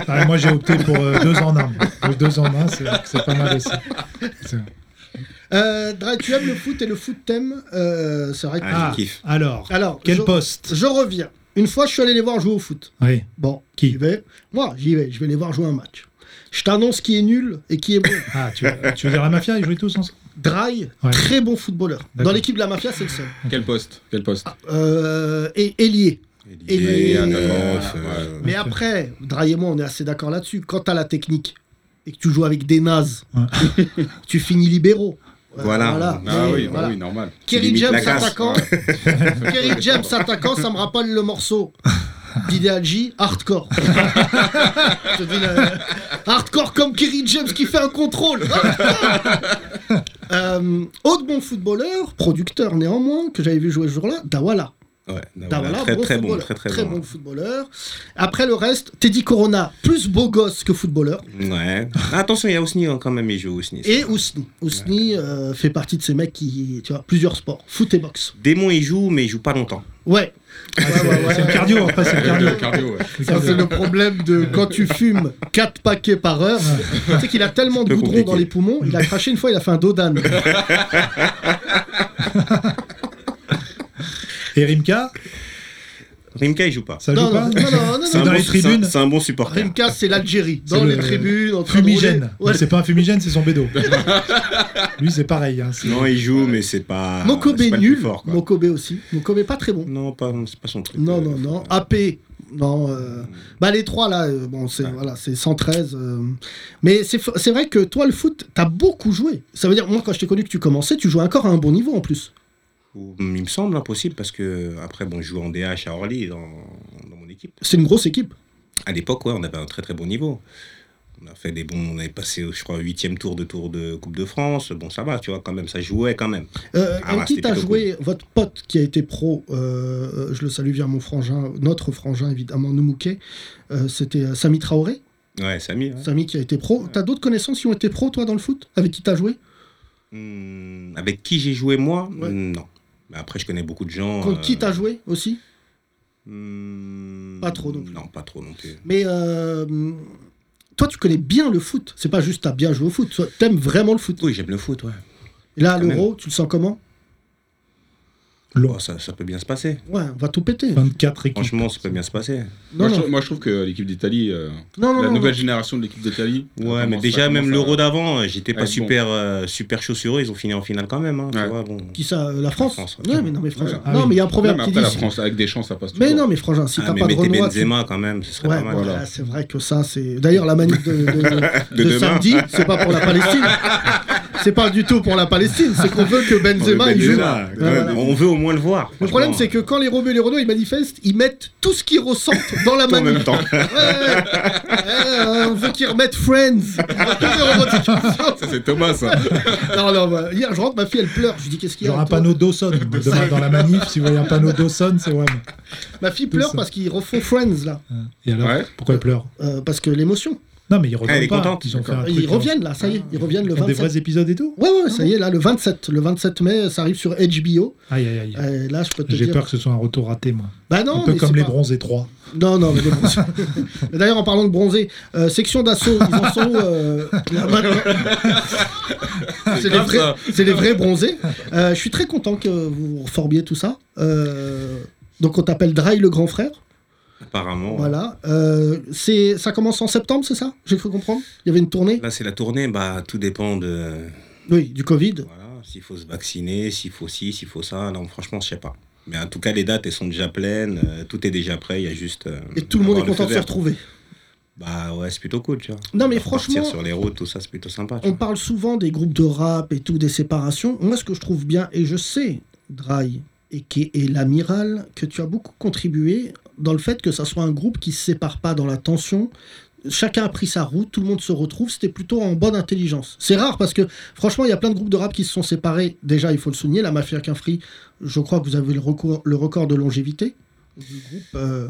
Speaker 4: Ah, moi j'ai opté pour euh, deux en un. Le deux en un, c'est c'est pas mal aussi. C'est-
Speaker 3: euh, Dra, tu aimes le foot et le foot t'aime. euh, c'est vrai que.
Speaker 8: Ah, je kiffe.
Speaker 4: alors,
Speaker 3: Alors,
Speaker 4: quel
Speaker 3: je,
Speaker 4: poste
Speaker 3: je reviens. Une fois, je suis allé les voir jouer au foot.
Speaker 4: Oui.
Speaker 3: Bon,
Speaker 4: Qui
Speaker 3: j'y vais. Moi, j'y vais. Je vais les voir jouer un match. Je t'annonce qui est nul et qui est bon.
Speaker 4: Ah, tu veux, tu veux dire la mafia, ils jouaient tous ensemble
Speaker 3: Dry,
Speaker 4: Ouais.
Speaker 3: très bon footballeur. Dans
Speaker 4: D'accord.
Speaker 3: l'équipe de la mafia, c'est le seul.
Speaker 5: Quel poste Quel poste Ah,
Speaker 3: Euh, et ailier.
Speaker 5: Ailier,
Speaker 3: Ailier,
Speaker 5: un
Speaker 3: euh,
Speaker 5: neuf, euh,
Speaker 3: Mais après, Dry et moi, on est assez d'accord là-dessus. Quand t'as la technique et que tu joues avec des nazes, tu finis libéraux. Euh,
Speaker 8: Voilà.
Speaker 5: Ah
Speaker 3: Et
Speaker 5: oui, bah
Speaker 3: voilà.
Speaker 5: oui, normal.
Speaker 3: Kerry
Speaker 8: limites
Speaker 3: James
Speaker 8: la classe.
Speaker 3: attaquant. Kerry James attaquant, ça me rappelle le morceau d'Ideal J, hardcore. Je dis, euh, hardcore comme Kerry James qui fait un contrôle. euh, autre bon footballeur, producteur néanmoins, que j'avais vu jouer ce jour-là, Dawala.
Speaker 8: Ouais, Dawala,
Speaker 3: Dawala,
Speaker 8: Ah, très,
Speaker 3: bon
Speaker 8: très bon,
Speaker 3: footballeur,
Speaker 8: très très,
Speaker 3: bon.
Speaker 8: bon.
Speaker 3: footballeur. Après le reste, Teddy Corona, plus beau gosse que footballeur,
Speaker 8: Ouais. Ah, attention, il y a Ousni hein, quand même, il joue Ousni.
Speaker 3: et Ousni. Ousni euh, fait partie de ces mecs qui, tu vois, plusieurs sports, foot et boxe.
Speaker 8: Démon, il joue, mais il joue pas longtemps.
Speaker 3: Ouais. Ouais, ouais, ouais.
Speaker 4: Ah, C'est le cardio, après, c'est le cardio.
Speaker 5: Le cardio, ouais.
Speaker 4: Le
Speaker 3: Ça,
Speaker 4: cardio.
Speaker 3: c'est le problème de quand tu fumes 4 paquets par heure. Tu sais qu'il a tellement de
Speaker 8: peu
Speaker 3: goudron dans
Speaker 8: compliqué.
Speaker 3: les poumons, il a craché une fois, il a fait un dos d'âne.
Speaker 4: Et Rimka,
Speaker 8: Rimka, il joue pas.
Speaker 4: ça joue
Speaker 3: Non, non,
Speaker 4: pas
Speaker 3: non, non, non,
Speaker 4: C'est
Speaker 3: non.
Speaker 4: dans
Speaker 8: bon,
Speaker 4: les tribunes.
Speaker 8: un- C'est un bon supporter.
Speaker 3: Rimka, c'est l'Algérie,
Speaker 4: C'est
Speaker 3: dans
Speaker 4: le
Speaker 3: les tribunes, en train de
Speaker 4: Fumigène.
Speaker 3: rouler.
Speaker 4: Non,
Speaker 3: Ouais.
Speaker 4: C'est pas un fumigène, c'est son bédo. Lui, c'est pareil. hein, c'est-
Speaker 8: Non, il joue, mais c'est pas.
Speaker 3: Mokobé
Speaker 8: c'est pas le plus
Speaker 3: nul,
Speaker 8: fort, quoi.
Speaker 3: Mokobé aussi. Mokobé pas très bon.
Speaker 8: Non, pas, c'est pas son truc.
Speaker 3: Non,
Speaker 8: euh,
Speaker 3: non, non. AP. Non,
Speaker 8: Hmm.
Speaker 3: euh, bah les trois là, euh, bon, c'est voilà, c'est 113. euh, mais c'est f- c'est vrai que toi, le foot, t'as beaucoup joué. Ça veut dire, moi, quand je t'ai connu que tu commençais, tu jouais encore à un bon niveau en plus.
Speaker 8: ou- Il me semble impossible parce que, après, bon, je jouais en DH à Orly dans, dans mon équipe.
Speaker 3: C'est une grosse équipe.
Speaker 8: À l'époque, ouais, on avait un très très bon niveau. On a fait des bons. On avait passé, je crois, huitième tour de tour de Coupe de France. Bon, ça va, tu vois, quand même, ça jouait quand même.
Speaker 3: Euh,
Speaker 8: Ah,
Speaker 3: avec
Speaker 8: bah,
Speaker 3: qui
Speaker 8: c'était
Speaker 3: t'as
Speaker 8: plutôt
Speaker 3: joué votre pote qui a été pro euh, Je le salue via mon frangin, notre frangin évidemment, Noumouké. euh, C'était euh, Sami Traoré.
Speaker 8: Ouais, Samy. ouais.
Speaker 3: Sami qui a été pro. T'as d'autres connaissances qui ont été pro toi dans le foot Avec qui t'as joué
Speaker 8: Hmm, avec qui j'ai joué moi
Speaker 3: Ouais.
Speaker 8: Hmm, Non. Mais après, je connais beaucoup de gens.
Speaker 3: Contre qui
Speaker 8: euh,
Speaker 3: t'as joué aussi
Speaker 8: hmm,
Speaker 3: Pas trop non plus.
Speaker 8: Non, pas trop non plus.
Speaker 3: Mais euh, toi, tu connais bien le foot. C'est pas juste t'as bien joué au foot. Toi, T'aimes vraiment le foot.
Speaker 8: Oui, j'aime le foot, ouais.
Speaker 3: Et là, à
Speaker 8: quand
Speaker 3: l'Euro, tu le sens comment
Speaker 8: Oh, ça, ça peut bien se passer.
Speaker 3: Ouais, on va tout péter.
Speaker 4: 24 équipes.
Speaker 8: Franchement, ça peut bien se passer.
Speaker 3: Non,
Speaker 5: moi, je
Speaker 3: non.
Speaker 5: trouve, moi, je trouve que l'équipe d'Italie, euh,
Speaker 3: Non, non,
Speaker 5: la
Speaker 3: non,
Speaker 5: nouvelle
Speaker 3: non.
Speaker 5: génération de l'équipe d'Italie.
Speaker 8: Ouais,
Speaker 5: ça
Speaker 8: mais
Speaker 5: commence- ça
Speaker 8: déjà,
Speaker 5: commence
Speaker 8: même
Speaker 5: à-
Speaker 8: l'euro d'avant, euh, j'étais
Speaker 5: Ouais,
Speaker 8: pas
Speaker 5: bon.
Speaker 8: super, euh, super chaud sur eux. Ils ont fini en finale quand même. hein, tu
Speaker 5: Ouais.
Speaker 8: vois, bon.
Speaker 3: Qui ça euh, La France,
Speaker 8: France,
Speaker 3: Ouais,
Speaker 8: ouais.
Speaker 3: mais non, mais frangin.
Speaker 5: Ouais.
Speaker 4: Ah
Speaker 3: non,
Speaker 4: oui.
Speaker 3: mais il y a un
Speaker 5: Non,
Speaker 3: proverbe
Speaker 5: mais
Speaker 3: qui
Speaker 5: après,
Speaker 3: dit.
Speaker 5: la France, avec des chances, ça passe
Speaker 3: Mais
Speaker 5: toujours.
Speaker 3: non, mais frangin, si
Speaker 8: Ah,
Speaker 3: t'as
Speaker 8: mais
Speaker 3: pas de
Speaker 8: mettez
Speaker 3: Renoir, tu
Speaker 8: Benzema quand même, ce serait
Speaker 3: Ouais,
Speaker 8: pas mal.
Speaker 3: voilà, c'est vrai que ça, c'est. D'ailleurs, la manif de, de- de
Speaker 8: De demain.
Speaker 3: samedi, c'est pas pour la Palestine. C'est pas du tout pour la Palestine, c'est qu'on veut que Benzema,
Speaker 5: Mais
Speaker 3: il joue.
Speaker 5: Benzema,
Speaker 8: Ouais,
Speaker 5: quand même.
Speaker 3: voilà.
Speaker 8: On veut au moins le voir.
Speaker 3: Le problème, c'est que quand les Romains et les Renault ils manifestent, ils mettent tout ce qu'ils ressentent dans la
Speaker 8: En même
Speaker 3: manif.
Speaker 8: temps.
Speaker 3: Ouais, ouais, ouais. Ouais, Eh, on veut qu'ils remettent Friends. Toutes les revendications.
Speaker 5: Ça, c'est Thomas, ça.
Speaker 3: non, non, bah, hier, je rentre, ma fille, elle pleure. Je lui dis, qu'est-ce qu'il y a
Speaker 4: Genre un
Speaker 3: toi
Speaker 4: panneau Dawson. Demain, dans la manif, si vous voyez un panneau Dawson, c'est ouais.
Speaker 3: Ma fille pleure
Speaker 4: ça.
Speaker 3: parce qu'ils refont Friends, là.
Speaker 4: Et alors,
Speaker 5: Ouais.
Speaker 4: pourquoi elle pleure
Speaker 3: Euh, parce que l'émotion.
Speaker 4: Non, mais ils reviennent
Speaker 8: est
Speaker 4: pas.
Speaker 8: contente,
Speaker 4: ils ont fait
Speaker 8: d'accord.
Speaker 4: un truc,
Speaker 3: Ils
Speaker 4: hein.
Speaker 3: reviennent, là, ça y est, ils reviennent le
Speaker 4: Ils font des Ah
Speaker 3: 27.
Speaker 4: vrais épisodes et tout
Speaker 3: Ouais, ouais, ça y est, là, le 27. Le 27 mai, ça arrive sur HBO.
Speaker 4: Aïe, aïe, aïe.
Speaker 3: Euh, là, je peux te
Speaker 4: J'ai
Speaker 3: dire.
Speaker 4: peur que ce soit un retour raté, moi.
Speaker 3: Bah non,
Speaker 4: un peu
Speaker 3: mais
Speaker 4: comme
Speaker 3: c'est
Speaker 4: les
Speaker 3: pas-
Speaker 4: bronzés 3.
Speaker 3: Non, non, mais les bronzés. Mais D'ailleurs, en parlant de bronzés, euh, section d'assaut, ils en sont. où, euh, là, maintenant C'est les,
Speaker 5: grave,
Speaker 3: vrais-
Speaker 5: ça.
Speaker 3: c'est les vrais bronzés. Euh, je suis très content que vous reformiez tout ça. Euh, donc, on t'appelle Dry le grand frère.
Speaker 8: Apparemment.
Speaker 3: Voilà. Euh, c'est- ça commence en septembre, c'est ça J'ai cru comprendre. Il y avait une tournée
Speaker 8: Là, c'est la tournée. Bah, tout dépend de.
Speaker 3: Oui, du Covid.
Speaker 8: Voilà, s'il faut se vacciner, s'il faut ci, s'il faut ça, non, franchement, je sais pas. Mais en tout cas, les dates, elles sont déjà pleines, euh, tout est déjà prêt, il y a juste. euh,
Speaker 3: Et
Speaker 5: Ah
Speaker 3: tout le monde est
Speaker 8: avoir
Speaker 3: content de
Speaker 8: feu
Speaker 3: se
Speaker 8: vert.
Speaker 3: retrouver.
Speaker 8: Bah ouais, c'est plutôt cool, tu vois.
Speaker 3: Non, mais
Speaker 8: Partir
Speaker 3: franchement-
Speaker 8: sur les routes, tout ça, c'est plutôt sympa. tu
Speaker 3: On
Speaker 8: vois.
Speaker 3: parle souvent des groupes de rap et tout, des séparations. Moi, ce que je trouve bien, et je sais, Dry et, qui est l'amiral, que tu as beaucoup contribué dans le fait que ça soit un groupe qui se sépare pas dans la tension. Chacun a pris sa route, tout le monde se retrouve, c'était plutôt en bonne intelligence. C'est rare parce que, franchement, il y a plein de groupes de rap qui se sont séparés. Déjà, il faut le souligner, la Mafia Qu'un Free, je crois que vous avez le, recours- le record de longévité du groupe. Euh,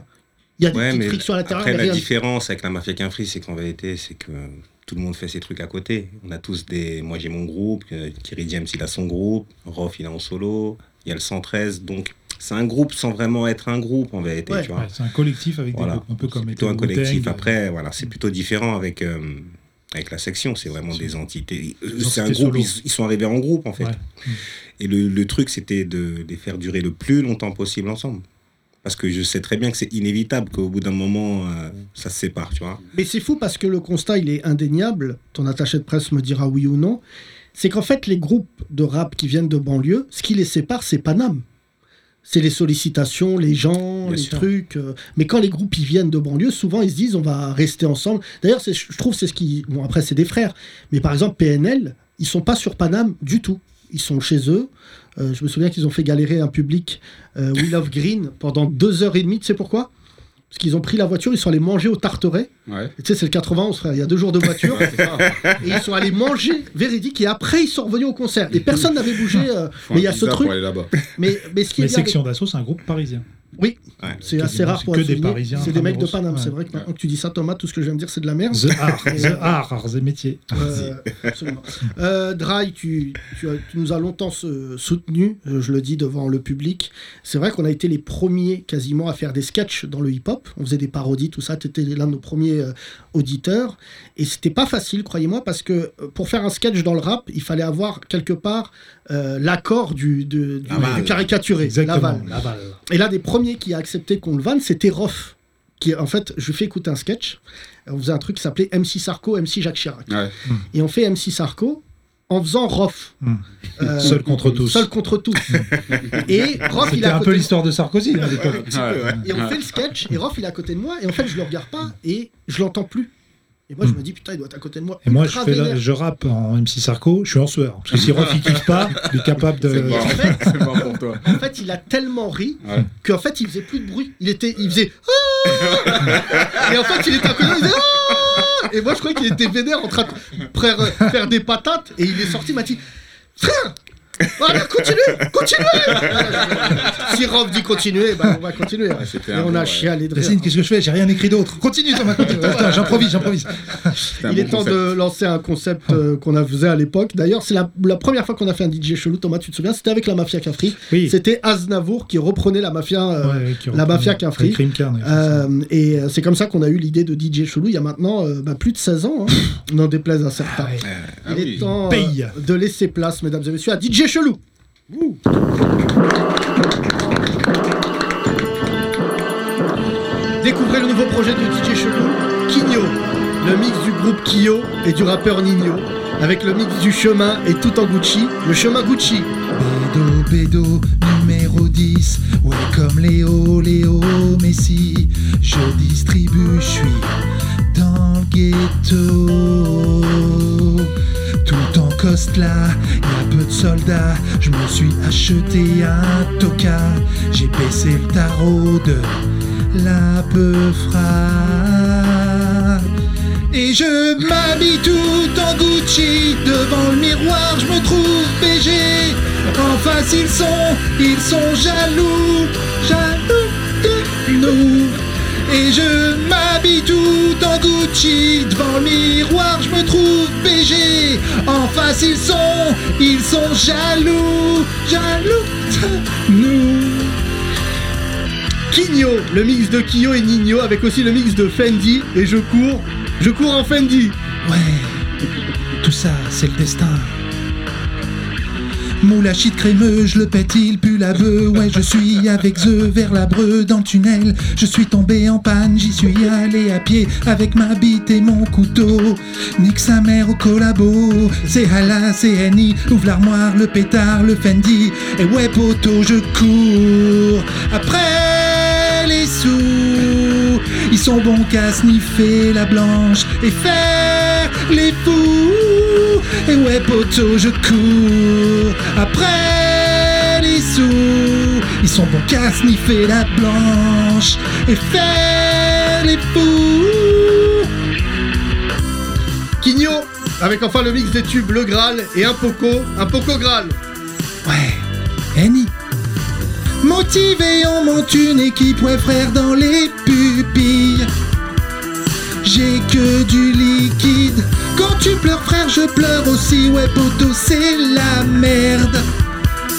Speaker 3: Il y a des
Speaker 8: Ouais,
Speaker 3: petites
Speaker 8: mais
Speaker 3: frictions à l'intérieur.
Speaker 8: après,
Speaker 3: mais
Speaker 8: la
Speaker 3: Ah, rien-
Speaker 8: différence avec la Mafia qu'un free, c'est qu'en vérité, c'est que euh, tout le monde fait ses trucs à côté. On a tous des. Moi, j'ai mon groupe, euh, Kerry James, il a son groupe, Rof, il a en solo, il y a le 113, donc c'est un groupe sans vraiment être un groupe, en vérité,
Speaker 3: Ouais.
Speaker 8: tu vois.
Speaker 4: Ouais, c'est un collectif avec
Speaker 8: Voilà.
Speaker 4: des groupes, un peu comme euh,
Speaker 8: C'est plutôt un
Speaker 4: Metal
Speaker 8: collectif.
Speaker 4: Wu-Tang.
Speaker 8: Après, voilà, c'est plutôt différent avec, euh, avec la section. C'est vraiment des entités. Euh,
Speaker 4: Des
Speaker 8: C'est un
Speaker 4: entités
Speaker 8: groupe,
Speaker 4: solo.
Speaker 8: ils, ils sont arrivés en groupe en fait.
Speaker 4: Ouais.
Speaker 8: Et le, le truc, c'était de les faire durer le plus longtemps possible ensemble. Parce que je sais très bien que c'est inévitable qu'au bout d'un moment, euh, ça se sépare, tu vois.
Speaker 3: Mais c'est fou parce que le constat, il est indéniable. Ton attaché de presse me dira oui ou non. C'est qu'en fait, les groupes de rap qui viennent de banlieue, ce qui les sépare, c'est Paname. C'est les sollicitations, les gens,
Speaker 8: Bien
Speaker 3: les
Speaker 8: sûr.
Speaker 3: trucs. euh, Mais quand les groupes ils viennent de banlieue, souvent ils se disent on va rester ensemble. D'ailleurs, c'est- je trouve c'est ce qui. Bon, après, c'est des frères. Mais par exemple, PNL, ils sont pas sur Paname du tout. Ils sont chez eux. Euh, je me souviens qu'ils ont fait galérer un public euh, We Love Green pendant deux heures et demie. Tu sais pourquoi Parce qu'ils ont pris la voiture, ils sont allés manger au Tarteret.
Speaker 5: Ouais.
Speaker 3: Tu sais, c'est le 91, frère. Il y a deux jours de voiture.
Speaker 5: Ouais, c'est ça.
Speaker 3: et ils sont allés manger, véridique. Et après, ils sont revenus au concert. Et personne n'avait bougé. euh,
Speaker 5: Faut un
Speaker 3: mais il y a ce
Speaker 5: visa
Speaker 3: truc.
Speaker 5: Pour aller là-bas.
Speaker 3: Mais, mais ce qui est bien
Speaker 4: Mais
Speaker 3: avec-
Speaker 4: Section d'Assaut, c'est un groupe parisien.
Speaker 3: c'est assez
Speaker 4: quasiment,
Speaker 3: rare
Speaker 4: c'est
Speaker 3: pour
Speaker 4: que
Speaker 3: un
Speaker 4: des
Speaker 3: souvenir.
Speaker 4: Parisiens,
Speaker 3: C'est des mecs de
Speaker 4: Intramuros.
Speaker 3: Paname. C'est
Speaker 4: Ouais.
Speaker 3: vrai que maintenant que tu dis ça, Thomas, tout ce que je viens de dire, c'est de la merde.
Speaker 4: The Art, The Art, Arts et Métiers.
Speaker 3: Euh, absolument. Euh, Dry, tu, tu as- tu nous as longtemps euh, soutenu, euh, je le dis devant le public. C'est vrai qu'on a été les premiers quasiment à faire des sketchs dans le hip-hop. On faisait des parodies, tout ça. Tu étais l'un de nos premiers euh, auditeurs. Et c'était pas facile, croyez-moi, parce que euh, pour faire un sketch dans le rap, il fallait avoir quelque part euh, l'accord du, de- du-
Speaker 8: L'aval.
Speaker 3: du caricaturé,
Speaker 4: Exactement.
Speaker 3: l'aval.
Speaker 4: Laval.
Speaker 3: Et l'un des premiers qui a accepté qu'on le vanne, c'était Roff. Qui, en fait, je lui fais écouter un sketch. On faisait un truc qui s'appelait MC Sarko, MC Jacques Chirac.
Speaker 5: Ouais.
Speaker 3: Et on fait MC Sarko en faisant Roff.
Speaker 4: Mm.
Speaker 3: Euh,
Speaker 4: Seul contre tous. Hmm.
Speaker 3: Seul contre tous. et Roff, il
Speaker 4: C'était
Speaker 3: est à
Speaker 4: un
Speaker 3: côté
Speaker 4: peu
Speaker 3: de-
Speaker 4: l'histoire de Sarkozy à l'époque.
Speaker 3: Et on fait le sketch, et Roff, il est à côté de moi, et en fait, je le regarde pas, et je l'entends plus. Et moi, je me dis, putain, il doit être à côté de moi.
Speaker 4: Hmm. Et moi, je,
Speaker 3: Ultra
Speaker 4: fais la-
Speaker 3: vénère.
Speaker 4: je rappe en MC Sarko, je suis en sueur. Parce que si Rof, il kiffe pas, il est capable
Speaker 5: C'est
Speaker 4: de.
Speaker 5: mort.
Speaker 3: fait-
Speaker 5: C'est mort pour toi.
Speaker 3: En fait, il a tellement ri
Speaker 5: Ouais.
Speaker 3: qu'en fait, il faisait plus de bruit. Il était, il faisait. Ah et en fait, il était à côté, il faisait. Ah et moi, je croyais qu'il était vénère en train de faire, euh, faire des patates. Et il est sorti, il m'a dit Frère voilà, continue, continue Si Rob dit continuer, bah, on va continuer.
Speaker 5: c'était
Speaker 3: et
Speaker 5: un
Speaker 3: on
Speaker 5: bon,
Speaker 3: a
Speaker 5: ouais.
Speaker 3: chialé de
Speaker 4: Racine,
Speaker 3: rire.
Speaker 4: qu'est-ce que je fais J'ai rien écrit d'autre. Continue, Thomas, continue. Attends, j'improvise, j'improvise.
Speaker 5: C'est un
Speaker 3: Il
Speaker 5: bon
Speaker 3: est temps
Speaker 5: concept.
Speaker 3: de lancer un concept euh, qu'on a faisait à l'époque. D'ailleurs, c'est la, la première fois qu'on a fait un DJ chelou, Thomas, tu te souviens C'était avec la Mafia Cafri.
Speaker 4: Oui.
Speaker 3: C'était Aznavour qui reprenait la Mafia. euh,
Speaker 4: Ouais, ouais, qui
Speaker 3: la
Speaker 4: reprend-
Speaker 3: mafia qui a
Speaker 4: avec
Speaker 3: pris.
Speaker 4: Rim Karn, ouais, c'est ça.
Speaker 3: Euh, et euh, c'est comme ça qu'on a eu l'idée de DJ Chelou il y a maintenant euh, bah, plus de 16 ans.
Speaker 4: Ah
Speaker 3: hein. On en déplaise un certain.
Speaker 4: ouais.
Speaker 5: Ah
Speaker 3: Il est
Speaker 5: oui.
Speaker 3: temps euh,
Speaker 4: Paye.
Speaker 3: de laisser place, mesdames et messieurs, à DJ Chelou. Découvrez le nouveau projet de DJ Chelou, Kyo, le mix du groupe Kyo et du rappeur Nino, avec le mix du chemin et tout en Gucci, le chemin Gucci.
Speaker 9: Bédo, Bédo, numéro 10. Ouais, comme Léo, Léo, Messi. Je distribue, je suis dans le ghetto. Tout en costla, y a peu de soldats. Je me suis acheté un toca. J'ai baissé le tarot de la peufra. Et je m'habille tout en Gucci Devant le miroir je me trouve BG En face ils sont, ils sont jaloux Jaloux de nous Et je m'habille tout en Gucci Devant le miroir je me trouve BG En face ils sont, ils sont jaloux Jaloux de nous
Speaker 3: Kyo, le mix de Kyo et Nino, avec aussi le mix de Fendi, et je cours, je cours en Fendi.
Speaker 9: Ouais, tout ça, c'est le destin. Moula shit crémeux, je le pète, il pue la bœuf. Ouais, je suis avec eux vers la breu dans le tunnel. Je suis tombé en panne, j'y suis allé à pied avec ma bite et mon couteau. Nique sa mère au collabo, c'est Hala, c'est Henny. Ouvre l'armoire, le pétard, le Fendi. Et ouais, poteau, je cours après les sous. Ils sont bons qu'à sniffer la blanche et faire les fous. Et ouais, poteau, je cours après les sous. Ils sont bons qu'à sniffer la blanche et faire les fous.
Speaker 3: Quigno, avec enfin le mix des tubes Le Graal et un Poco, un Poco Graal.
Speaker 9: Ouais, Annie. Motivé, on monte une équipe, ouais frère, dans les pupilles. J'ai que du liquide. Quand tu pleures, frère, je pleure aussi. Ouais, poteau, c'est la merde.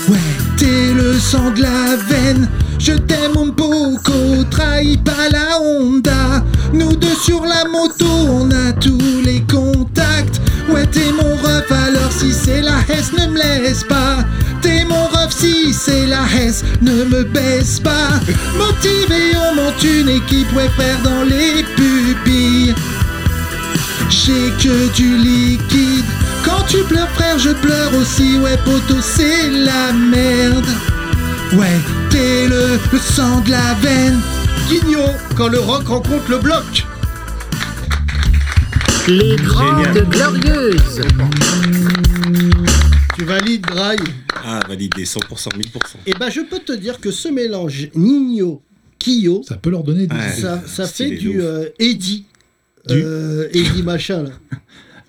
Speaker 9: Ouais, t'es le sang de la veine. Je t'aime un poco, trahis pas la Honda. Nous deux sur la moto, on a tous les contacts. Ouais, t'es mon ref, alors si c'est la Hesse, ne me laisse pas. T'es mon ref, sauf si c'est la Hesse, ne me baisse pas. Motivé, on monte une équipe, ouais frère, dans les pupilles. J'ai que du liquide. Quand tu pleures, frère, je pleure aussi. Ouais, poteau, c'est la merde. Ouais, t'es le, le sang de la veine.
Speaker 3: Guignol, quand le rock rencontre le bloc.
Speaker 2: Les Grandes Glorieuses.
Speaker 3: Tu valides, Dry
Speaker 8: Ah, validé, 100%, 1000%.
Speaker 3: Eh ben, je peux te dire que ce mélange Nino-Kyo,
Speaker 4: Ça peut leur donner des.
Speaker 8: Ouais.
Speaker 3: ça, ça fait
Speaker 8: Stylé de
Speaker 3: du
Speaker 8: ouf.
Speaker 3: euh, Eddie.
Speaker 4: Du-
Speaker 3: Euh, Eddie machin, là.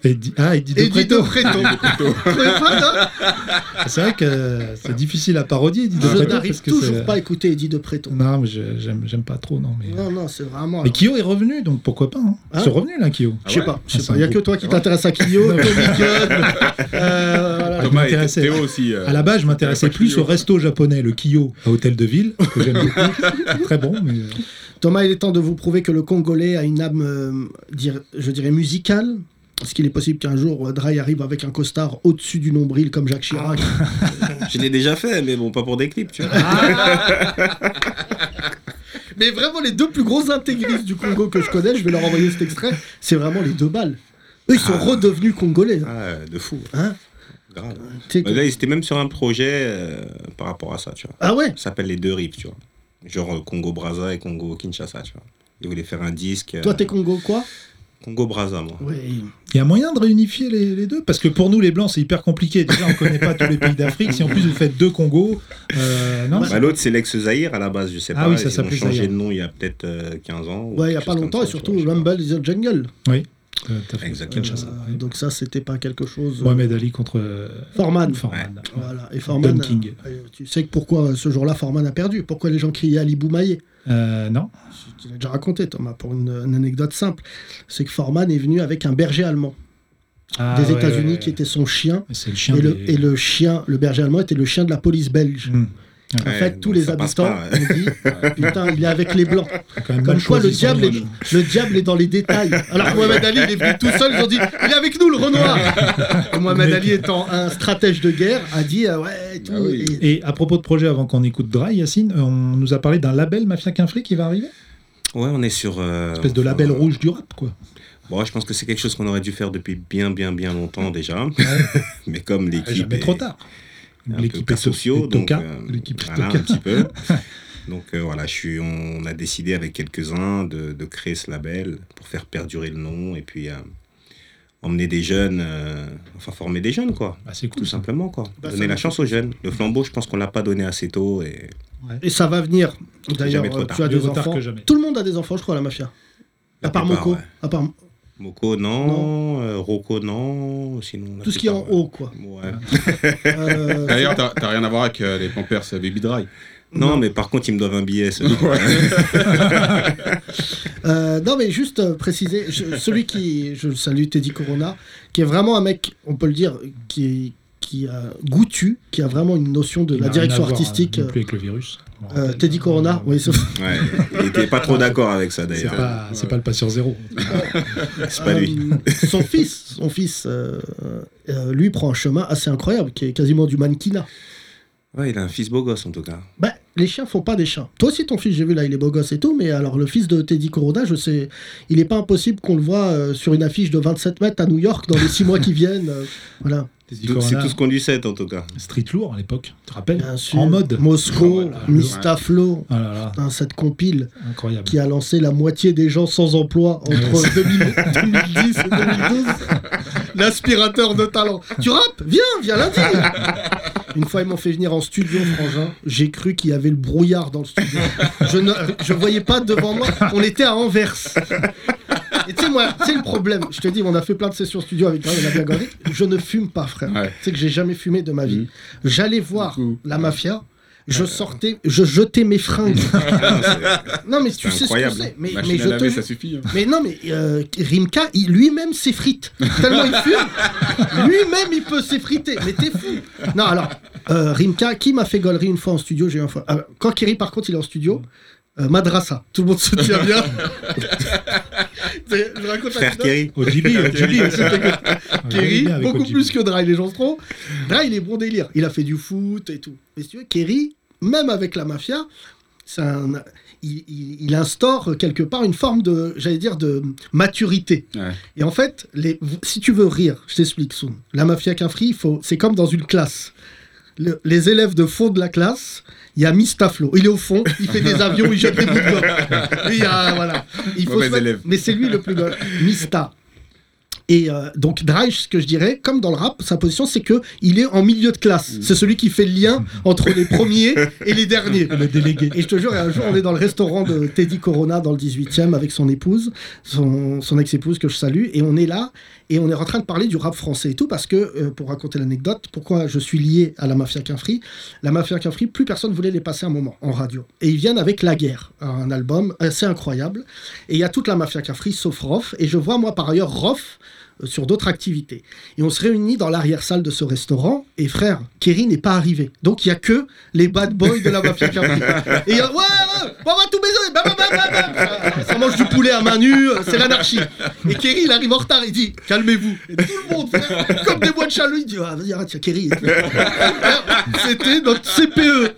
Speaker 4: Et di- Ah, et dit de
Speaker 3: Eddie
Speaker 4: Preto.
Speaker 3: Dopreto. hein.
Speaker 4: Ah, C'est vrai que c'est difficile à parodier, dit de
Speaker 3: Je
Speaker 4: Preto,
Speaker 3: n'arrive
Speaker 4: parce que
Speaker 3: toujours
Speaker 4: c'est- euh,
Speaker 3: pas à écouter Eddie de Preto.
Speaker 4: Non, mais je- j'aime j'aime pas trop, non. Mais,
Speaker 3: Non, non, c'est vraiment.
Speaker 4: mais
Speaker 3: alors,
Speaker 4: Kyo est revenu, donc pourquoi pas hein.
Speaker 3: Hein
Speaker 4: Ils sont revenus là, Kyo.
Speaker 3: Je sais pas, je sais
Speaker 4: Ah,
Speaker 3: pas.
Speaker 4: c'est
Speaker 3: Il n'y a
Speaker 4: un
Speaker 3: que toi qui t'intéresse à Kyo, Tommy Gunn, euh, voilà.
Speaker 5: Thomas et
Speaker 4: m'intéressait.
Speaker 5: Théo aussi. euh,
Speaker 4: À la base, je m'intéressais
Speaker 5: pas de
Speaker 4: plus
Speaker 5: Kyo.
Speaker 4: au resto japonais, le Kyo, à Hôtel de Ville, que j'aime beaucoup. Très bon, mais. euh,
Speaker 3: Thomas, il est temps de vous prouver que le Congolais a une âme, euh, dire- je dirais, musicale. Parce qu'il est possible qu'un jour, euh, Dry arrive avec un costard au-dessus du nombril comme Jacques
Speaker 8: Ah.
Speaker 3: Chirac.
Speaker 8: Je l'ai déjà fait, mais bon, pas pour des clips, tu vois.
Speaker 3: Mais vraiment, les deux plus gros intégristes du Congo que je connais, je vais leur envoyer cet extrait, c'est vraiment les deux balles. Eux, ils sont redevenus Congolais. hein.
Speaker 8: Ah, de fou,
Speaker 3: Hein
Speaker 8: grave.
Speaker 3: Tu sais que-
Speaker 8: Bah, là, ils étaient même sur un projet euh, par rapport à ça, tu vois.
Speaker 3: Ah ouais
Speaker 8: Ça s'appelle les deux rives, tu vois. Genre euh, Congo-Brazza et Congo-Kinshasa, tu vois. Ils voulaient faire un disque. euh,
Speaker 3: Toi, t'es Congo quoi
Speaker 8: Congo-Brazza, moi.
Speaker 3: Oui.
Speaker 4: Il y a moyen de réunifier les, les deux Parce que pour nous, les Blancs, c'est hyper compliqué. Déjà, on connaît pas tous les pays d'Afrique. Si en plus vous faites deux Congos, euh, non
Speaker 8: Bah, L'autre, c'est l'ex-Zaïre à la base, je sais
Speaker 4: Ah
Speaker 8: pas.
Speaker 4: oui, ça
Speaker 8: ils ont
Speaker 4: s'appelait
Speaker 8: changé
Speaker 4: Zaïre.
Speaker 8: de nom il y a peut-être euh, 15 ans. ou
Speaker 3: Ouais, il n'y a pas
Speaker 8: quelque chose comme
Speaker 3: longtemps,
Speaker 8: ça,
Speaker 3: et
Speaker 8: tu
Speaker 3: surtout
Speaker 8: vois, je sais pas.
Speaker 3: Rumble is a Jungle.
Speaker 4: Oui. Euh, t'as fait
Speaker 8: Exactement.
Speaker 4: Kinshasa,
Speaker 3: Euh,
Speaker 4: oui.
Speaker 3: donc ça, c'était pas quelque chose. euh,
Speaker 4: Mohamed Ali contre euh,
Speaker 3: Forman.
Speaker 4: Forman.
Speaker 3: Voilà. Et Forman.
Speaker 4: Dunking.
Speaker 3: euh, tu sais que pourquoi euh, ce jour-là, Forman a perdu Pourquoi les gens criaient Ali Boumaillé
Speaker 4: Euh, non.
Speaker 3: Tu l'as déjà raconté, Thomas, pour une, une anecdote simple. C'est que Forman est venu avec un berger allemand
Speaker 4: Ah,
Speaker 3: des
Speaker 4: ouais,
Speaker 3: États-Unis
Speaker 4: ouais,
Speaker 3: qui
Speaker 4: ouais.
Speaker 3: était son chien.
Speaker 4: C'est le chien.
Speaker 3: Et le,
Speaker 4: des-
Speaker 3: et le chien, le berger allemand était le chien de la police belge.
Speaker 4: Mmh.
Speaker 3: En
Speaker 8: Ouais,
Speaker 3: fait, tous
Speaker 8: donc
Speaker 3: les
Speaker 8: ça passe
Speaker 3: habitants
Speaker 8: pas, ouais.
Speaker 3: ont dit Putain, il est avec les blancs.
Speaker 4: Quand même
Speaker 3: Comme
Speaker 4: mal
Speaker 3: quoi, le
Speaker 4: choisi, son
Speaker 3: diable, est,
Speaker 4: nom.
Speaker 3: le diable est dans les détails. Alors
Speaker 8: Ah
Speaker 3: que Mohamed Ali, il est venu tout seul, ils ont dit Il est avec nous, le Renoir Et Mohamed Ali, étant un stratège de guerre, a dit euh, Ouais, tout.
Speaker 5: Ah oui.
Speaker 3: et-
Speaker 4: Et à propos de projet, avant qu'on écoute Dry, Yacine, euh, on nous a parlé d'un label Mafia Qu'un Flic qui va arriver
Speaker 8: Ouais, on est sur. euh,
Speaker 4: Espèce de
Speaker 8: enfin,
Speaker 4: label rouge du rap, quoi.
Speaker 8: Bon, je pense que c'est quelque chose qu'on aurait dû faire depuis bien, bien, bien longtemps déjà. Mais comme l'équipe.
Speaker 4: Ah, Jamais trop
Speaker 8: est-
Speaker 4: tard.
Speaker 8: un peu cas sociaux, donc
Speaker 4: Toka,
Speaker 8: euh,
Speaker 4: l'équipe est
Speaker 8: voilà,
Speaker 4: Toka.
Speaker 8: un petit peu. donc euh, voilà, je suis, on a décidé avec quelques-uns de, de créer ce label pour faire perdurer le nom et puis euh, emmener des jeunes, euh, enfin former des jeunes quoi,
Speaker 4: Bah, c'est cool
Speaker 8: tout
Speaker 4: ça.
Speaker 8: simplement quoi.
Speaker 3: Bah, ça
Speaker 8: donner la
Speaker 3: va.
Speaker 8: chance aux jeunes. Le flambeau, je pense qu'on l'a pas donné assez tôt et
Speaker 3: Et ça va venir. D'ailleurs,
Speaker 8: jamais trop
Speaker 3: euh,
Speaker 8: tard.
Speaker 3: tu as
Speaker 4: Mieux
Speaker 3: des
Speaker 4: vaut tard
Speaker 3: enfants.
Speaker 4: que jamais.
Speaker 3: Tout le monde a des enfants, je crois, à la mafia.
Speaker 8: La
Speaker 3: à part
Speaker 8: plupart,
Speaker 3: Moko,
Speaker 8: ouais.
Speaker 3: à part
Speaker 8: Moko non, euh, Rocco non, sinon la
Speaker 3: tout ce qui est en
Speaker 8: plupart,
Speaker 3: haut, quoi.
Speaker 8: ouais. Ouais.
Speaker 3: Euh,
Speaker 5: D'ailleurs, t'as t'as rien à voir avec euh, les Pampers euh, Baby Dry.
Speaker 8: Non, mais par contre ils me doivent un billet. ce genre.
Speaker 3: Euh, non, mais juste euh, préciser, je- celui qui, je le salue, Teddy Corona, qui est vraiment un mec, on peut le dire, qui est qui a goûtu, qui a vraiment une notion de
Speaker 4: Il
Speaker 3: la
Speaker 4: n'a
Speaker 3: direction
Speaker 4: rien à voir,
Speaker 8: hein,
Speaker 3: artistique.
Speaker 4: euh, non plus avec le virus. On
Speaker 3: euh,
Speaker 4: rappelle.
Speaker 3: Teddy Corona, oui, sauf-
Speaker 8: Ouais, euh, il était pas trop d'accord avec ça
Speaker 4: C'est
Speaker 8: d'ailleurs.
Speaker 4: pas, c'est pas le pas sur zéro.
Speaker 8: C'est pas lui.
Speaker 3: Euh, son fils, son fils, euh, euh, lui prend un chemin assez incroyable, qui est quasiment du mannequinat.
Speaker 8: Ouais, il a un fils beau gosse en tout cas.
Speaker 3: Bah, les chiens font pas des chiens. Toi aussi, ton fils, j'ai vu là, il est beau gosse et tout, mais alors le fils de Teddy Corona, je sais, il est pas impossible qu'on le voit euh, sur une affiche de 27 mètres à New York dans les 6 mois qui viennent. euh, voilà.
Speaker 4: Teddy
Speaker 8: Donc, C'est
Speaker 4: Corona,
Speaker 8: tout ce qu'on lui sait en tout cas.
Speaker 4: Street lourd à l'époque, tu te rappelles
Speaker 3: Bien sûr.
Speaker 4: En mode.
Speaker 3: Moscou,
Speaker 4: Voilà.
Speaker 3: Mistaflo.
Speaker 4: Ah là là,
Speaker 3: Putain, Cette compile
Speaker 4: incroyable.
Speaker 3: qui a lancé la moitié des gens sans emploi entre 2000 2010 et 2012. L'aspirateur de talent. Tu rappes Viens, viens lundi Une fois, ils m'ont fait venir en studio, Frangin. J'ai cru qu'il y avait le brouillard dans le studio. Je ne je voyais pas devant moi. On était à Anvers. Et tu sais, moi, c'est le problème. Je te dis, on a fait plein de sessions studio avec Grave et la Blague en Rire. Je ne fume pas, frère.
Speaker 5: Ouais. Mmh.
Speaker 3: Tu sais que j'ai jamais fumé de ma vie. J'allais voir
Speaker 5: Du coup,
Speaker 3: la mafia. Je sortais, je jetais mes fringues. non mais tu
Speaker 8: c'est
Speaker 3: sais
Speaker 8: incroyable.
Speaker 3: ce que c'est. Mais, mais
Speaker 5: Machine
Speaker 3: je
Speaker 5: à
Speaker 3: te
Speaker 5: laver,
Speaker 3: jure-
Speaker 5: ça suffit. hein.
Speaker 3: mais non mais euh, Rimka, il- lui-même s'effrite. Tellement il fume, lui-même il peut s'effriter. Mais t'es fou. euh, Non alors euh, Rimka, qui m'a fait gaulerie une fois en studio, j'ai eu un fois. Ah, quand Kerry par contre il est en studio, euh, Madrasa. Tout le monde se tient bien. je raconte
Speaker 8: Frère
Speaker 3: l'anecdote.
Speaker 8: Kerry.
Speaker 4: Ojibi, Ojibi aussi.
Speaker 3: Kerry, beaucoup plus que Dry, les gens se trompent. Dry, il est bon délire. Il a fait du foot et tout. Mais si tu veux, Kerry, même avec la mafia, c'est un- il, il- il instaure quelque part une forme de, j'allais dire, de maturité.
Speaker 5: Ouais.
Speaker 3: Et en fait, les, si tu veux rire, je t'explique, Soun. La mafia qu'un free, il faut, c'est comme dans une classe. Le- les élèves de fond de la classe, il y a Mistaflo. Il est au fond, il fait des avions, il jette des bouts de gomme. Lui, il y a- voilà. Il faut
Speaker 5: Mauvais
Speaker 3: se mettre-
Speaker 5: élève.
Speaker 3: Mais c'est lui le plus gosse. Mista. Et euh, donc Dreich, ce que je dirais, comme dans le rap, sa position, c'est que il est en milieu de
Speaker 5: Mm.
Speaker 3: classe. C'est celui qui fait le lien entre les premiers et les derniers. Le délégué. Et je te jure, un jour, on est dans le restaurant de Teddy Corona dans le 18e avec son épouse, son, son ex-épouse que je salue, et on est là, et on est en train de parler du rap français et tout, parce que, euh, pour raconter l'anecdote, pourquoi je suis lié à la mafia Quinfri, la mafia Quinfri, plus personne voulait les passer un moment en radio. Et ils viennent avec La Guerre, un album assez incroyable. Et il y a toute la mafia Quinfri, sauf Rof, et je vois, moi, par ailleurs, Rof euh, sur d'autres activités. Et on se réunit dans l'arrière-salle de ce restaurant, et frère, Kerry n'est pas arrivé. Donc il y a que les bad boys de la mafia Capri. Et il y a, ouais, ouais, bon, on va tout baiser, Bah, bam, bam, bam, bam, bam. bah, Ça mange du poulet à main nue, euh, c'est l'anarchie. Et Kerry, il arrive en retard, il dit, calmez-vous. Et tout le monde, frère, comme des bois de chalut, il dit, ah, vas-y, arrête, il y a Kerry. Et tout. Frère, C'était notre E. CPE.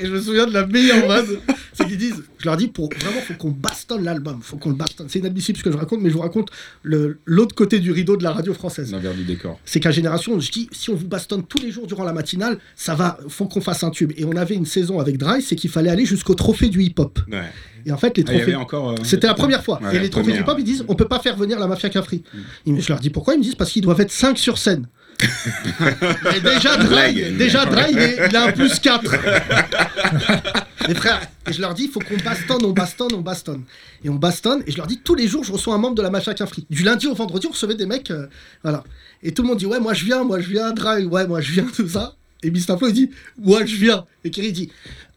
Speaker 3: Et je me souviens de la meilleure vanne, c'est qu'ils disent, je leur dis, pour, vraiment, faut qu'on bastonne l'album, faut qu'on le bastonne. C'est inadmissible ce que je raconte, mais je vous raconte le- l'autre côté du rideau de la radio française.
Speaker 5: L'envers du décor.
Speaker 3: C'est qu'à Génération, je dis, si on vous bastonne tous les jours durant la matinale, ça va, faut qu'on fasse un tube. Et on avait une saison avec Dry, c'est qu'il fallait aller jusqu'au trophée du hip-hop.
Speaker 8: Ouais.
Speaker 3: Et en fait, les
Speaker 5: Ah, il y
Speaker 3: trophées.
Speaker 5: avait encore. euh,
Speaker 3: C'était la première fois.
Speaker 5: Ouais,
Speaker 3: et les
Speaker 5: la
Speaker 3: trophées du
Speaker 5: première. Mm.
Speaker 3: hip-hop, ils disent, on peut pas faire venir la mafia Cafri. Et Je leur dis pourquoi Ils me disent parce qu'ils doivent être 5 sur scène. et déjà Dry, déjà Dry, il, est- il a un plus 4. Mes frères, et je leur dis, il faut qu'on bastonne, on bastonne, on bastonne. Et on bastonne, et je leur dis, tous les jours, je reçois un membre de la mafia Cafri. Du lundi au vendredi, on recevait des mecs, euh, voilà. Et tout le monde dit, ouais, moi je viens, moi je viens, Dry, ouais, moi je viens, tout ça. Et Mistaflo, il dit, ouais, je viens. Et Kerry dit,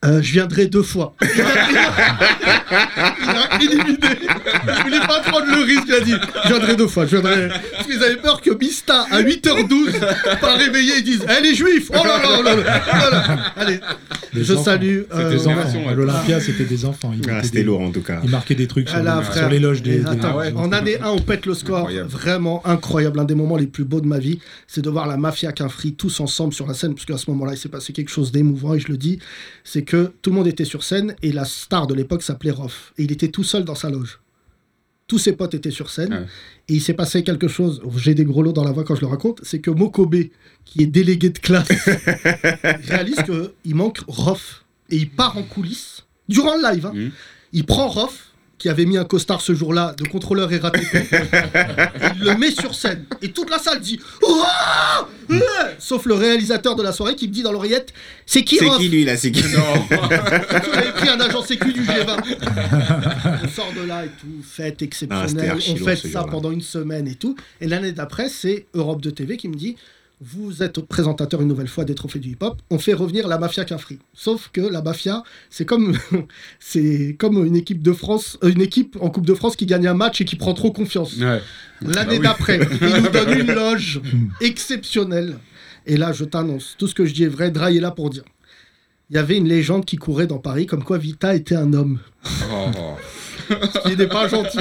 Speaker 3: Euh, je viendrai deux fois. Il a- il a- il a éliminé. Il voulait pas prendre le risque, il a dit, je viendrai deux fois, je viendrai. Parce qu'ils avaient peur que Mista, à 8h12, pas réveillé, ils disent, elle est juif Oh là là, oh là là, oh là là. Allez,
Speaker 4: Des
Speaker 3: je
Speaker 4: enfants.
Speaker 3: salue.
Speaker 4: C'était
Speaker 3: euh,
Speaker 4: des
Speaker 5: génération,
Speaker 4: enfants. À
Speaker 5: ouais.
Speaker 4: L'Olympia, c'était des enfants. Ils
Speaker 8: Ah,
Speaker 4: mettaient
Speaker 8: C'était
Speaker 4: des-
Speaker 8: lourd en tout cas.
Speaker 4: Ils marquaient des trucs
Speaker 3: Ah
Speaker 4: sur,
Speaker 3: là,
Speaker 4: les-
Speaker 3: frère.
Speaker 4: sur l'éloge des.
Speaker 3: Et
Speaker 4: des-
Speaker 3: attends,
Speaker 4: des-
Speaker 3: En année 1, on pète le score.
Speaker 5: Incroyable.
Speaker 3: Vraiment incroyable. Un des moments les plus beaux de ma vie, c'est de voir la mafia qu'un free tous ensemble sur la scène, parce qu'à ce moment-là, il s'est passé quelque chose d'émouvant, et je le dis, c'est que tout le monde était sur scène, et la star de l'époque s'appelait Rof. Et il était tout seul dans sa loge. Tous ses potes étaient sur scène,
Speaker 5: Ouais.
Speaker 3: et il s'est passé quelque chose. J'ai des gros lots dans la voix quand je le raconte. C'est que Mokobe, qui est délégué de classe, réalise qu'il manque Rof. Et il part en coulisses, durant le live. hein.
Speaker 8: Mmh.
Speaker 5: Mhm.
Speaker 3: Il prend Rof, qui avait mis un costard ce jour-là de contrôleur RATP. il le met sur scène. Et toute la salle dit Ouah
Speaker 8: Mmh.
Speaker 3: Ouais Sauf le réalisateur de la soirée qui me dit dans l'oreillette C'est qui
Speaker 8: C'est
Speaker 3: Rof
Speaker 8: qui lui là C'est qui
Speaker 3: on a écrit un agent sécu du G20. on sort de là et tout, fête
Speaker 8: Ah, c'était
Speaker 3: exceptionnelle.
Speaker 8: archi
Speaker 3: on
Speaker 8: lourd,
Speaker 3: fête
Speaker 8: ce
Speaker 3: ça
Speaker 8: jour-là.
Speaker 3: pendant une semaine et tout. Et l'année d'après, c'est Europe de TV qui me dit Vous êtes présentateur une nouvelle fois des trophées du hip-hop, on fait revenir la mafia Cafri. Sauf que la mafia, c'est comme, c'est comme une équipe de France, euh, une équipe en Coupe de France qui gagne un match et qui prend trop confiance.
Speaker 5: Ouais.
Speaker 8: Ah
Speaker 3: L'année
Speaker 5: Bah
Speaker 3: d'après, il nous donne une loge exceptionnelle. Et là, je t'annonce, tout ce que je dis est vrai, Dry est là pour dire. Il y avait une légende qui courait dans Paris comme quoi Vita était un homme,
Speaker 5: Oh.
Speaker 3: ce qui n'est pas gentil.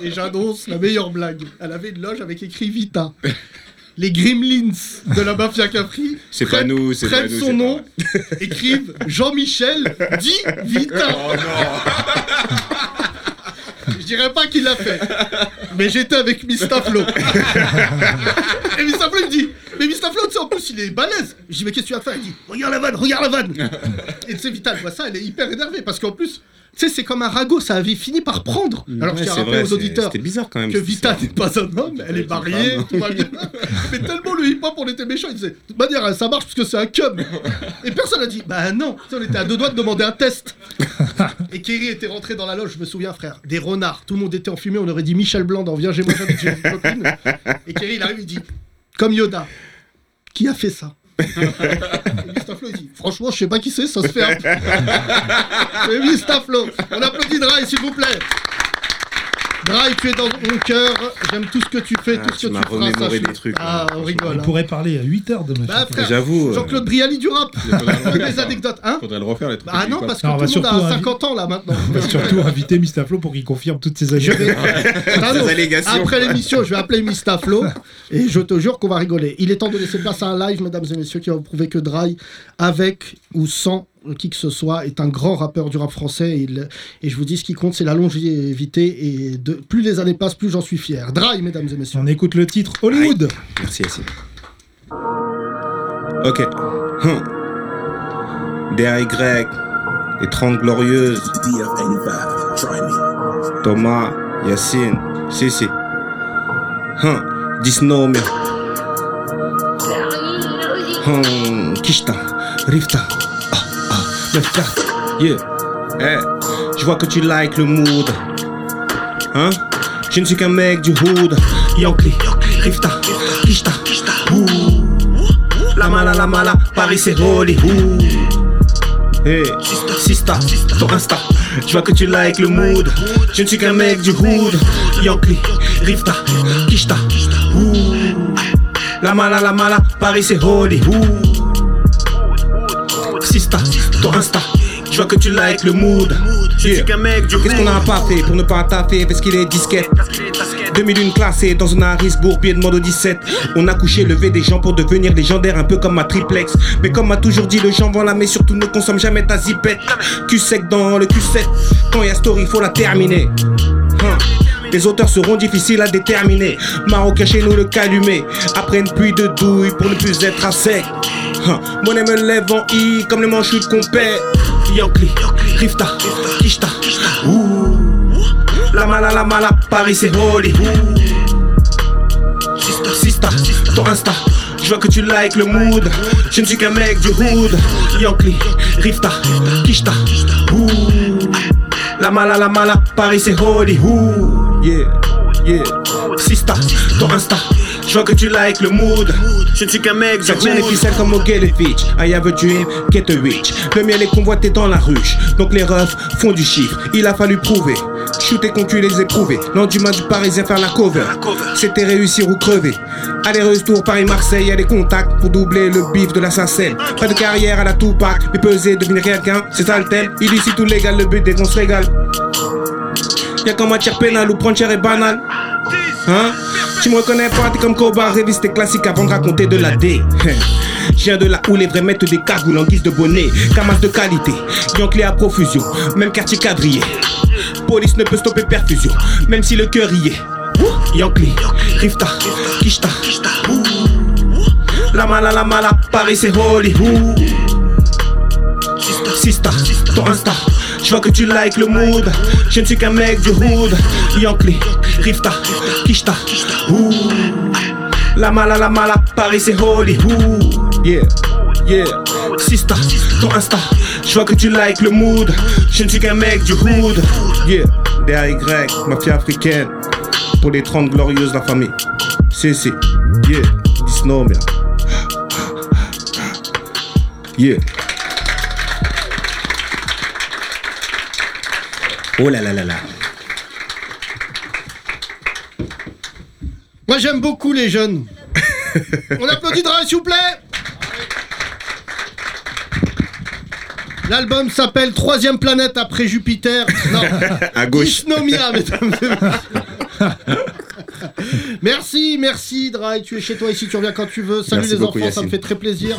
Speaker 3: Et j'annonce la meilleure blague. Elle avait une loge avec écrit Vita. Les Gremlins de la mafia Capri
Speaker 8: C'est pas nous, c'est pas
Speaker 3: prennent
Speaker 8: nous.
Speaker 3: son
Speaker 8: c'est pas-
Speaker 3: nom, écrivent Jean-Michel dit Vita.
Speaker 5: Oh non
Speaker 3: Je dirais pas qu'il l'a fait, mais j'étais avec Mistaflo. Et Mistaflo il me dit, mais Mistaflo, tu sais, en plus il est balèze. Je dis, mais qu'est-ce que tu vas faire Il dit, regarde la vanne, regarde la vanne. Et tu sais, Vita, elle voit ça, elle est hyper énervée parce qu'en plus, tu sais, c'est comme un ragot, ça avait fini par prendre. Alors
Speaker 8: Mm. Ouais,
Speaker 3: je tiens à
Speaker 8: c'est
Speaker 3: rappeler
Speaker 8: vrai,
Speaker 3: aux
Speaker 8: c'est-
Speaker 3: auditeurs
Speaker 8: C'était bizarre quand même.
Speaker 3: que
Speaker 8: cette
Speaker 3: Vita
Speaker 8: histoire.
Speaker 3: n'est pas un homme, elle est mariée, tout va bien. Mais tellement le hip-hop, on était méchant, il disait, de toute manière, ça marche parce que c'est un cum. Et personne n'a dit, bah non, Tu sais, on était à deux doigts de demander un test. Et Kerry était rentré dans la loge, je me souviens, frère, des renards, tout le monde était en fumée, on aurait dit Michel Blanc dans Viens, j'ai mon chat de Jane Copine. Et Kerry, il arrive, il dit, comme Yoda, qui a fait ça et Mistaflo, il dit Franchement, je sais pas qui c'est, ça se fait. hein. un peu. C'est Mistaflo. On applaudit Dry, s'il vous plaît. Drive, tu es dans mon cœur. J'aime tout ce que tu fais,
Speaker 8: Ah,
Speaker 3: tout ce
Speaker 8: tu
Speaker 3: que
Speaker 8: m'as
Speaker 3: tu feras.
Speaker 8: remémoré
Speaker 3: sache-le.
Speaker 8: des trucs, là,
Speaker 3: Ah, on
Speaker 8: franchement.
Speaker 3: rigole.
Speaker 4: On
Speaker 3: hein.
Speaker 4: pourrait parler à 8 heures de match.
Speaker 3: Bah, frère,
Speaker 8: J'avoue. euh,
Speaker 3: Jean-Claude Brialy du rap.
Speaker 5: Faudrait
Speaker 3: Des anecdotes, hein
Speaker 5: faudrait le refaire, les trucs.
Speaker 3: Ah non, parce que
Speaker 4: Non, on va
Speaker 3: tout le monde
Speaker 4: surtout hein,
Speaker 3: a
Speaker 4: invi-
Speaker 3: 50 ans là maintenant.
Speaker 4: On va surtout inviter Mr. Flo pour qu'il confirme toutes ses années.
Speaker 3: Ah non,
Speaker 8: Ces allégations.
Speaker 3: Après l'émission, je vais appeler Mista Flo et je te jure qu'on va rigoler. Il est temps de laisser place à un live, mesdames et messieurs, qui va vous prouver que Dry, avec ou sans qui que ce soit, est un grand rappeur du rap français. Et, il- et je vous dis, ce qui compte, c'est la longévité. Et de, plus les années passent, plus j'en suis fier. Dry, mesdames et messieurs.
Speaker 4: On écoute le titre Hollywood.
Speaker 8: Merci, Yassine. Ok. Hum. DRY, les 30 glorieuses,
Speaker 7: DF85, try me.
Speaker 8: Thomas, Yacine, Sissi. Hum. Disnomia. Hum. Kishta, Rifta. Ah, ah, Left card. Yeah. Eh, je vois que tu likes le mood. Hein? Je ne suis qu'un mec du hood. Yokli, Rifta, Kishta, Ouh. La mala, la mala, Paris c'est Hollywood. Hey, Sista, ton Insta, je vois que tu likes le mood. Je ne suis qu'un mec du hood. Yankee, Rifta, Kishta. Ouh. La mala, la mala, Paris c'est Hollywood. Sista, ton Insta, je vois que tu likes le mood.
Speaker 7: Je suis
Speaker 8: Yeah.
Speaker 7: qu'un mec du
Speaker 8: Qu'est-ce qu'on a
Speaker 7: hood.
Speaker 8: pas fait pour ne pas taffer parce qu'il est disquette
Speaker 7: Parce qu'il est tasquette.
Speaker 8: 2001 classé dans une Harris bourbier de mode au 17. On a couché, levé des gens pour devenir légendaire, un peu comme ma triplex. Mais comme m'a toujours dit le vend la mais surtout ne consomme jamais ta zipette. Cul sec dans le Q7. Quand y a story, faut la terminer. Hein. Les auteurs seront difficiles à déterminer. Marocain chez nous le calumet. Après une pluie de douille pour ne plus être à sec. Hein. Mon nez me lève en i comme les manchus de compère. Yankli, Rifta, Kishta. Ouh. La mala, la mala, Paris c'est Hollywood. Sista, ton Insta, je vois que tu likes le mood. Je ne suis qu'un mec du hood. Yankli, Rifta, Kishta. Ouh. La mala, la mala, Paris c'est Hollywood. Yeah, yeah. Sista, ton Insta, je vois que tu likes le mood.
Speaker 7: Je ne suis qu'un mec du
Speaker 8: Ça tient les
Speaker 7: hood.
Speaker 8: ficelles comme au Gale Beach. I have a dream, get a rich. Le miel est convoité dans la ruche. Donc les refs font du chiffre. Il a fallu prouver. Shooter contre les éprouvés. L'endemain du Parisien faire la cover. C'était réussir ou crever. Allez, retour Paris-Marseille, y a des contacts pour doubler le bif de la Sacelle. Pas de carrière à la Tupac, mais peser, devenir quelqu'un, c'est ça le thème. Il ici tout légal, le but est qu'on se régale. Y'a qu'en matière pénale ou prendre cher et banal. Hein Tu me reconnais pas, t'es comme Koba, révise tes classiques avant de raconter de la D. Hein? Je viens de là où les vrais maîtres des cagoules en guise de bonnet. Camas de qualité, Yankee à profusion, même quartier quadrillé. Police ne peut stopper perfusion, même si le cœur y est. Yankee, Rifta, Kishta. Ouh. La mala, la mala, Paris c'est Hollywood. Sista, ton Insta. Je vois que tu likes le mood. Je ne suis qu'un mec du hood. Yankee, Rifta, Kishta. Ouh. La mala, la mala, Paris c'est Hollywood. Yeah, yeah. Sista, ton Insta. Je vois que tu likes le mood. Je ne suis qu'un mec du hood. Yeah, DAY, mafia africaine. Pour les 30 glorieuses, la famille. C'est, c'est. Yeah, Snowman. Yeah. Oh là là là là.
Speaker 3: Moi, j'aime beaucoup les jeunes. On applaudit Dry, s'il vous plaît. L'album s'appelle Troisième planète après Jupiter. Non.
Speaker 8: À gauche.
Speaker 3: Dysnomia, mesdames et messieurs. Merci, merci Dry, tu es chez toi ici, tu reviens quand tu veux. Salut
Speaker 8: Merci
Speaker 3: les
Speaker 8: beaucoup,
Speaker 3: enfants, ça me
Speaker 8: Yacine.
Speaker 3: fait très plaisir.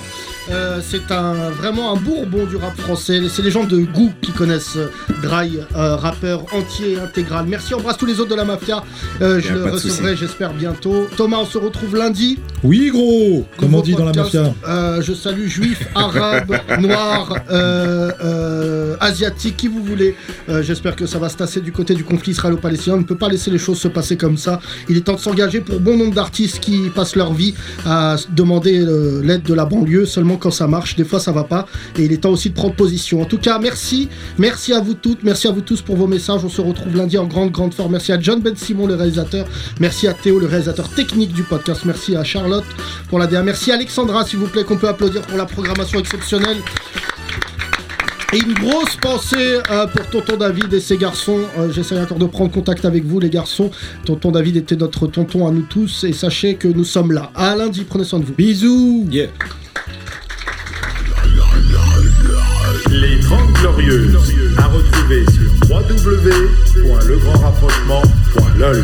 Speaker 3: Euh, c'est un, vraiment un bourbon du rap français. C'est les gens de goût qui connaissent euh, Dry, euh, rappeur entier, intégral. Merci, embrasse tous les autres de la mafia. Euh, je
Speaker 8: Y a
Speaker 3: le
Speaker 8: pas de
Speaker 3: recevrai, j'espère, bientôt. Thomas, on se retrouve lundi.
Speaker 4: Oui, gros Comme on
Speaker 3: Nouveau
Speaker 4: dit dans la
Speaker 3: podcast.
Speaker 4: mafia.
Speaker 3: Euh, je salue juifs, arabes, noirs, euh, euh, asiatiques, qui vous voulez. Euh, J'espère que ça va se tasser du côté du conflit israélo-palestinien. On ne peut pas laisser les choses se passer comme ça. Il est temps de s'engager pour bon nombre d'artistes qui passent leur vie à s- demander euh, l'aide de la banlieue seulement quand ça marche. Des fois, ça va pas. Et il est temps aussi de prendre position. En tout cas, merci. Merci à vous toutes. Merci à vous tous pour vos messages. On se retrouve lundi en grande, grande forme. Merci à John Ben Simon, le réalisateur. Merci à Théo, le réalisateur technique du podcast. Merci à Charlotte pour la DA. Merci Alexandra, s'il vous plaît, qu'on peut applaudir pour la programmation exceptionnelle. Et une grosse pensée euh, pour Tonton David et ses garçons. Euh, J'essaie encore de prendre contact avec vous, les garçons. Tonton David était notre tonton à nous tous. Et sachez que nous sommes là. À lundi, prenez soin de vous. Bisous
Speaker 5: Yeah.
Speaker 1: Les 30 Glorieuses, à retrouver sur www.legrandrapprochement.lol.